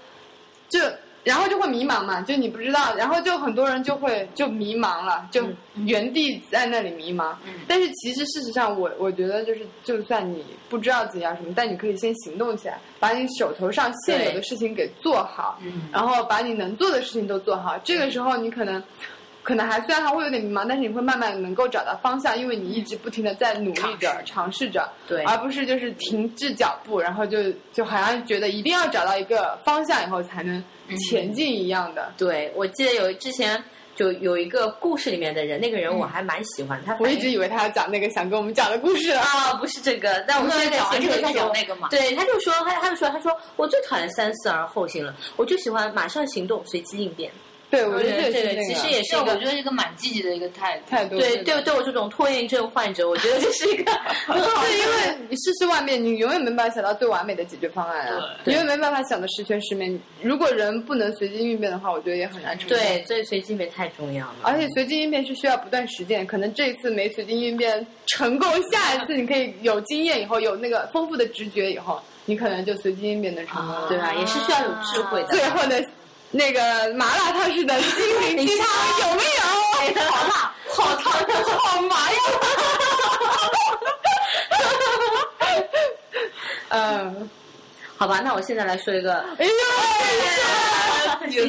Speaker 2: 就然后就会迷茫嘛，就你不知道，然后就很多人就会就迷茫了，就原地在那里迷茫。
Speaker 1: 嗯
Speaker 2: 但是其实事实上我，我觉得就是，就算你不知道自己要什么，但你可以先行动起来，把你手头上现有的
Speaker 3: 对
Speaker 2: 事情给做好，
Speaker 1: 嗯
Speaker 2: 然后把你能做的事情都做好。这个时候，你可能。可能还虽然还会有点迷茫，但是你会慢慢能够找到方向，因为你一直不停的在努力着、尝试着。
Speaker 3: 对
Speaker 2: 而不是就是停滞脚步，然后就就好像觉得一定要找到一个方向以后才能前进一样的。
Speaker 3: 对，我记得有之前就有一个故事里面的人，那个人我还蛮喜欢，他
Speaker 2: 我一直以为他要讲那个想跟我们讲的故事啊，
Speaker 3: 啊，不是这个，但我
Speaker 1: 我
Speaker 3: 现
Speaker 1: 们
Speaker 3: 在
Speaker 1: 讲完这个再
Speaker 3: 讲
Speaker 1: 讲那个嘛。
Speaker 3: 对，他就说，他他就说，他说我最讨厌三思而后行了，我就喜欢马上行动，随机应变。
Speaker 2: 对我觉得这也
Speaker 3: 对
Speaker 2: 是那
Speaker 3: 对，
Speaker 2: 个
Speaker 3: 其实也是
Speaker 1: 这
Speaker 3: 一
Speaker 1: 我
Speaker 3: 个
Speaker 1: 觉得一个蛮积极的一个态度。
Speaker 2: 态度。
Speaker 3: 对对对，我这种拖延症患者，我觉得这是 一个很好
Speaker 2: 对，因
Speaker 3: 的。
Speaker 2: 为你世事万变，你永远没办法想到最完美的解决方案啊，
Speaker 3: 对
Speaker 2: 永远没办法想的十全十美。如果人不能随机应变的话，我觉得也很难成功。
Speaker 3: 对，所以随机应变太重要了。
Speaker 2: 而且随机应变是需要不断实践，可能这一次没随机应变成功，下一次你可以有经验以后，有那个丰富的直觉以后，你可能就随机应变的成功了。
Speaker 3: 啊对吧？也是需要有智慧的。
Speaker 2: 最 后的那个麻辣烫式的心灵鸡汤有没 有？
Speaker 1: 好辣，好烫，好麻呀！
Speaker 2: 嗯，
Speaker 3: 好吧，那我现在来说一个
Speaker 2: 哎呦，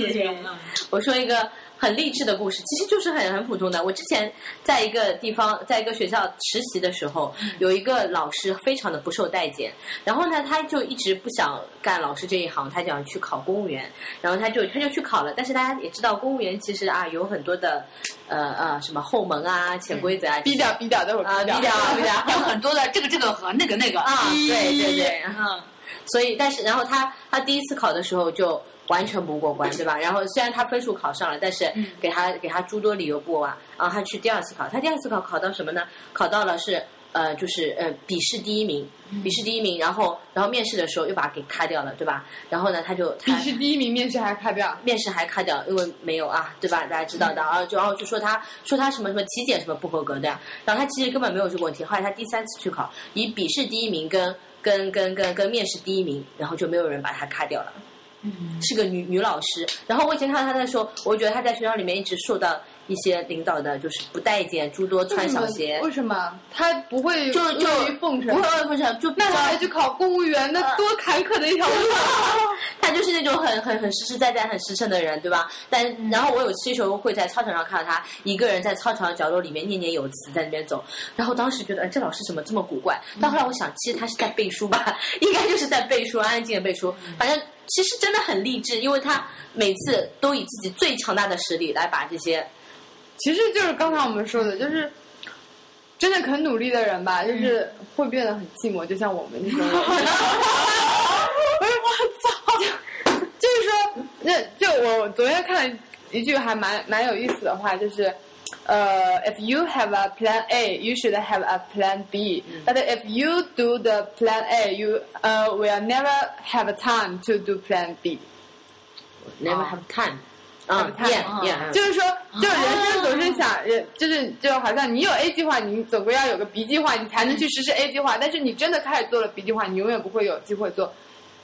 Speaker 3: 我说一个很励志的故事，其实就是很很普通的。我之前在一个地方，在一个学校实习的时候，有一个老师非常的不受待见，然后呢，他就一直不想干老师这一行，他想去考公务员，然后他就他就去考了。但是大家也知道，公务员其实啊有很多的呃呃什么后门啊、潜规则啊，
Speaker 2: 逼掉逼掉，待会
Speaker 3: 啊
Speaker 2: 儿
Speaker 3: 低调啊低调啊
Speaker 1: 有很多的这个这个和那个那个
Speaker 3: 啊，对对对，
Speaker 1: 嗯，
Speaker 3: 所以，但是，然后他他第一次考的时候就完全不过关，对吧？然后虽然他分数考上了，但
Speaker 2: 嗯
Speaker 3: 是啊给他给他诸多理由不过关。然后他去第二次考，他第二次考考到什么呢？考到了是呃，就是呃笔试第一名，
Speaker 2: 嗯
Speaker 3: 笔试第一名，然后然后面试的时候又把他给咔掉了，对吧？然后呢，他就
Speaker 2: 笔
Speaker 3: 他
Speaker 2: 试第一名，面试还开不了。
Speaker 3: 面试还咔掉，因为没有啊，对吧？大家知道的，
Speaker 2: 嗯
Speaker 3: 然后就然后就说他说他什么什么体检什么不合格的，然后他其实根本没有这个问题。后来他第三次去考，以笔试第一名跟跟跟跟跟面试第一名，然后就没有人把他咔掉了。
Speaker 2: 嗯
Speaker 3: 是个女女老师，然后我以前看到她的时候，我觉得她在学校里面一直受到一些领导的，就是不待见，诸多穿小鞋，
Speaker 2: 为什么他不会
Speaker 3: 就就
Speaker 2: 乐于奉承
Speaker 3: 不？会啊不是就比
Speaker 2: 那
Speaker 3: 较
Speaker 2: 他还去考公务员，那多坎坷的一条路 啊！
Speaker 3: 他就是那种很很很实实在在、很实诚的人，对吧？但
Speaker 2: 嗯
Speaker 3: 然后我有些时候会在操场上看到他一个人在操场的角落里面念念有词，在那边走。然后当时觉得，哎，这老师怎么这么古怪？
Speaker 2: 嗯
Speaker 3: 但后来我想，其实他是在背书吧， 应该就是在背书，安安静静地背书。
Speaker 2: 嗯
Speaker 3: 反正其实真的很励志，因为他每次都以自己最强大的实力来把这些
Speaker 2: 哦其实就是刚才我们说的，就是真的肯努力的人吧，就是会变得很寂寞，就像我们这种人。哎呀 我操！就是说，那就我昨天看一句还蛮蛮有意思的话，就是。呃、i f you have a plan A, you should have a plan B. But if you do the plan A, you uh will never have time to do plan B.
Speaker 3: never have time，啊
Speaker 2: have time，哦
Speaker 1: 啊
Speaker 3: y e a h
Speaker 2: 就是说，就人生总是想，人就是就好像你有 A 计划，你总归要有个 B 计划，你才能去实施 A 计划。但是你真的开始做了 B 计划，你永远不会有机会做。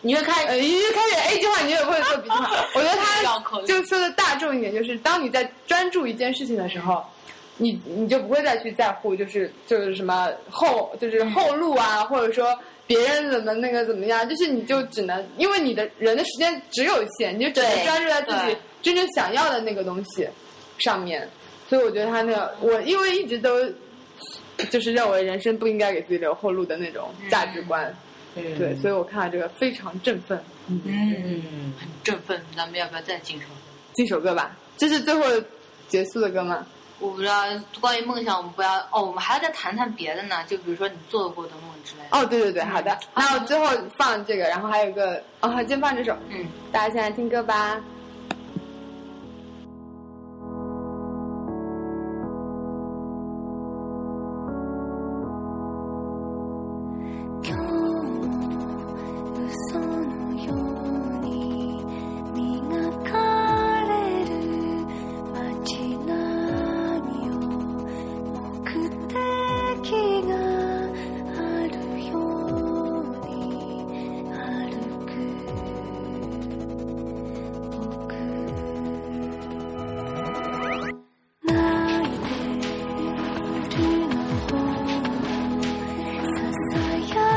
Speaker 3: 你会看
Speaker 2: 呃，一开始 A 计划，你永远不会做 B 计划。我觉得
Speaker 1: 绕口令
Speaker 2: 他就说的大众一点，就是当你在专注一件事情的时候。你你就不会再去在乎，就是就是什么后就是后路啊，或者说别人怎么那个怎么样，就是你就只能因为你的人的时间只有限，你就只能
Speaker 3: 对
Speaker 2: 专注在自己
Speaker 1: 对
Speaker 2: 真正想要的那个东西上面。所以我觉得他那个，我因为一直都就是认为人生不应该给自己留后路的那种
Speaker 1: 嗯
Speaker 2: 价值观，对，所以我看到这个非常振奋。
Speaker 1: 嗯，
Speaker 3: 嗯，
Speaker 1: 很振奋。咱们要不要再进一首？
Speaker 2: 这首歌吧，这是最后结束的歌吗？
Speaker 1: 我不知道关于梦想，我们不要哦，我们还要再谈谈别的呢，就比如说你做过的梦之类的。
Speaker 2: 哦，对对
Speaker 1: 嗯
Speaker 2: 对，好的。那我最后放这个，然后还有一个，哦，先放这首，
Speaker 1: 嗯，
Speaker 2: 大家现在听歌吧。
Speaker 5: 「今日も嘘のように磨かれる街並みを目的があるように歩く僕」「泣いているの方ささやかな過去たちを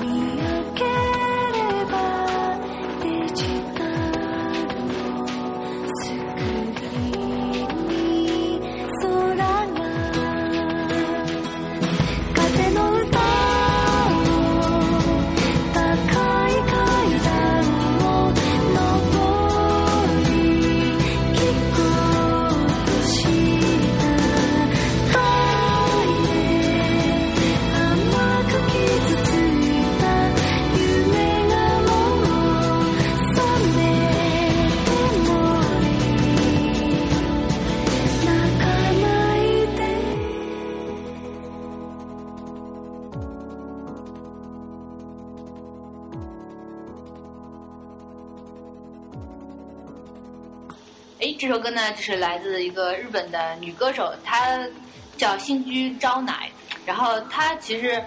Speaker 5: 見上げればデジタルのスクリーンに空が風の歌を高い階段を登り聞こうとした愛で甘く傷ついた夢がもう覚めても泣かないで
Speaker 1: 哎，这首歌呢，就是来自一个日本的女歌手，她叫新居昭乃。然后她其实，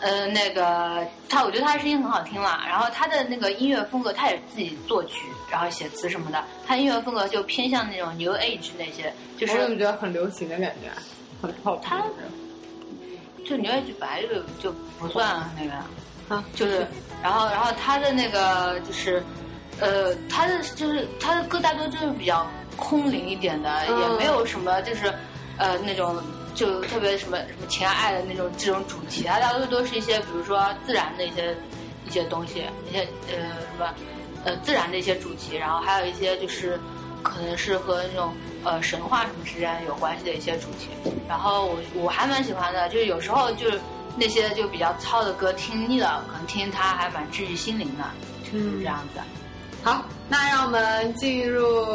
Speaker 1: 呃，那个她，我觉得她的声音很好听啦。然后她的那个音乐风格，她也自己作曲，然后写词什么的。她音乐风格就偏向那种 New Age 那些，就
Speaker 2: 我怎么
Speaker 1: 是
Speaker 2: 觉得很流行的感觉啊？很泡泡
Speaker 1: 它就 New Age 本来就就不算那个。
Speaker 2: 啊，
Speaker 1: 就是，然后然后他的那个就是，呃，他的就是他的歌大多就是比较空灵一点的，
Speaker 2: 嗯
Speaker 1: 也没有什么就是，呃，那种就特别什么什么情爱爱的那种这种主题，它大多都是一些比如说自然的一些一些东西，一些呃什么呃自然的一些主题，然后还有一些就是可能是和那种呃神话什么之间有关系的一些主题。然后我我还蛮喜欢的，就是有时候就是那些就比较糙的歌听腻了，可能听它还蛮治愈心灵的，就是这样子。
Speaker 2: 好，那让我们进入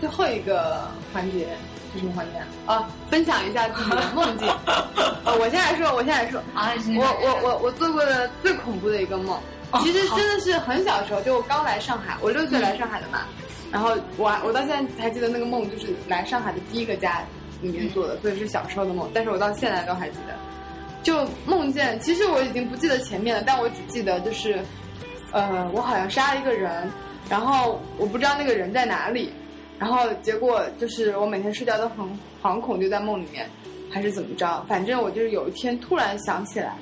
Speaker 2: 最后一个环节，是什么环节啊？哦，分享一下自己的梦 境。呃，我先来说，我先来说，哦
Speaker 1: 啊，是
Speaker 2: 我我我我做过的最恐怖的一个梦，其实真的是很小的时候，就我刚来上海，我六岁来上海的嘛，然后我还我到现在还记得那个梦，就是来上海的第一个家里面做的，所以是小时候的梦，但是我到现在都还记得，就梦见，其实我已经不记得前面了，但我只记得就是，呃，我好像杀了一个人，然后我不知道那个人在哪里，然后结果就是我每天睡觉都很惶恐，就在梦里面，还是怎么着，反正我就是有一天突然想起来。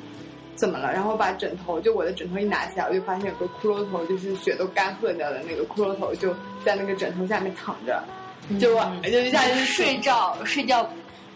Speaker 2: 怎么了？然后把枕头，就我的枕头一拿起来，我就发现有个骷髅头，就是血都干涸掉的那个骷髅头，就在那个枕头下面躺着，就我就一下就睡
Speaker 1: 睡觉睡觉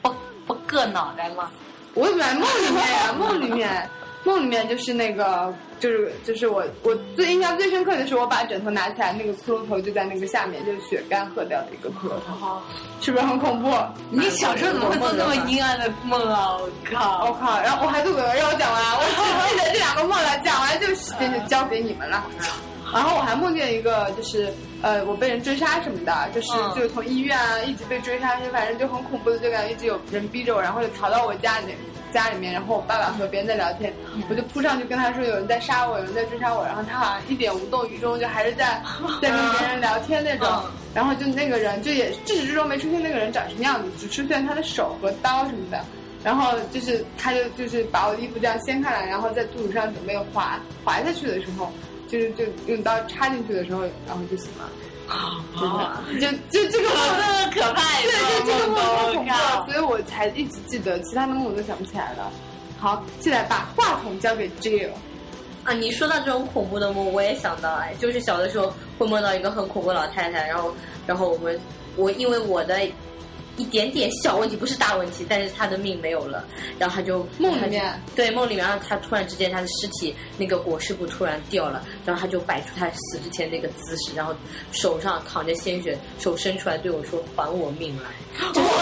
Speaker 1: 不不硌脑袋吗？
Speaker 2: 我本来梦里面呀、梦里面，梦里面就是那个，就是就是我我最印象最深刻的是，我把枕头拿起来，那个骷髅头就在那个下面，就是血干涸掉的一个骷髅头，是不是很恐怖？
Speaker 1: 哦你小时候怎么会做那么阴暗的梦啊？我
Speaker 2: 我
Speaker 1: 靠！
Speaker 2: 靠！然后我还做鬼让我讲完，我只记得这两个梦了，讲完就是这
Speaker 1: 嗯
Speaker 2: 就交给你们了。然后我还梦见一个，就是呃，我被人追杀什么的，就是
Speaker 1: 嗯
Speaker 2: 就是从医院啊一直被追杀，就反正就很恐怖的，就感觉一直有人逼着我，然后就逃到我家里面家里面，然后我爸爸和别人在聊天，
Speaker 1: 嗯
Speaker 2: 我就扑上去跟他说有人在杀我，有人在追杀我，然后他好像一点无动于衷，就还是在在跟别人聊天那种。
Speaker 1: 嗯
Speaker 2: 然后就那个人就也至始至终没出现那个人长什么样子，只出现他的手和刀什么的。然后就是他就就是把我的衣服这样掀开来，然后在肚子上准备滑滑下去的时候，就是就用刀插进去的时候，然后就醒了。
Speaker 1: 啊
Speaker 2: 就就 这个
Speaker 1: 好
Speaker 2: 梦，
Speaker 1: 那么可怕！
Speaker 2: 对，就这个梦
Speaker 1: 我
Speaker 2: 太恐怖
Speaker 1: 啊
Speaker 2: 了，所以我才一直记得，其他的梦我都想不起来了。好，现在把话筒交给 Jill。
Speaker 3: 啊，你说到这种恐怖的梦，我也想到哎，就是小的时候会梦到一个很恐怖的老太太，然后，然后我们我因为我的一点点小问题，不是大问题，但是她的命没有了，然后她就
Speaker 2: 梦里面
Speaker 3: 对梦里面，然后她突然之间她的尸体那个裹尸布突然掉了，然后她就摆出她死之前那个姿势，然后手上淌着鲜血，手伸出来对我说还我命 来，
Speaker 1: 我去！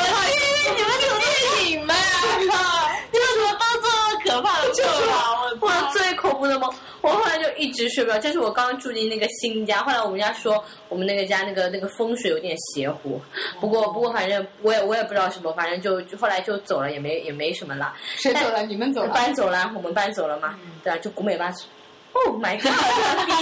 Speaker 1: 你们怎么电 影嘛？你们怎么都做那么可怕的梦啊？我
Speaker 3: 我最恐怖的梦，我后来就一直睡不着。这是我刚住进那个新家，后来我们家说我们那个家那个那个风水有点邪乎，不过
Speaker 1: 哦
Speaker 3: 不过反正我也我也不知道什么，反正就就后来就走了，也没也没什么了。
Speaker 2: 谁走了？你们走
Speaker 1: 哎
Speaker 2: 了。
Speaker 3: 搬走了，我们搬走了嘛，
Speaker 1: 嗯
Speaker 3: 对啊，就古美搬走。Oh my god！傻逼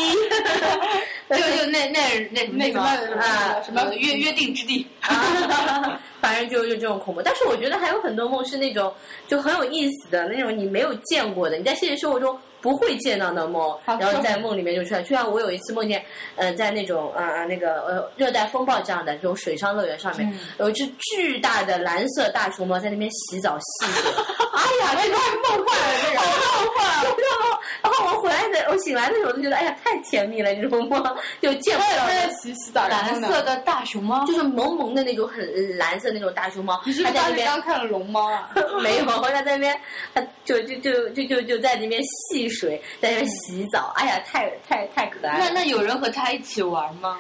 Speaker 1: 就就那那那
Speaker 2: 那
Speaker 1: 什
Speaker 2: 什
Speaker 1: 么
Speaker 2: 么
Speaker 1: 地方
Speaker 2: 呃什么
Speaker 1: 呃约约定之 地。
Speaker 3: 啊， 反正就是这种恐怖。但是我觉得还有很多梦是那种就很有意思的那种，你没有见过的，你在现实生活中不会见到的梦，
Speaker 2: 好
Speaker 3: 然后在梦里面就出来。就像我有一次梦见，呃，在那种呃呃那个呃热带风暴这样的这种水上乐园上面，
Speaker 2: 嗯
Speaker 3: 有一只巨大的蓝色大熊猫在那 边啊洗澡戏水。哎呀，这太梦幻了，这个梦幻。啊然后我回来的，我醒来的时候就觉得，哎呀，太甜蜜了，这种梦就见不 到
Speaker 2: 在
Speaker 3: 人。
Speaker 2: 洗洗澡，然后
Speaker 1: 蓝
Speaker 2: 呢
Speaker 1: 色。的大熊 猫
Speaker 3: 就，是萌萌的那种很蓝色那种大熊猫，
Speaker 2: 你是
Speaker 3: 它
Speaker 2: 不是
Speaker 3: 在
Speaker 2: 当
Speaker 3: 那
Speaker 2: 时
Speaker 3: 边
Speaker 2: 刚看了龙猫啊？
Speaker 3: 没有，它在那边，它就就就就就就在那边戏水，在那边洗澡，哎呀，太太太可爱了。
Speaker 1: 那那有人和他一起玩吗？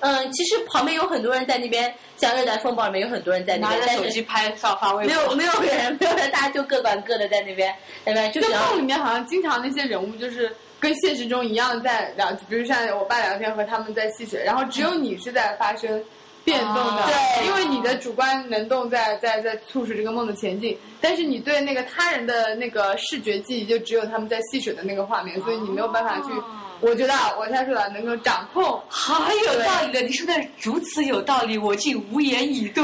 Speaker 3: 嗯，其实旁边有很多人在那边，像热带风暴里面有很多人在那
Speaker 1: 拿
Speaker 3: 边，
Speaker 1: 着
Speaker 3: 但
Speaker 1: 手机
Speaker 3: 是
Speaker 1: 拍照发微
Speaker 3: 没有
Speaker 1: 博。
Speaker 3: 没有人，没有人，大家就各管各的在那边，在那边就
Speaker 2: 这
Speaker 3: 只
Speaker 2: 个
Speaker 3: 要
Speaker 2: 梦里面好像经常那些人物就是跟现实中一样在聊，比如像我爸聊天和他们在戏水，然后只有你是在发生变动的，
Speaker 1: 啊
Speaker 3: 哦对
Speaker 2: 因为你的主观能动在在在促使这个梦的前进，但是你对那个他人的那个视觉记忆就只有他们在戏水的那个画面，所以你没有办法去
Speaker 3: 哦
Speaker 1: 啊。
Speaker 2: 我觉得啊，我猜出来能够掌控，
Speaker 1: 好有道理的，你说的如此有道理，我竟无言以对。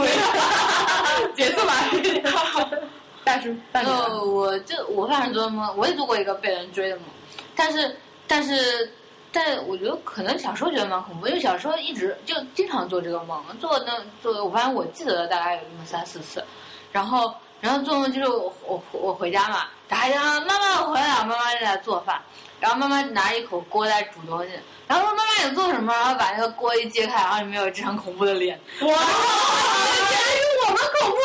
Speaker 2: 结束吧。啊 大叔，大叔，
Speaker 3: 哦
Speaker 1: 呃，我这我反正做的梦，我也做过一个被人追的梦，但是但是但我觉得可能小时候觉得蛮恐怖，因为小时候一直就经常做这个梦，做那做，我发现我记得的大概有那么三四次，然后然后做梦就是我我我回家嘛，打开电话，妈妈我回来了，妈妈正在做饭，然后妈妈拿着一口锅在煮东西，然后说妈妈你做什么，然后把那个锅一揭开，然后里面有一只很恐怖的脸，
Speaker 2: 哇！我们恐怖，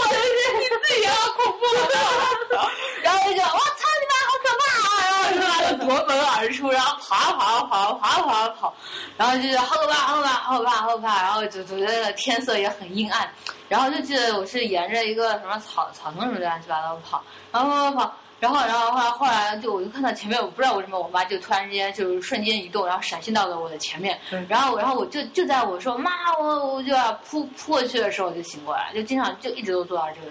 Speaker 2: 你自己要恐怖
Speaker 1: 然后就我操你妈，好可怕啊！然后就夺门而出，然后跑啊跑啊跑啊跑啊跑啊跑，然后就是好可怕好可怕好可怕好可怕，然后就就觉得天色也很阴暗，然后就记得我是沿着一个什么草草丛什么乱七八糟跑，然后跑跑跑。然后，然后后来后来就我就看到前面，我不知道为什么我妈就突然之间就是瞬间移动，然后闪现到了我的前面。然后，然后我就就在我说妈，我我就要扑扑过去的时候，我就醒过来，就经常就一直都做到这个。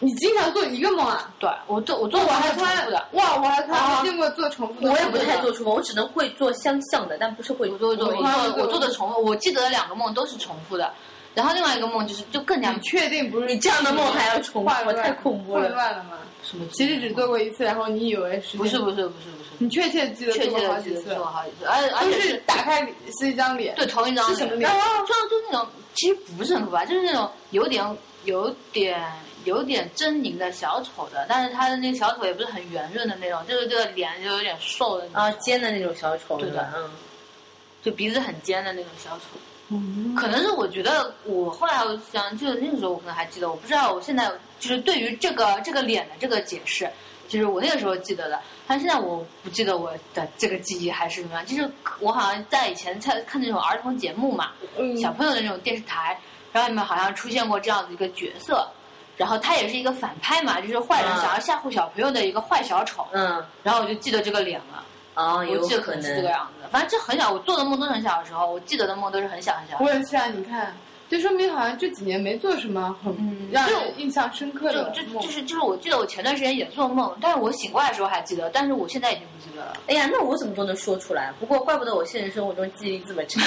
Speaker 2: 你经常做一个梦啊？
Speaker 1: 对，我做我做
Speaker 2: 我
Speaker 1: 过
Speaker 2: 还
Speaker 1: 还
Speaker 2: 从
Speaker 1: 重
Speaker 2: 来
Speaker 1: 复的，
Speaker 2: 哇，我还从来
Speaker 1: 啊
Speaker 2: 没见过做重复的。
Speaker 3: 我也不太做。出梦，我只能会做相像的，但不是会
Speaker 1: 我做我做
Speaker 3: 同一
Speaker 1: 我
Speaker 3: 个
Speaker 1: 做我做的重复，我记得的两个梦都是重复的。然后另外一个梦就是就更加
Speaker 2: 你确定不是
Speaker 3: 你这样的梦还要重复
Speaker 2: 画乱
Speaker 3: 太恐怖了
Speaker 2: 画乱了吗？
Speaker 1: 什么，
Speaker 2: 其实只做过一次，然后你以为是
Speaker 1: 不是不是不是不是，
Speaker 2: 你确切记得
Speaker 1: 确
Speaker 2: 做
Speaker 1: 切
Speaker 2: 过好
Speaker 1: 的记
Speaker 2: 几
Speaker 1: 得
Speaker 2: 次
Speaker 1: 做，嗯好几次，而且而
Speaker 2: 都
Speaker 1: 且
Speaker 2: 是打开是一张脸，
Speaker 1: 对，同一张
Speaker 2: 是什么
Speaker 1: 脸？
Speaker 2: 脸
Speaker 1: 然后就就那种，其实不是很可怕，就是那种有点有点有点狰狞的小丑的，但是他的那个小丑也不是很圆润的那种，就是这个脸就有点瘦的那种，
Speaker 3: 啊尖的那种小丑，
Speaker 1: 对
Speaker 3: 对
Speaker 1: 的
Speaker 3: 吧？嗯，
Speaker 1: 就鼻子很尖的那种小丑。可能是我觉得我后来我想，就是那个时候我可能还记得，我不知道我现在就是对于这个这个脸的这个解释，就是我那个时候记得的，但现在我不记得我的这个记忆还是什么样，就是我好像在以前看看那种儿童节目嘛，
Speaker 2: 嗯
Speaker 1: 小朋友的那种电视台，然后里面好像出现过这样的一个角色，然后他也是一个反派嘛，就是坏人
Speaker 3: 嗯
Speaker 1: 想要吓唬小朋友的一个坏小丑，
Speaker 3: 嗯，
Speaker 1: 然后我就记得这个脸了，
Speaker 3: 哦，
Speaker 1: 我
Speaker 3: 有
Speaker 1: 记得
Speaker 3: 可
Speaker 1: 能是这个
Speaker 3: 能。
Speaker 1: 样子的，反正这很小，我做的梦都是很小的时候，我记得的梦都是很小很小的。
Speaker 2: 我也是啊，你看，就说明好像这几年没做什么很
Speaker 1: 嗯
Speaker 2: 让
Speaker 1: 就
Speaker 2: 人印象深刻
Speaker 1: 就
Speaker 2: 的
Speaker 1: 就
Speaker 2: 梦
Speaker 1: 就。是就是，我记得我前段时间也做梦，但是我醒过来的时候还记得，但是我现在已经不记得了。
Speaker 3: 哎呀，那我怎么都能说出来？不过怪不得我现实生活中记忆力这么 差，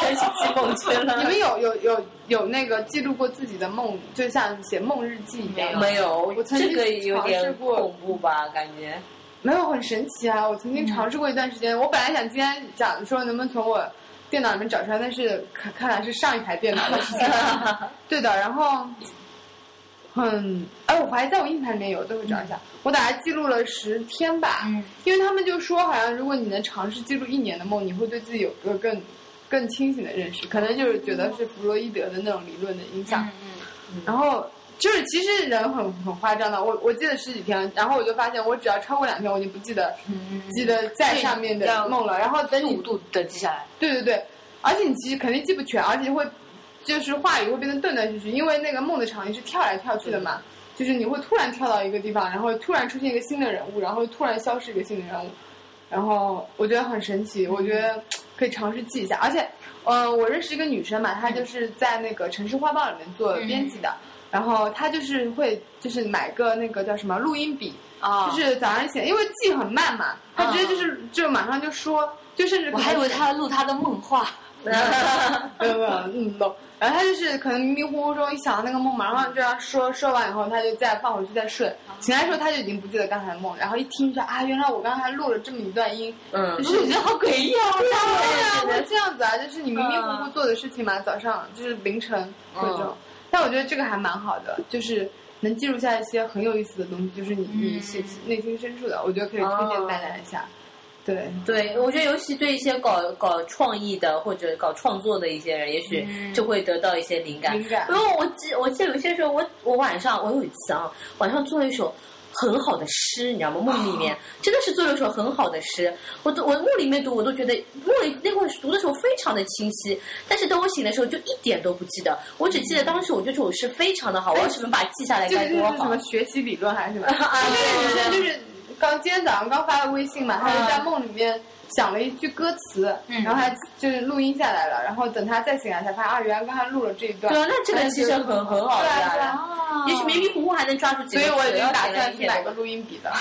Speaker 3: 全是记梦去了。
Speaker 2: 你们有有有有那个记录过自己的梦，就像写梦日记一样吗？
Speaker 3: 没有
Speaker 2: 我？曾经
Speaker 3: 这个有
Speaker 2: 尝试
Speaker 3: 点
Speaker 2: 过
Speaker 3: 恐怖吧？感 觉
Speaker 2: 没有很神奇啊！我曾经尝试过一段时间，我本来想今天讲说能不能从我电脑里面找出来，但是看看来是上一台电脑的事情。 对的，然后很哎，我怀疑在我硬盘里面有，等会找一下。我大概记录了十天吧，
Speaker 1: 嗯
Speaker 2: 因为他们就说好像如果你能尝试记录一年的梦，你会对自己有个更更清醒的认识，可能就是觉得是弗洛伊德的那种理论的影
Speaker 3: 嗯
Speaker 2: 响。然后就是其实人很很夸张的，我我记得十几天，然后我就发现我只要超过两天，我就不记得
Speaker 1: 嗯
Speaker 2: 记得在上面的梦了。然后等
Speaker 1: 四
Speaker 2: 你
Speaker 1: 五度的记下来，
Speaker 2: 对对对，而且你其实肯定记不全，而且会就是话语会变得断断续续，因为那个梦的场景是跳来跳去的嘛。就是你会突然跳到一个地方，然后突然出现一个新的人物，然后突然消失一个新的人物，然后我觉得很神奇，我觉
Speaker 1: 嗯
Speaker 2: 得可以尝试记一下。而且，呃，我认识一个女生嘛，她
Speaker 1: 嗯
Speaker 2: 就是在那个《城市画报》里面做编辑的，然后她就是会就是买个那个叫什么录音笔，
Speaker 1: 啊
Speaker 3: 哦
Speaker 2: 就是早上写，因为记很慢嘛，她直接就是、就马上就说，就甚至可
Speaker 1: 我
Speaker 2: 能
Speaker 1: 还以为他要录他的梦 话，
Speaker 2: 没有没有，嗯懂。然后他就是可能迷迷糊糊中一想到那个梦嘛，然后这样说说完以后，他就再放回去再睡。醒来的时候他就已经不记得刚才的梦，然后一听说啊，原来我刚才录了这么一段音，
Speaker 3: 嗯
Speaker 2: 就，是我觉得好诡异啊！对啊，
Speaker 3: 对
Speaker 2: 会这样子啊，就是你迷迷糊糊做的事情嘛，早上就是凌晨会这种。但我觉得这个还蛮好的，就是能记录下一些很有意思的东西，就是你你是内心深处的，我觉得可以推荐大家一下。哦对，
Speaker 3: 对，我觉得尤其对一些搞搞创意的或者搞创作的一些人，也许就会得到一些灵感。
Speaker 2: 嗯灵感
Speaker 3: 因为我记，我记得有些时候我，我晚上我有一次啊，晚上做了一首很好的诗，你知道吗？梦里
Speaker 2: 哦
Speaker 3: 面、真的是做了一首很好的诗，我都我梦里面读我都觉得梦里那会儿读的时候非常的清晰，但是等我醒的时候就一点都不记得，我只记得当时我觉得这首诗非常的好，我要是能把它记下来
Speaker 2: 嗯哎这个
Speaker 3: 该
Speaker 2: 就是
Speaker 3: 多
Speaker 2: 什
Speaker 3: 好
Speaker 2: 么。学习理论还是什么？
Speaker 3: 啊
Speaker 2: 那个女生就是刚今天早上刚发了微信嘛，她就在梦里面想了一句歌词，
Speaker 1: 嗯
Speaker 2: 然后她就是录音下来了，然后等她再醒来才发现啊，原来刚才录了这一段。
Speaker 3: 对啊，那这个其实很很好
Speaker 2: 对
Speaker 3: 的
Speaker 2: 啊对
Speaker 3: 呀，
Speaker 1: 啊
Speaker 3: 也许迷迷糊糊还能抓住几
Speaker 2: 所
Speaker 3: 个
Speaker 2: 以
Speaker 3: 词，
Speaker 2: 我已经
Speaker 3: 然后
Speaker 2: 打
Speaker 3: 写了
Speaker 2: 算
Speaker 3: 一
Speaker 2: 去
Speaker 3: 篇
Speaker 2: 买个录音笔了。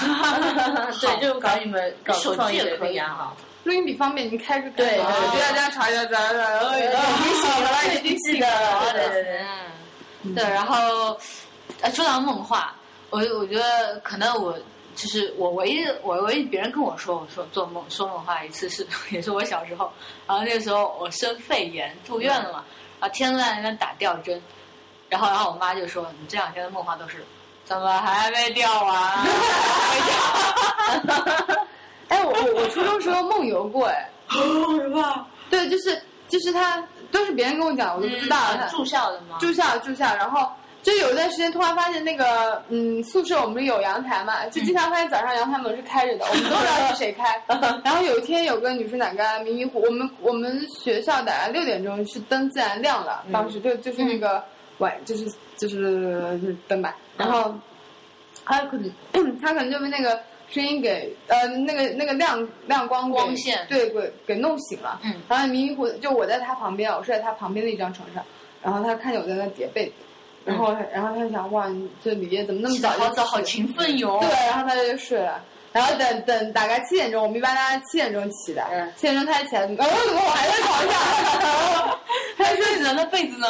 Speaker 3: 对，就是搞你们搞
Speaker 1: 手
Speaker 3: 创
Speaker 1: 机
Speaker 3: 业
Speaker 1: 也
Speaker 3: 的
Speaker 1: 可以
Speaker 3: 比较好。
Speaker 2: 录音笔方便，你开着
Speaker 3: 对对
Speaker 2: 就
Speaker 3: 对
Speaker 2: 大家查一查查一查，然后已
Speaker 3: 已
Speaker 2: 经
Speaker 3: 经
Speaker 2: 醒
Speaker 3: 醒
Speaker 2: 了，
Speaker 3: 了
Speaker 2: 已经
Speaker 3: 记
Speaker 2: 醒
Speaker 3: 得
Speaker 2: 了。
Speaker 3: 了对对对
Speaker 1: 嗯对，然后呃，说到梦话，我我觉得可能我就是我唯一我唯一别人跟我说我说做梦说梦话一次是 也是我小时候，然后那个时候我生肺炎住院了嘛，然后天天在那边打吊针，然后然后我妈就说你这两天的梦话都是怎么还没掉完？啊
Speaker 2: 哎，我我我初中时候梦游过，哎，
Speaker 1: 什么？
Speaker 2: 对，就是就是他都是别人跟我讲，我都不知道。
Speaker 1: 嗯住校的吗？
Speaker 2: 住校住校，然后就有一段时间突然发现那个嗯宿舍我们有阳台嘛，就经常发现早上阳台门是开着的，我们都不知道是谁开。
Speaker 1: 嗯
Speaker 2: 然后有一天有个女生大概迷迷糊，我们我们学校大概六点钟是灯自然亮了，
Speaker 1: 嗯嗯
Speaker 2: 当时就就是那个晚就是就是就是灯吧，然后。
Speaker 3: 他可能
Speaker 2: 他可能就被那个声音给呃那个那个亮亮光给
Speaker 1: 光线
Speaker 2: 对给给弄醒了。
Speaker 1: 嗯
Speaker 2: 然后迷迷糊就我在他旁边，我睡在他旁边的一张床上，然后他看见我在那叠被子，
Speaker 3: 嗯
Speaker 2: 然后、然后他就想哇，你这李烨怎么那么
Speaker 1: 起得
Speaker 2: 早就
Speaker 1: 好早，好
Speaker 2: 起
Speaker 1: 勤奋哟。
Speaker 2: 对，然后他就睡了。然后等等，大概七点钟，我们一般大概七点钟起的。
Speaker 3: 嗯
Speaker 2: 七点钟他起来，呃，我怎么我还在床上？ 然后他说
Speaker 1: 被子呢？那被子呢？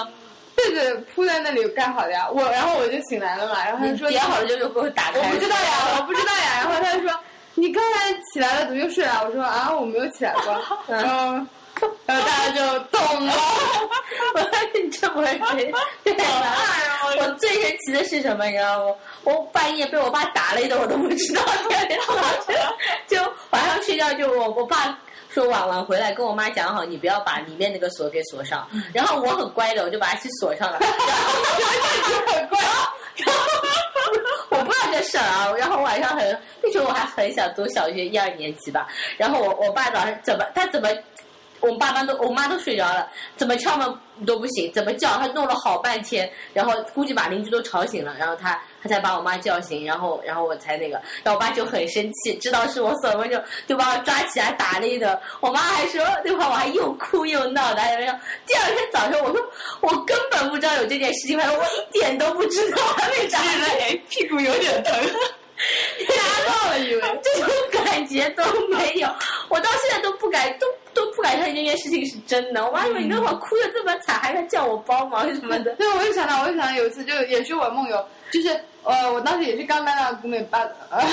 Speaker 2: 被子铺在那里盖好的呀。我然后我就醒来了嘛，然后他就说
Speaker 3: 嗯叠好了就就给我打开。
Speaker 2: 我不知道 呀，我不知道呀。然后他就说：“你刚才起来了，怎么又睡了？”我说：“啊，我没有起来 过。”然后，然后大家就懂了。
Speaker 3: 我这么人，对吧？我最神奇的是什么？你知道吗？我半夜被我爸打了一顿，我都不知道。第二天早上就就晚上睡觉就我我爸。说晚晚回来跟我妈讲好，你不要把里面那个锁给锁上。然后我很乖的，我就把它去锁上了。然后我很乖，然后 我不知道这事儿啊。然后晚上很那时候我还很小，读小学一二年级吧。然后我我爸早上怎么他怎么我们爸妈都，我妈都睡着了，怎么敲门都不醒，怎么叫他弄了好半天，然后估计把邻居都吵醒了，然后他他才把我妈叫醒，然后然后我才那个，然后我爸就很生气，知道是我所为就就把我抓起来打了一顿，我妈还说那会儿我还又哭又闹的，还说第二天早上我说我根本不知道有这件事情，发生，我一点都不知道，还被打了，屁股有点疼。吓到了，以为这种感觉都没有，我到现在都不敢，都都不敢相信这件事情是真的。我妈以为你那会儿哭的这么惨，还要叫我帮忙什么的。
Speaker 2: 对，我就想到，我就想到有一次，就也是我梦游，就是呃，我当时也是刚搬到古美巴， 呃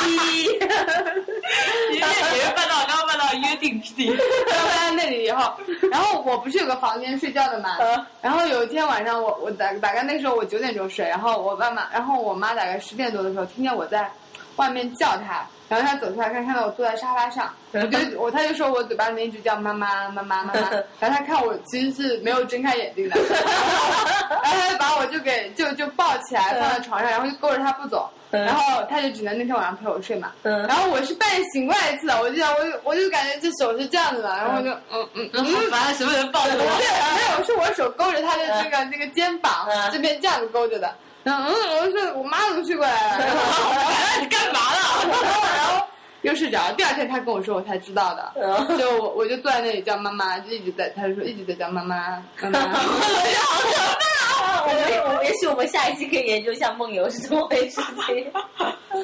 Speaker 1: 你这也是半道刚搬到约定之地。
Speaker 2: 刚搬到那里以后，然后我不是有个房间睡觉的嘛，
Speaker 1: 嗯
Speaker 2: 然后有一天晚上我，我大大概那时候我九点钟睡，然后我爸妈，然后我妈大概十点多的时候听见我在外面叫她，然后她走出来看，看到我坐在沙发上，我就我她就说我嘴巴里面一直叫妈妈妈妈妈妈，然后她看我其实是没有睁开眼睛的，然后她就把我就给就就抱起来放在床上，然后就勾着她不走。
Speaker 3: 嗯
Speaker 2: 然后她就只能那天晚上陪我睡嘛，
Speaker 3: 嗯
Speaker 2: 然后我是半夜醒过来一次的，我就想，我就我就感觉这手是这样子的，然后我就嗯嗯嗯，
Speaker 1: 好烦，什么人抱着
Speaker 2: 对，
Speaker 1: 我？
Speaker 2: 没有，是我手勾着他的那个那个肩膀
Speaker 3: 嗯
Speaker 2: 这边这样子勾着的。然后嗯，我说我妈怎么睡过来了？然后然后
Speaker 1: 你 干嘛了？
Speaker 2: 然后然后 又睡着了。第二天他跟我说，我才知道的。
Speaker 3: 嗯
Speaker 2: 就我我就坐在那里叫妈妈，就一直在，他就说一直在叫妈妈妈妈。
Speaker 3: 啊我们我也许我们下一期可以研究一下梦游是怎么回事情。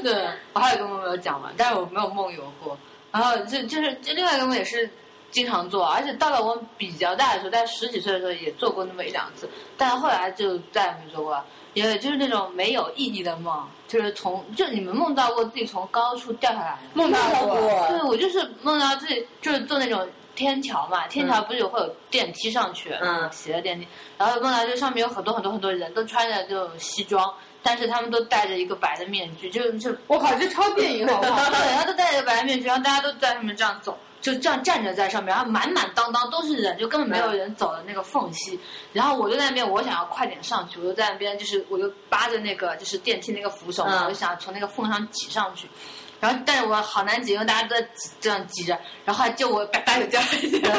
Speaker 1: 对，我还有一个梦没有讲完，但是我没有梦游过。然后这就是这另外一个梦也是经常做，而且到了我比较大的时候，在十几岁的时候也做过那么一两次，但后来就再也没做过了。也就是那种没有意义的梦，就是从就你们梦到过自己从高处掉下来吗？
Speaker 2: 梦到
Speaker 3: 梦
Speaker 2: 过，
Speaker 1: 对，
Speaker 3: 过，
Speaker 1: 我就是梦到自己就是坐那种天桥嘛，天桥不是有会有电梯上去，
Speaker 3: 嗯
Speaker 1: 斜的电梯，然后梦到就上面有很多很多很多人都穿着这种西装，但是他们都戴着一个白的面具，就就
Speaker 2: 我靠，这超电影好不 好？
Speaker 1: 对，然后都戴着白面具，然后大家都在上面这样走，就这样站着在上面，然后满满当当都是人，就根本没有人走的那个缝隙。然后我就在那边，我想要快点上去，我就在那边，就是我就扒着那个就是电梯那个扶手嘛，
Speaker 3: 嗯
Speaker 1: 我就想从那个缝上挤上去。然后，但是我好难挤，因为大家都在挤这样挤着，然后还就我吧嗒就掉下去了，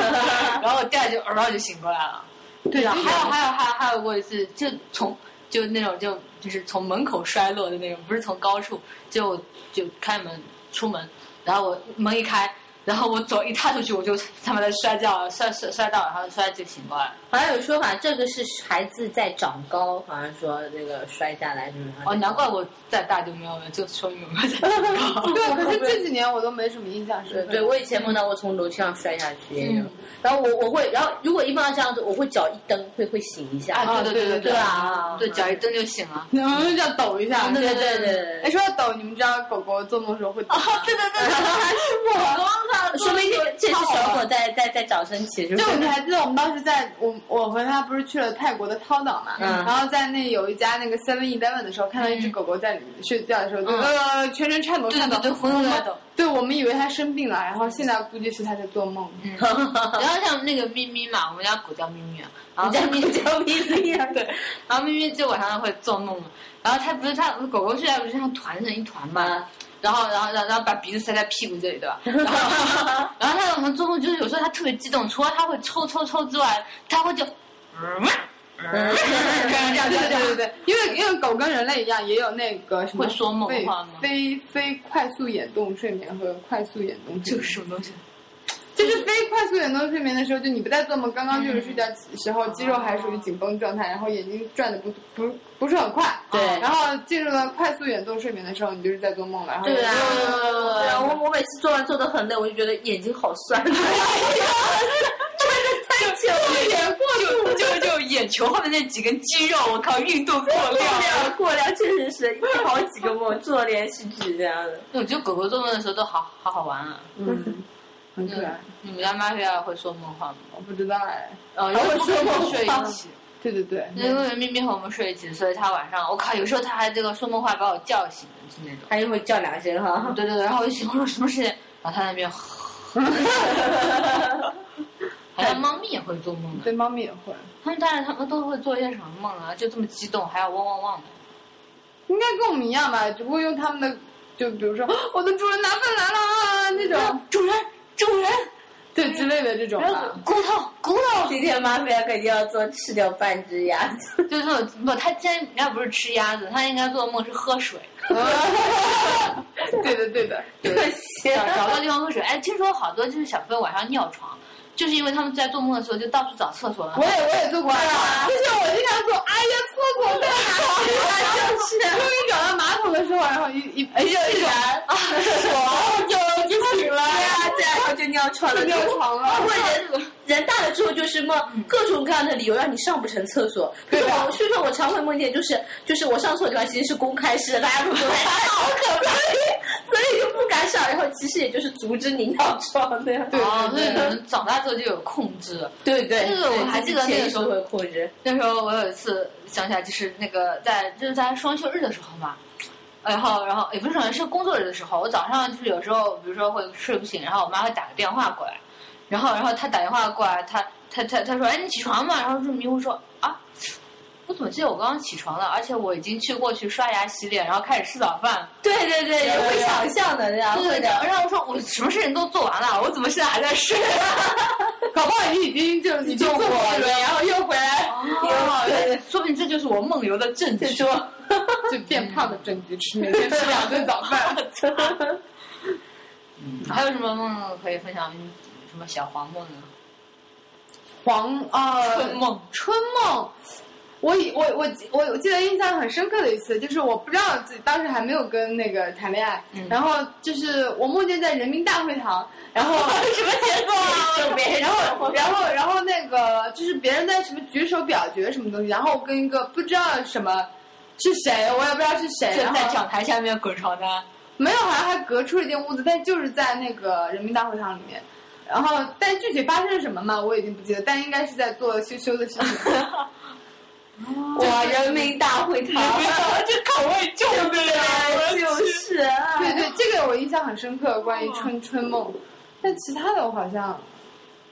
Speaker 1: 然后我掉下去，然后就醒过来了。对的，还有还有还有还有过一次，就从就那种就就是从门口摔落的那种，不是从高处，就就开门出门，然后我门一开，然后我走一踏出去，我就他妈的摔跤摔摔摔到，然后摔就醒过来了。
Speaker 3: 好像有说法，这个是孩子在长高，好像说那个摔下来什么。
Speaker 1: 哦，难怪我再大就没有了，就说明我没有 在
Speaker 2: 对，可是这几年我都没什么印象
Speaker 3: 对
Speaker 2: 深刻。
Speaker 3: 对，我以前梦到过从楼梯上摔下去，
Speaker 1: 嗯
Speaker 3: 然后我我会，然后如果一梦到这样子，我会脚一蹬，会会醒一下。
Speaker 1: 啊，对对对
Speaker 2: 对
Speaker 1: 对
Speaker 3: 啊
Speaker 1: 对，脚一蹬就醒了。
Speaker 2: 嗯，要抖一下。
Speaker 3: 对对对对啊
Speaker 2: 哎，
Speaker 3: 对，
Speaker 2: 说到抖，你们知道狗狗做梦的时候会抖吗？
Speaker 1: 哦 对对对，还是我光他
Speaker 3: 说明这这是小
Speaker 1: 啊
Speaker 3: 狗在在在早升起， 是不？
Speaker 2: 就是你还记得我们当时在我我和他不是去了泰国的涛岛嘛，
Speaker 3: 嗯
Speaker 2: 然后在那有一家那个 Seven Eleven 的时候，看到一只狗狗在里面睡觉的时候，就呃全身颤抖
Speaker 1: 对
Speaker 2: 颤抖
Speaker 1: 嗯对，对，浑身在抖。
Speaker 2: 对我们以为它生病了，然后现在估计是它在做梦。
Speaker 1: 嗯 然后像那个咪咪嘛，我们家狗叫咪咪啊，然后
Speaker 3: 你
Speaker 1: 咪
Speaker 3: 在你
Speaker 1: 咪
Speaker 3: 叫咪咪啊？
Speaker 1: 对， 然后咪咪就晚上会做梦嘛，然后它不是它狗狗睡觉不是像团成一团
Speaker 3: 嗯
Speaker 1: 嘛，然后然后然后然后把鼻子塞在屁股这里对 吧？然后然后它晚上做梦就是有时候它特别激动，除了它会抽抽抽之外，它会就嗯这样这样这样
Speaker 2: 对
Speaker 1: 这
Speaker 2: 对对
Speaker 1: 样，
Speaker 2: 对，因为因为狗跟人类一样，也有那个什么
Speaker 1: 会说梦
Speaker 2: 非
Speaker 1: 话吗
Speaker 2: 非非快速眼动睡眠和快速眼动睡
Speaker 1: 这
Speaker 2: 眠
Speaker 1: 个是什么东西？
Speaker 2: 就是非快速眼动睡眠的时候，就你不在做梦，刚刚就是睡觉时候，肌肉还属于紧绷状态，然后眼睛转的不不不是很快。
Speaker 3: 对
Speaker 2: 然后进入了快速眼动睡眠的时候，你就是在做梦了。然后
Speaker 3: 对啊，
Speaker 2: 就
Speaker 3: 对啊，我我每次做完做的很累，我就觉得眼睛好酸。啊真的 太久了，
Speaker 1: 就就就眼球后面那几根肌肉，我靠，运动过
Speaker 3: 过
Speaker 1: 量。
Speaker 3: 量过量，确实是好几个梦做连续剧这样的。
Speaker 1: 我觉得狗狗做梦的时候都好好好玩啊。
Speaker 3: 嗯，
Speaker 2: 很可爱。
Speaker 1: 你们家玛菲亚会说梦话吗？
Speaker 2: 我不知道哎，
Speaker 1: 哦，因
Speaker 3: 还
Speaker 1: 为
Speaker 3: 会说梦话
Speaker 1: 睡一起，
Speaker 2: 对对对，
Speaker 1: 因为咪咪和我们睡一起，所以他晚上我靠，有时候他还这个说梦话把我叫醒，是那种。
Speaker 3: 他又会叫两声哈。
Speaker 1: 哦对对对，然后我就醒，我说什么事情？ 然后他在那边，好像猫咪也会做梦的
Speaker 2: 对，猫咪也会，
Speaker 1: 他们但是他们都会做一些什么梦啊？就这么激动，还要汪汪汪的。
Speaker 2: 应该跟我们一样吧，只不过用他们的，就比如说 我的主人拿饭来了啊那种，
Speaker 1: 主人，主人，
Speaker 2: 对之类的这
Speaker 1: 啊
Speaker 2: 种吧。
Speaker 1: 骨头，骨头，
Speaker 3: 今天马菲亚肯定要做吃掉半只鸭 子，
Speaker 1: 就是那种不，他今天应该不是吃鸭子，他应该做的梦是喝水，
Speaker 2: 对的对的，
Speaker 3: 可 惜
Speaker 1: 找
Speaker 3: 了。
Speaker 1: 找个地方喝水。哎，听说好多就是小朋友晚上尿床，就是因为他们在做梦的时候就到处找厕所了
Speaker 2: 我。也我也做过，啊就是我经常做，哎呀，厕所在 哪？哎就是终于找到马桶的时候，然后一一哎呀，一然 啊，爽就就醒了，
Speaker 3: 对啊，对啊，然后就尿床了，
Speaker 2: 尿床了
Speaker 3: 或。者人人大了之后就是
Speaker 1: 嗯
Speaker 3: 梦，各种各样的理由让你上不成厕所。比
Speaker 2: 对
Speaker 3: 如
Speaker 2: 吧
Speaker 1: 啊
Speaker 3: 我所以说我常会梦见，就是就是我上厕所的地方其实是公开式的，大家都 觉得好可怕，所以就不敢上。然后其实也就是阻止你尿床的呀。
Speaker 2: 对
Speaker 1: 哦，所以可
Speaker 2: 对对
Speaker 1: 能长大之后就有控制。
Speaker 3: 对对
Speaker 1: 这个我还记得那个时候
Speaker 3: 会控制。
Speaker 1: 那时候我有一次想起来，就是那个在就是在双休日的时候嘛，然后然后也不是双休是工作日的时候，我早上就是有时候比如说会睡不醒，然后我妈会打个电话过来，然后然后她打电话过来，她她她她说哎你起床嘛，然后就迷糊说啊。我怎么记得我刚刚起床了，而且我已经去过去刷牙、洗脸，然后开始吃早饭。
Speaker 3: 对对对，
Speaker 1: 对
Speaker 3: 会
Speaker 1: 对
Speaker 3: 想象的，对啊，
Speaker 1: 对
Speaker 3: 会
Speaker 1: 对对，
Speaker 3: 的。
Speaker 1: 然后我说我什么事情都做完了，我怎么现在还在睡？啊
Speaker 2: 搞不好你已经就你就做过了，然后又回来
Speaker 1: 哦，对，说明这就是我梦游的证据。
Speaker 2: 就变胖的证据，吃每天吃两顿早 饭。
Speaker 1: 还有什么梦可以分享？嗯什么小黄梦啊？
Speaker 2: 黄呃
Speaker 1: 春梦
Speaker 2: 春梦。我以我我记我我记得印象很深刻的一次，就是我不知道自己当时还没有跟那个谈恋爱，
Speaker 1: 嗯
Speaker 2: 然后就是我梦见在人民大会堂，然 后
Speaker 3: 什么结果啊？就别人
Speaker 2: 然后然后然后那个就是别人在什么举手表决什么东西，然后我跟一个不知道什么是谁，我也不知道是谁，
Speaker 1: 就
Speaker 2: 然
Speaker 1: 在
Speaker 2: 后
Speaker 1: 讲台下面滚床 单。
Speaker 2: 没有，好像还隔出了一间屋子，但就是在那个人民大会堂里面。然后，但具体发生了什么嘛，我已经不记得，但应该是在做羞羞的事情。
Speaker 3: 哇，人民大会堂，
Speaker 1: 这口味重的
Speaker 3: 对，就是啊，
Speaker 2: 对对，这个我印象很深刻，关于春春梦。
Speaker 3: 嗯
Speaker 2: 但其他的我好像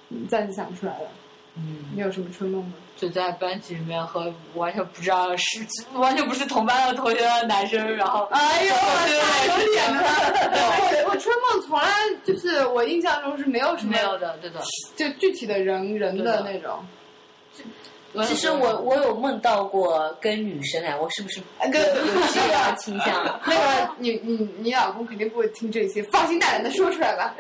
Speaker 2: 嗯暂时想不出来了。
Speaker 1: 嗯，
Speaker 2: 你有什么春梦吗？
Speaker 1: 就在班级里面和完全不知道是完全不是同班的同学的男生，然后
Speaker 2: 哎 呦，
Speaker 1: 对
Speaker 2: 有点啊了！我我春梦从来就是我印象中是没有什么
Speaker 1: 没有的，对的。
Speaker 2: 就具体的人人的那 种，
Speaker 3: 其实我我有梦到过跟女生哎，我是不是
Speaker 2: 啊
Speaker 3: 有
Speaker 2: 跟
Speaker 3: 有这样倾向？
Speaker 2: 那个你你你老公肯定不会听这些，放心大胆的说出来 吧。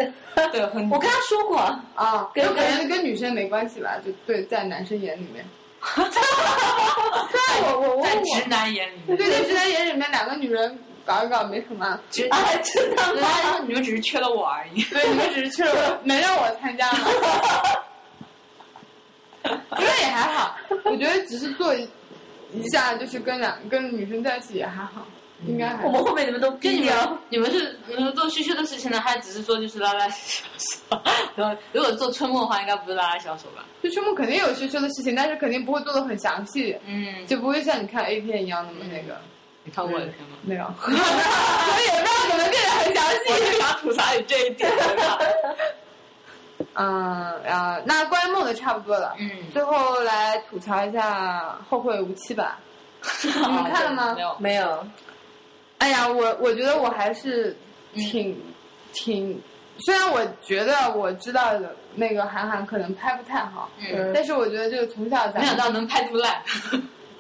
Speaker 1: 对很
Speaker 3: 我跟他说过，
Speaker 2: 啊，
Speaker 3: 跟
Speaker 2: 跟可能跟女生没关系吧，就对，在男生眼里面。对，我我 我
Speaker 1: 在
Speaker 2: 我
Speaker 1: 直，男眼里
Speaker 2: 对，
Speaker 1: 面，
Speaker 2: 在直男眼里面，两个女人搞一搞没什么，
Speaker 1: 直
Speaker 3: 啊，真的吗？
Speaker 1: 男你们只是缺了我而 已。
Speaker 2: 对，你们只是去了，能让我参加吗？ 不过也还好，我觉得只是做一一下，就是跟两跟女生在一起也还好，应该还
Speaker 3: 我
Speaker 2: 好。
Speaker 3: 们后面你们都
Speaker 1: 嗯就
Speaker 3: 逼
Speaker 1: 你
Speaker 3: 掉
Speaker 1: 们，你们是你们是做羞羞的事情呢，还只是说就是拉拉小手？然后如果做春梦的话，应该不是拉拉小手吧？
Speaker 2: 就春梦肯定有羞羞的事情，但是肯定不会做的很详细，
Speaker 1: 嗯，
Speaker 2: 就不会像你看 A 片一样那么那个。
Speaker 1: 你看过我的片吗？
Speaker 2: 没有， 我
Speaker 1: 嗯
Speaker 2: 也不知道怎么变得很详
Speaker 1: 我
Speaker 2: 细。
Speaker 1: 就想吐槽你这一点。
Speaker 2: 嗯，啊，那关于梦的差不多了。
Speaker 1: 嗯
Speaker 2: 最后来吐槽一下《后会无期》吧。
Speaker 1: 你
Speaker 2: 们看了吗
Speaker 1: 没有。
Speaker 3: 没有？
Speaker 1: 嗯
Speaker 2: 哎呀，我我觉得我还是挺、挺虽然我觉得我知道的那个韩寒可能拍不太好，
Speaker 1: 嗯
Speaker 2: 但是我觉得就从小咱
Speaker 1: 没想
Speaker 2: 们
Speaker 1: 到能拍这么烂。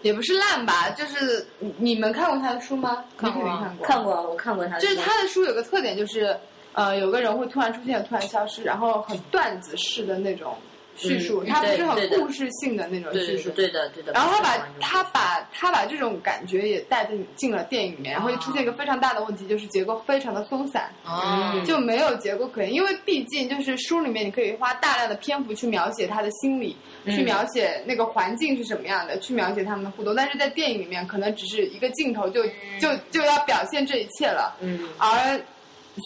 Speaker 2: 也不是烂吧，就是你你们看过他的书吗？
Speaker 1: 看过
Speaker 2: 你
Speaker 1: 啊
Speaker 2: 肯定看过，
Speaker 3: 看过，我看过他的
Speaker 2: 就
Speaker 3: 书，
Speaker 2: 是他的书有个特点，就是呃，有个人物突然出现，突然消失，然后很段子式的那种叙述，
Speaker 3: 嗯
Speaker 2: 他不是
Speaker 3: 对
Speaker 2: 很
Speaker 3: 对的
Speaker 2: 故事性的那种
Speaker 3: 对
Speaker 2: 叙
Speaker 3: 对
Speaker 2: 述
Speaker 3: 对。对的对的。
Speaker 2: 然后他
Speaker 3: 我看
Speaker 2: 把
Speaker 3: 过
Speaker 2: 他把他把这种感觉也带进进了电影里面，然后就出现一个非常大的问题，就是结构非常的松散，
Speaker 1: 哦
Speaker 2: 就没有结构可言。因为毕竟就是书里面，你可以花大量的篇幅去描写他的心理，去描写那个环境是什么样的，去描写他们的互动。但是在电影里面，可能只是一个镜头就就就要表现这一切了。
Speaker 3: 嗯
Speaker 2: 而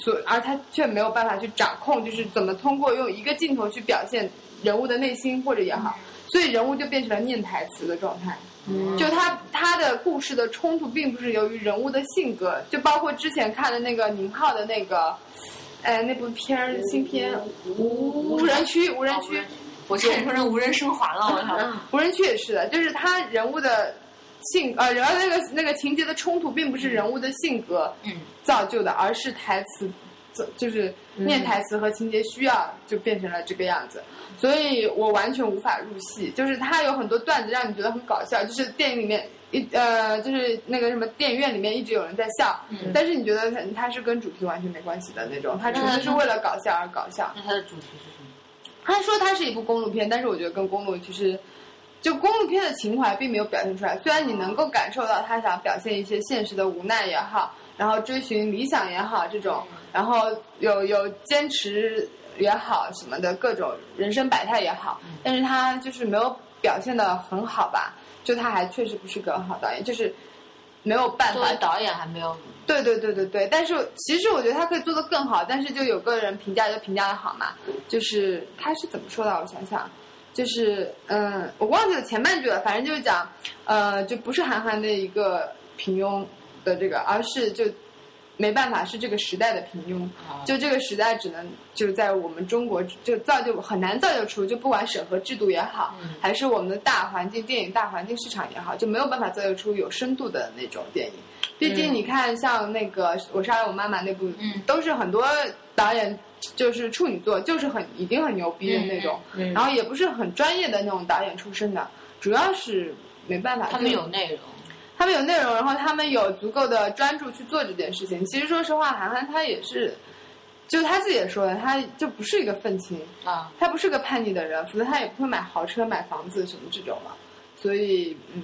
Speaker 2: 所而他却没有办法去掌控，就是怎么通过用一个镜头去表现人物的内心或者也好，所以人物就变成了念台词的状态。就他他的故事的冲突，并不是由于人物的性格，就包括之前看的那个宁浩的那个，哎，那部片儿新片《无人区》，无人
Speaker 1: 哦无
Speaker 2: 区
Speaker 1: 人，我差点说成无人生还了，我操！
Speaker 2: 无人区也是的，就是他人物的性呃，人物那个那个情节的冲突，并不是人物的性格
Speaker 1: 嗯
Speaker 2: 造就的，而是台词，就是念台词和情节需要，就变成了这个样子。所以我完全无法入戏，就是他有很多段子让你觉得很搞笑，就是电影里面一呃，就是那个什么电影院里面一直有人在笑，
Speaker 1: 嗯
Speaker 2: 但是你觉得他他是跟主题完全没关系的那种，他纯粹是为了搞笑而搞笑。
Speaker 1: 那它的主题是什么？
Speaker 2: 他说它是一部公路片，但是我觉得跟公路其实，就公路片的情怀并没有表现出来。虽然你能够感受到他想表现一些现实的无奈也好，然后追寻理想也好这种，然后有有坚持也好什么的各种人生百态也好，但是他就是没有表现的很好吧。就他还确实不是个好导演，就是没有办
Speaker 1: 作
Speaker 2: 法
Speaker 1: 为导演还没有，
Speaker 2: 对对对对对，但是其实我觉得他可以做得更好，但是就有个人评价就评价的好嘛，就是他是怎么说的？我想想，就是嗯，我忘记了前半句了，反正就是讲，呃，就不是韩寒的一个平庸的这个，而是就没办法是这个时代的平庸，就这个时代只能就是在我们中国就造就很难造就出，就不管审核制度也好，还是我们的大环境电影大环境市场也好，就没有办法造就出有深度的那种电影。毕竟你看，像那个《我杀了我妈妈》那部，
Speaker 1: 嗯
Speaker 2: 都是很多导演就是处女作，就是很已经很牛逼的那种，
Speaker 3: 嗯嗯
Speaker 2: 然后也不是很专业的那种导演出身的，主要是没办法，
Speaker 1: 他们有内容。
Speaker 2: 他们有内容，然后他们有足够的专注去做这件事情。其实说实话，韩寒他也是，就他自己也说了，他就不是一个愤青，
Speaker 1: 啊，
Speaker 2: 他不是个叛逆的人，否则他也不会买豪车、买房子什么这种嘛。所以，嗯，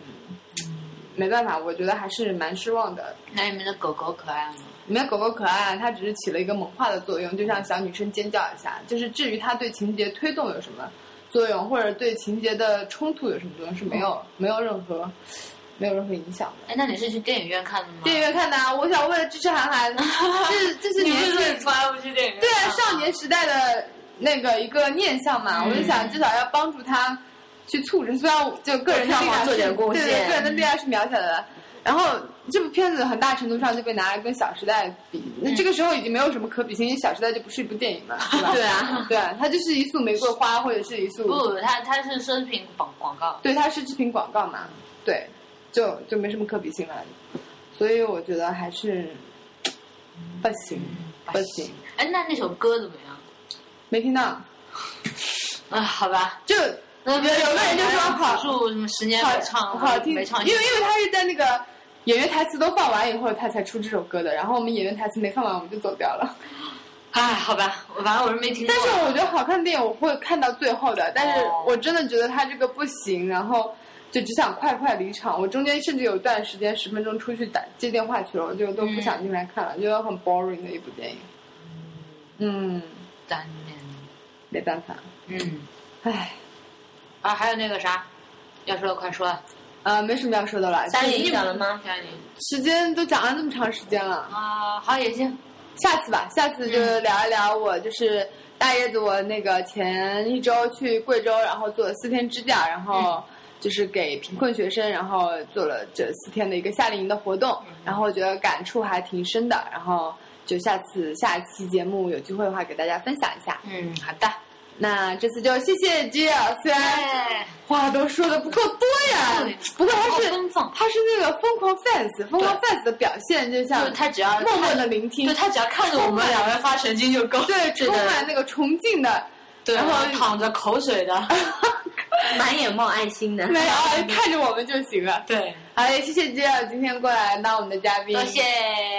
Speaker 2: 没办法，我觉得还是蛮失望的。
Speaker 1: 那你们的狗狗可爱吗？
Speaker 2: 里面狗狗可爱，它只是起了一个萌化的作用，就像小女生尖叫一下。就是至于它对情节推动有什么作用，或者对情节的冲突有什么作用，是没有
Speaker 1: 哦
Speaker 2: 没有任何没有任何影响的。
Speaker 1: 哎，那你是去电影院看的吗？
Speaker 2: 电影院看的、啊，我想为了支持 韩寒，这这是
Speaker 1: 你
Speaker 2: 年
Speaker 1: 不
Speaker 2: 轻
Speaker 1: 是从来不去电影院？
Speaker 2: 对啊少年时代的那个一个念想嘛，我就想至少要帮助他去促成，虽然我就个人的力量是
Speaker 3: 做点贡献
Speaker 2: 对对，个人的力量是渺小的。然后这部片子很大程度上就被拿来跟《小时代》比，那这个时候已经没有什么可比性，因为《小时代》就不是一部电影了，对吧？
Speaker 3: 对啊，
Speaker 2: 对啊，它就是一束玫瑰花，或者是一束
Speaker 1: 不，他他是奢侈品广广告。
Speaker 2: 对，它是制品广告嘛，对，就就没什么可比性了。所以我觉得还是不行，不行，。
Speaker 1: 哎，那那首歌怎么样？
Speaker 2: 没听到。
Speaker 1: 啊，好吧。
Speaker 2: 就
Speaker 1: 那
Speaker 2: 有有个人就说好
Speaker 1: 数什么十年
Speaker 2: 好
Speaker 1: 没唱，
Speaker 2: 好听，因
Speaker 1: 没
Speaker 2: 为
Speaker 1: 唱。
Speaker 2: 因为他是在那个演员台词都放完以后，他才出这首歌的。然后我们演员台词没放完，我们就走掉 了。
Speaker 1: 哎，好吧，我反正我是没听过。
Speaker 2: 但是我觉得好看的电影我会看到最后的，但是
Speaker 1: 哦
Speaker 2: 我真的觉得他这个不行，然后就只想快快离场。我中间甚至有段时间十分钟出去打接电话去了，我就都不想进来看了，觉得很 boring 的一部电影。嗯，
Speaker 1: 咱念，
Speaker 2: 没办法，
Speaker 1: 嗯，
Speaker 2: 唉。
Speaker 1: 啊，还有那个啥，要说的快说。
Speaker 2: 呃，没什么要说的了。
Speaker 3: 三爷讲了吗？
Speaker 1: 下你
Speaker 2: 时间都讲了这么长时间了，
Speaker 1: 啊，好也行。
Speaker 2: 下次吧，下次就
Speaker 1: 嗯
Speaker 2: 聊一聊我就是大叶子，我那个前一周去贵州，然后做了四天支架，然
Speaker 1: 嗯
Speaker 2: 后就是给贫困学生，然后做了这四天的一个夏令营的活动，
Speaker 1: 嗯
Speaker 2: 然后我觉得感触还挺深的，然后就下次下一期节目有机会的话给大家分享一下。
Speaker 1: 嗯，好的。
Speaker 2: 那这次就谢谢 G 啊，虽然话都说的不够多呀
Speaker 1: 哎对，
Speaker 2: 不过他是
Speaker 1: 好奔放
Speaker 2: 他是那个疯狂 fans，疯狂 fans 的表现就
Speaker 1: 就
Speaker 2: 像
Speaker 1: 是他只要
Speaker 2: 默默的聆听
Speaker 1: 就，他只要看着我们两个发神经就够，
Speaker 2: 对，充
Speaker 1: 的
Speaker 2: 满那个崇敬 的，
Speaker 1: 对，然
Speaker 2: 然后
Speaker 1: 后淌着口水 的，
Speaker 3: 满眼冒爱心的。
Speaker 2: 没有哎看着我们就行了。
Speaker 1: 对，
Speaker 2: 好嘞，谢谢 G 啊，今天过来当我们的嘉宾，
Speaker 1: 多谢，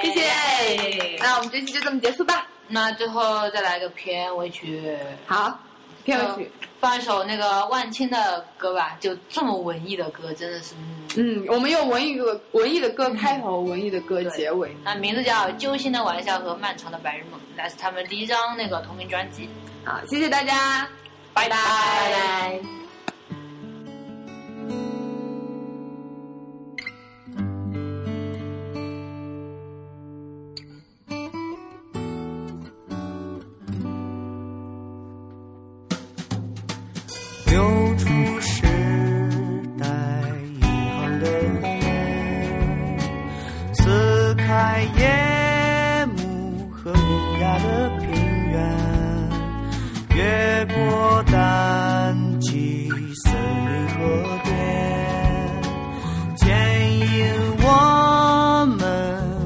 Speaker 2: 谢谢。那我们这期就这么结束吧。
Speaker 1: 那最后再来个片尾曲，
Speaker 2: 好，片尾曲。
Speaker 1: 呃，放一首那个万青的歌吧，就这么文艺的歌，真的是，嗯
Speaker 2: 嗯，我们用文艺歌、文艺的歌开头，文艺的歌结尾。
Speaker 1: 那名字叫《揪心的玩笑和漫长的白日梦》，来自他们第一张那个同名专辑。
Speaker 2: 好，谢谢大家，
Speaker 1: 拜拜
Speaker 2: 拜拜。
Speaker 6: 流出时代银行的红，撕开夜幕和无涯的平原，越过淡季森林河边，牵引我们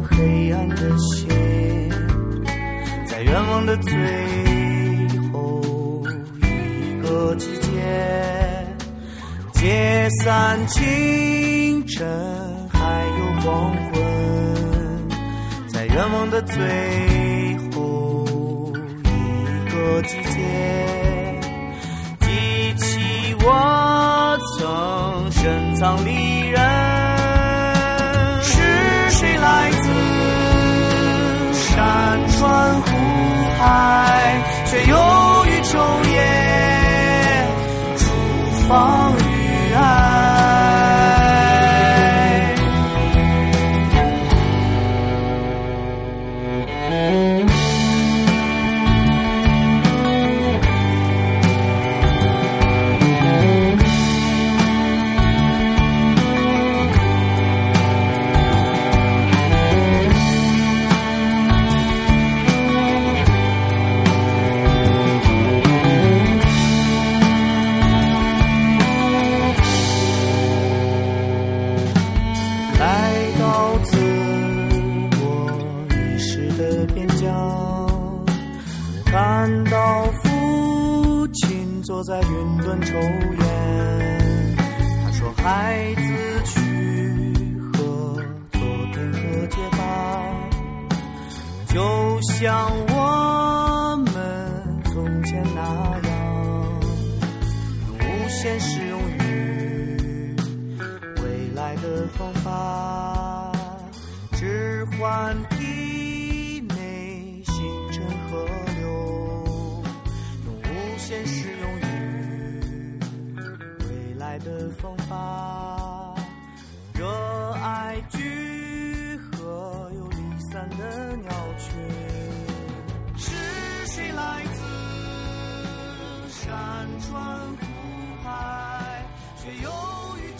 Speaker 6: 黑暗的心。在愿望的最后一个季节，解散清晨还有黄昏，在愿望的最后一个季节，记起我曾深藏利刃，是谁来自山川湖海，却又于昼夜厨房与爱。来到自我意识的边疆，看到父亲坐在云端抽烟。他说：“孩子去和昨天和解吧，就像我们从前那样，用无限适用于。”未来的方法，置换体内星辰河流，用无限适用于未来的方法，热爱聚合又离散的鸟群，是谁来自？山川湖海，却又与昼